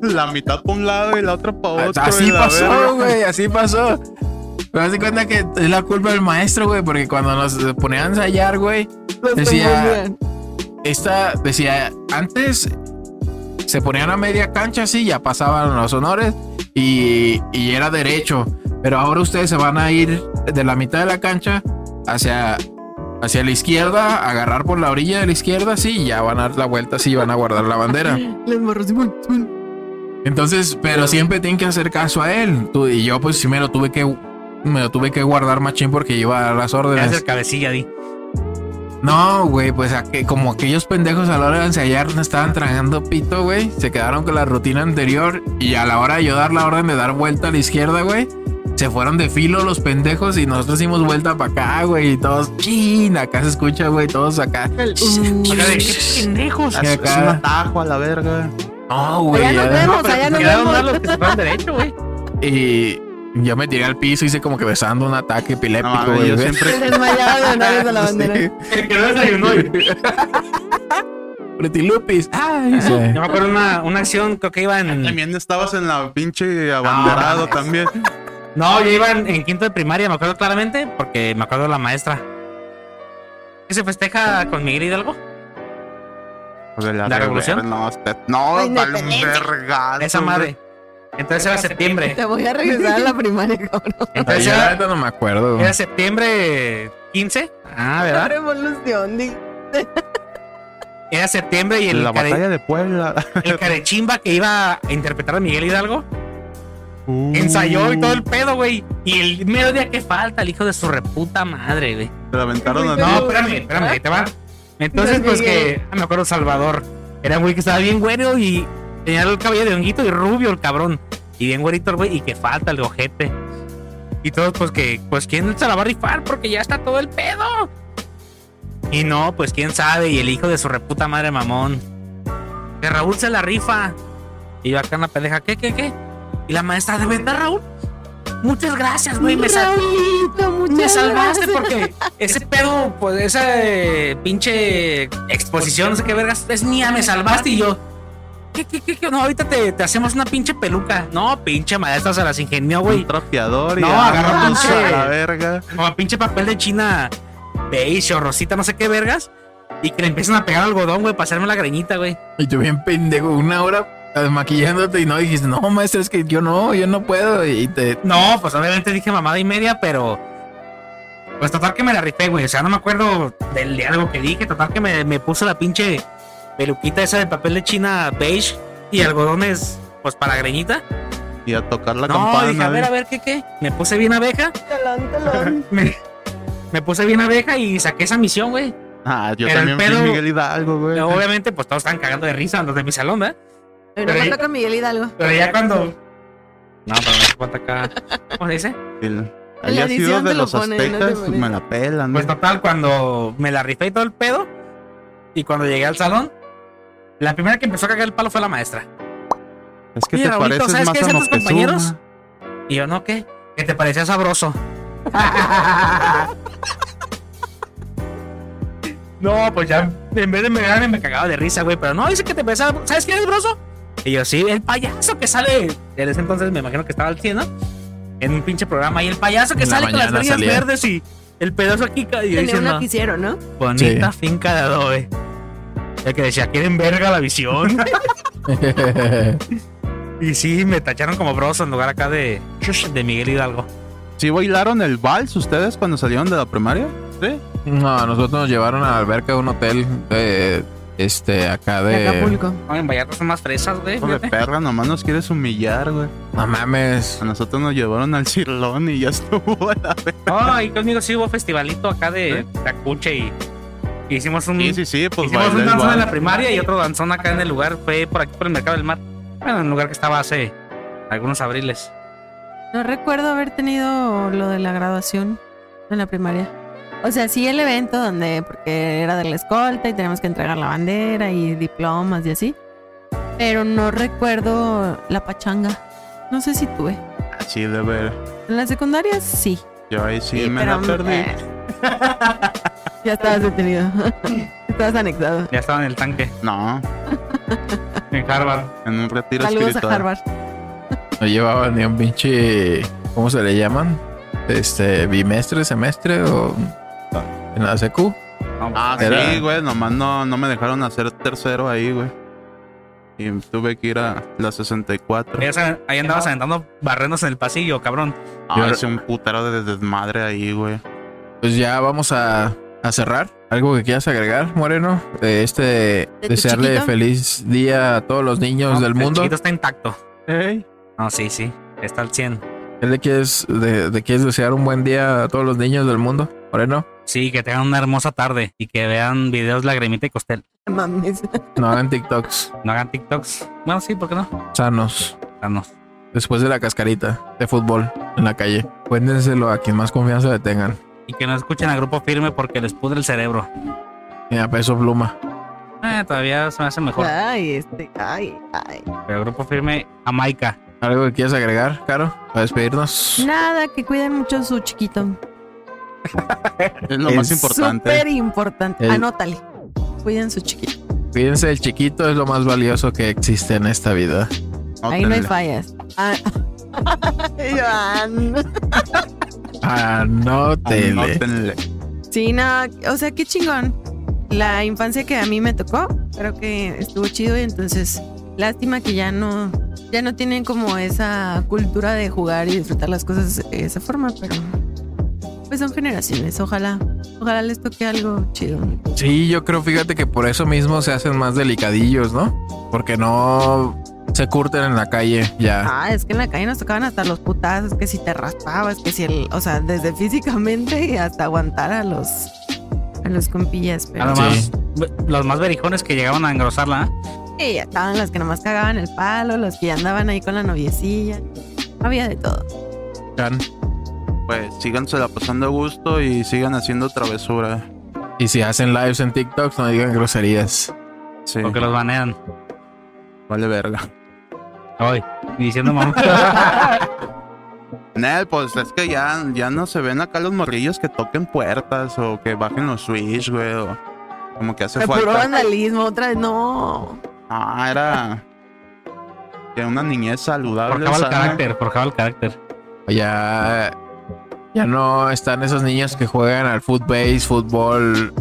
S3: la mitad para un lado y la otra para otro. y
S1: así
S3: la verga.
S1: pasó, güey, así pasó. Pero haz de cuenta que es la culpa del maestro, güey, porque cuando nos ponían a ensayar, güey,
S4: Los
S1: Decía-
S4: confundían.
S1: esta decía, antes se ponían a media cancha así, ya pasaban los honores y, y era derecho. Pero ahora ustedes se van a ir de la mitad de la cancha hacia, hacia la izquierda, agarrar por la orilla de la izquierda, así, y ya van a dar la vuelta, así, y van a guardar la bandera.
S4: Los morros. Simón, Simón.
S1: Entonces, pero siempre tienen que hacer caso a él. Tú- y yo, pues, sí me lo tuve que, me lo tuve que guardar machín porque iba a dar las
S2: Te hace
S1: órdenes.
S2: el cabecilla, di.
S1: No, güey, pues a que- como aquellos pendejos a la hora de ensayar no estaban tragando pito, güey. Se quedaron con la rutina anterior y a la hora de yo dar la orden de dar vuelta a la izquierda, güey. Se fueron de filo los pendejos y nosotros hicimos vuelta para acá, güey. Y todos, chin, acá se escucha, güey, todos acá.
S4: El- Uh,
S2: Acá de, ¡Qué pendejos!
S1: Sí,
S3: Es, es
S1: acá.
S3: un atajo a la verga.
S1: No, güey.
S4: Allá nos
S1: ya-
S4: vemos,
S2: Pero
S4: allá nos
S2: quedaron mal
S4: vemos.
S2: los que se fueron derecho, güey.
S1: Y yo me tiré al piso, hice como que besando un ataque
S3: No,
S1: epiléptico,
S3: mames,
S1: güey.
S3: yo
S1: güey.
S4: El
S3: siempre.
S4: desmayado de honores de la
S1: Sí.
S4: bandera.
S2: El que no desayunó. güey.
S1: Pretty Lupis. Ay,
S2: Yo me acuerdo una, una acción, creo que iba en.
S3: También estabas en la pinche
S2: No,
S3: abanderado
S2: mames.
S3: también.
S2: No, yo iba en, en quinto de primaria, me acuerdo claramente, porque me acuerdo de la maestra. ¿Qué se festeja con Miguel Hidalgo?
S3: Pues De la,
S2: ¿La
S3: rever-
S2: revolución?
S3: No, este- no,
S4: La
S3: vale un
S4: independencia.
S3: vergazo,
S2: Esa madre. Entonces Ah, era septiembre.
S4: Te voy a regresar a la primaria, cabrón.
S1: Ay,
S2: Entonces
S1: yo la
S2: era,
S1: neta no me acuerdo. güey.
S2: era septiembre 15. Ah,
S4: La
S2: ¿verdad?
S4: revolución. di-
S2: Era septiembre y
S3: güey.
S2: el,
S3: La
S2: care-
S3: batalla de Puebla.
S2: el carechimba que iba a interpretar a Miguel Hidalgo
S3: Uh.
S2: ensayó y todo el pedo, güey. Y el medio día que falta, el hijo de su reputa madre, güey.
S3: Te aventaron
S2: No,
S3: a
S4: Pero-
S2: espérame, espérame, ahí te va. Entonces,
S4: No,
S2: pues
S4: Miguel.
S2: que ah, me acuerdo Salvador. Era un güey que estaba bien güero y tenía el cabello de honguito y rubio el cabrón. Y bien güerito el güey y que falta el ojete. Y todos pues que, pues quién se la va a rifar porque ya está todo el pedo. Y no, pues quién sabe. Y el hijo de su reputa madre mamón. Que Raúl se la rifa. Y yo acá en la pendeja, ¿qué, qué, qué? Y la maestra, ¿de verdad, Raúl? Muchas gracias, güey. Me, sal-
S4: Raulito, muchas
S2: me salvaste
S4: gracias.
S2: porque ese pedo, pues esa eh, pinche exposición, no sé qué vergas, es mía, me salvaste y yo. ¿Qué, qué, qué, qué? No, ahorita te, te hacemos una pinche peluca. No, pinche maestra, se las ingenió, güey.
S3: Un trapeador y
S2: No, agarra
S3: agarramos
S2: pinche-
S3: a la verga.
S2: Como pinche papel de China beige o rosita, no sé qué vergas. Y que le empiezan a pegar algodón, güey, para hacerme la greñita, güey.
S1: Y tú bien pendejo, una hora eh, maquillándote y no dijiste, no, maestra, es que yo no, yo no puedo. Y te...
S2: No, pues obviamente dije mamada y media, pero. Pues total que me la rifé, güey. O sea, no me acuerdo del diálogo que dije. Total que me, me puso la pinche peluquita esa de papel de China beige y algodones, pues para greñita.
S3: Y a tocar la
S2: no,
S3: campana.
S2: dije, a ver, a ver, ¿qué qué? Me puse bien abeja.
S4: Talón, talón.
S2: Me, me puse bien abeja y saqué esa misión, güey.
S3: Ah, yo
S2: Pero el
S3: también fui
S2: pedo-
S3: Miguel Hidalgo, güey.
S2: Pero Obviamente, pues todos estaban cagando de risa los de mi salón, ¿verdad?
S4: Pero
S2: Pero-
S4: falta con Miguel Hidalgo.
S2: Pero ya cuando. No, pero me falta acá. ¿Cómo se dice?
S3: El-
S4: En la
S3: Haya sido
S4: edición
S3: de
S4: te lo
S3: los
S4: ponen, no te
S3: aztecas,
S4: ponen.
S3: me la pelan.
S2: Pues
S3: güey.
S2: total, cuando me la rifé y todo el pedo, y cuando llegué al salón, la primera que empezó a cagar el palo fue la maestra.
S3: es que
S2: Oye,
S3: te
S2: Raulito,
S3: pareces
S2: ¿sabes
S3: más
S2: qué
S3: a
S2: hacen tus
S3: Moctezuma.
S2: compañeros? Y yo, ¿no qué? Que te parecía sabroso. No, pues ya, en vez de mirarme, me cagaba de risa, güey. Pero no, dice que te pensaba, ¿sabes quién es Broso? Y yo, sí, el payaso que sale. En ese entonces me imagino que estaba al 100, ¿no? En un pinche programa. Y el payaso que
S1: En la
S2: sale con las
S1: mañana
S2: medias
S1: salía.
S2: verdes y el pedazo aquí. ca- Y yo
S4: Tenía un
S2: diciendo,
S4: noticiero, ¿no?
S2: bonita finca de adobe. El que decía, quieren verga la visión. y sí, me tacharon como Broso en lugar acá de, de Miguel Hidalgo.
S3: ¿Sí bailaron el vals ustedes cuando salieron de la primaria? Sí.
S1: no, a nosotros nos llevaron a la alberca de un hotel eh, este acá
S4: De
S1: de
S4: Acapulco.
S2: No, en Vallarta son más fresas, güey.
S3: Hijo de perra, nomás nos quieres humillar, güey.
S1: no mames.
S3: A nosotros nos llevaron al cirlón y ya estuvo a la vez.
S2: No, y conmigo sí hubo festivalito acá de Tacuche y y hicimos un,
S3: Sí, sí, sí, pues
S2: hicimos
S3: bailé
S2: un
S3: el
S2: danzón en la
S3: vals.
S2: primaria y otro danzón acá en el lugar, fue por aquí por el mercado del mar. Bueno, en un lugar que estaba hace algunos abriles.
S4: No recuerdo haber tenido lo de la graduación en la primaria. O sea, sí el evento donde, porque era de la escolta y teníamos que entregar la bandera y diplomas y así. Pero no recuerdo la pachanga. No sé si tuve.
S3: Sí, de ver.
S4: En la secundaria sí.
S3: Yo ahí sí,
S4: Sí,
S3: me
S4: pero,
S3: la perdí.
S4: eh, ya estabas detenido. estabas anexado.
S2: Ya estaba en el tanque,
S3: No,
S2: en Harvard.
S3: en un retiro
S4: Saludos a
S3: espiritual.
S4: Harvard.
S1: No llevaban ni un pinche. ¿Cómo se le llaman? Este, bimestre, semestre o. En la secu.
S2: No,
S3: Ah,
S2: pues,
S1: Era-
S3: sí, güey, nomás no, no me dejaron hacer tercero ahí, güey. Y tuve que ir a la 64.
S2: ahí- ahí- Ahí andabas aventando barrenos en el pasillo, cabrón.
S3: Ah, hice un putero de desmadre ahí, güey.
S1: Pues ya vamos a, a cerrar. ¿Algo que quieras agregar, Moreno? Eh, Este,
S4: tu
S1: desearle
S4: chiquito?
S1: feliz día a todos los niños
S2: No,
S1: del
S2: el
S1: mundo.
S2: chiquito está intacto.
S3: Ey.
S2: No, sí, sí. Está al 100.
S1: ¿Qué le quieres, de, de quieres desear un buen día a todos los niños del mundo, Moreno?
S2: Sí, que tengan una hermosa tarde y que vean videos Lagrimita y Costel.
S4: Mames.
S1: No hagan TikToks
S2: No hagan TikToks. Bueno, sí, ¿por qué no?
S1: sanos.
S2: Danos.
S1: Después de la cascarita de fútbol en la calle. Cuéntenselo a quien más confianza le tengan.
S2: Y que no escuchen a Grupo Firme porque les pudre el cerebro.
S1: Y a peso pluma.
S2: Eh, todavía se me hace mejor.
S4: Ay, este. Ay, ay.
S2: Pero Grupo Firme, Jamaica.
S1: ¿Algo que quieras agregar, Caro? Para despedirnos.
S4: Nada, que cuiden mucho a su chiquito.
S3: Es lo
S1: Es
S3: más importante.
S4: Súper importante.
S1: El-
S4: Anótale. Cuiden su chiquito.
S1: Cuídense, el chiquito es lo más valioso que existe en esta vida.
S4: Ahí no
S3: Ótenle.
S4: hay fallas. Ah. Iván.
S1: Anótele.
S3: Anótenle.
S4: Sí, no, o sea, qué chingón. La infancia que a mí me tocó, creo que estuvo chido y entonces lástima que ya no ya no tienen como esa cultura de jugar y disfrutar las cosas de esa forma, pero pues son generaciones, ojalá, ojalá les toque algo chido.
S1: Sí, yo creo, fíjate que por eso mismo se hacen más delicadillos, ¿no? Porque no se curten en la calle ya.
S4: Ah, es que en la calle nos tocaban hasta los putazos, que si te raspabas, que si el, o sea, desde físicamente y hasta aguantar a los a los compillas, pero
S2: Además, los más verijones que llegaban a engrosarla. ¿eh?
S4: Sí, ya estaban los que nomás cagaban el palo, los que ya andaban ahí con la noviecilla. Había de todo.
S1: Can.
S3: Pues síganse la pasando a gusto y sigan haciendo travesura.
S1: Y si hacen lives en TikTok, no digan groserías.
S3: Sí.
S2: Porque los banean.
S3: Vale verga.
S2: Hoy. Diciendo mamá.
S3: Nel, pues es que ya, ya no se ven acá los morrillos que toquen puertas o que bajen los switch, güey. o como que hace
S4: Pero puro
S3: falta.
S4: vandalismo, otra vez, no.
S3: Ah, era. Que una niñez saludable.
S2: forjaba el
S3: sana.
S2: carácter, forjaba el carácter.
S1: Ya, ya no están esos niños que juegan al footbase, fútbol,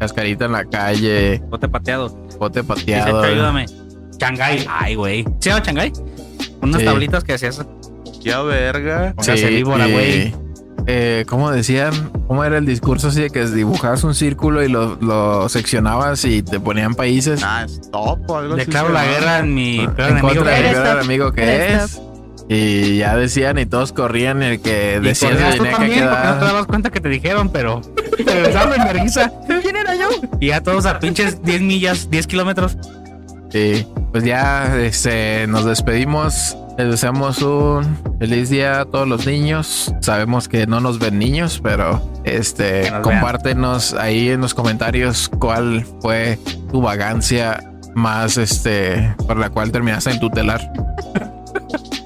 S1: cascarita en la calle,
S2: Bote pateado.
S1: bote
S2: Dice,
S1: pateado.
S2: ayúdame. Shanghai. Ay, güey. ¿Se llama Shanghai? Unas
S1: Sí.
S2: tablitas que hacías.
S3: Ya verga.
S2: Póngase víbora,
S1: y,
S2: güey.
S1: eh, ¿Cómo decían? ¿Cómo era el discurso así de que dibujabas un círculo y lo, lo seccionabas y te ponían países?
S3: Ah, stop o algo así.
S2: Declaro
S3: se
S2: la
S3: llama.
S2: guerra en mi peor
S1: Ah, en
S2: enemigo.
S1: contra
S2: que
S1: del
S2: eres.
S1: peor
S4: Stop.
S1: enemigo que
S4: Eres
S1: es. Y ya decían y todos corrían el que
S2: Y
S1: decía se
S2: corrías tú
S1: tenía que
S2: también, porque no te
S1: quedar.
S2: dabas cuenta que te dijeron, pero te regresaron en vergüenza.
S4: ¿Quién era yo?
S2: Y ya todos a pinches 10 millas, 10 kilómetros.
S1: Y pues ya este, nos despedimos. Les deseamos un feliz día a todos los niños. Sabemos que no nos ven niños, pero este
S2: Que nos vean.
S1: compártenos ahí en los comentarios cuál fue tu vagancia más este por la cual terminaste en tutelar.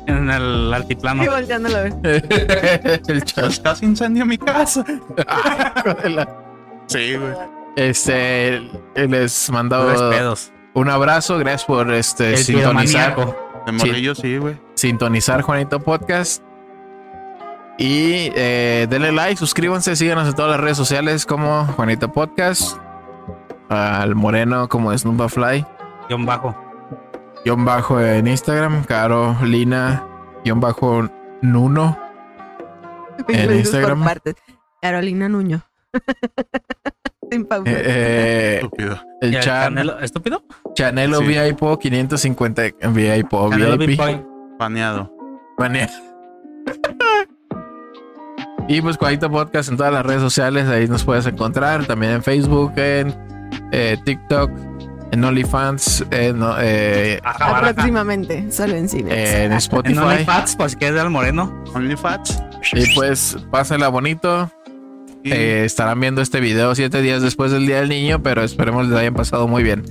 S2: En el
S4: Y
S2: altiplano.
S4: volteándolo a ver.
S1: el chasco
S3: Pues casi incendió mi casa.
S1: de la
S3: Sí, güey.
S1: Este, les
S5: Puros
S1: mandaba
S5: pedos.
S1: un abrazo. Gracias por este
S2: El
S1: sintonizar,
S2: piromaníaco.
S3: De morrillo sí, güey.
S1: sintonizar Juanito Podcast. Y eh, denle like, suscríbanse, síganos en todas las redes sociales como Juanito Podcast, al Moreno como Snoopa Fly.
S2: Guión bajo.
S1: guión bajo en Instagram, Carolina, guión bajo Nuno.
S4: Lo dices por
S1: Instagram.
S4: partes. Carolina Nuño. Sin pausa.
S1: Eh, eh,
S3: Estúpido.
S1: el
S5: ¿Y el
S1: chan-
S5: Canelo- ¿Estúpido?
S1: Chanelo
S3: Sí.
S1: VIP 550 VIP.
S5: Canelo
S1: VIP.
S5: Bitcoin.
S3: Paneado.
S1: Manea. Y pues Cuadito Podcast en todas las redes sociales, ahí nos puedes encontrar, también en Facebook, en eh, TikTok, en OnlyFans, en, no, eh,
S4: Ah,
S2: Ajá, baraja.
S4: Aproximadamente, solo en cines.
S1: en
S2: En
S1: Spotify.
S2: OnlyFans, por si quieres ver al moreno.
S3: OnlyFans.
S1: Y pues pásala bonito.
S3: Y
S1: Eh, estarán viendo este video siete días después del Día del Niño, pero esperemos les hayan pasado muy bien.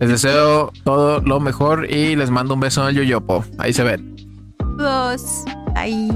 S1: Les deseo todo lo mejor y les mando un beso en el yoyopo. Ahí se ven.
S4: Dos. Ahí.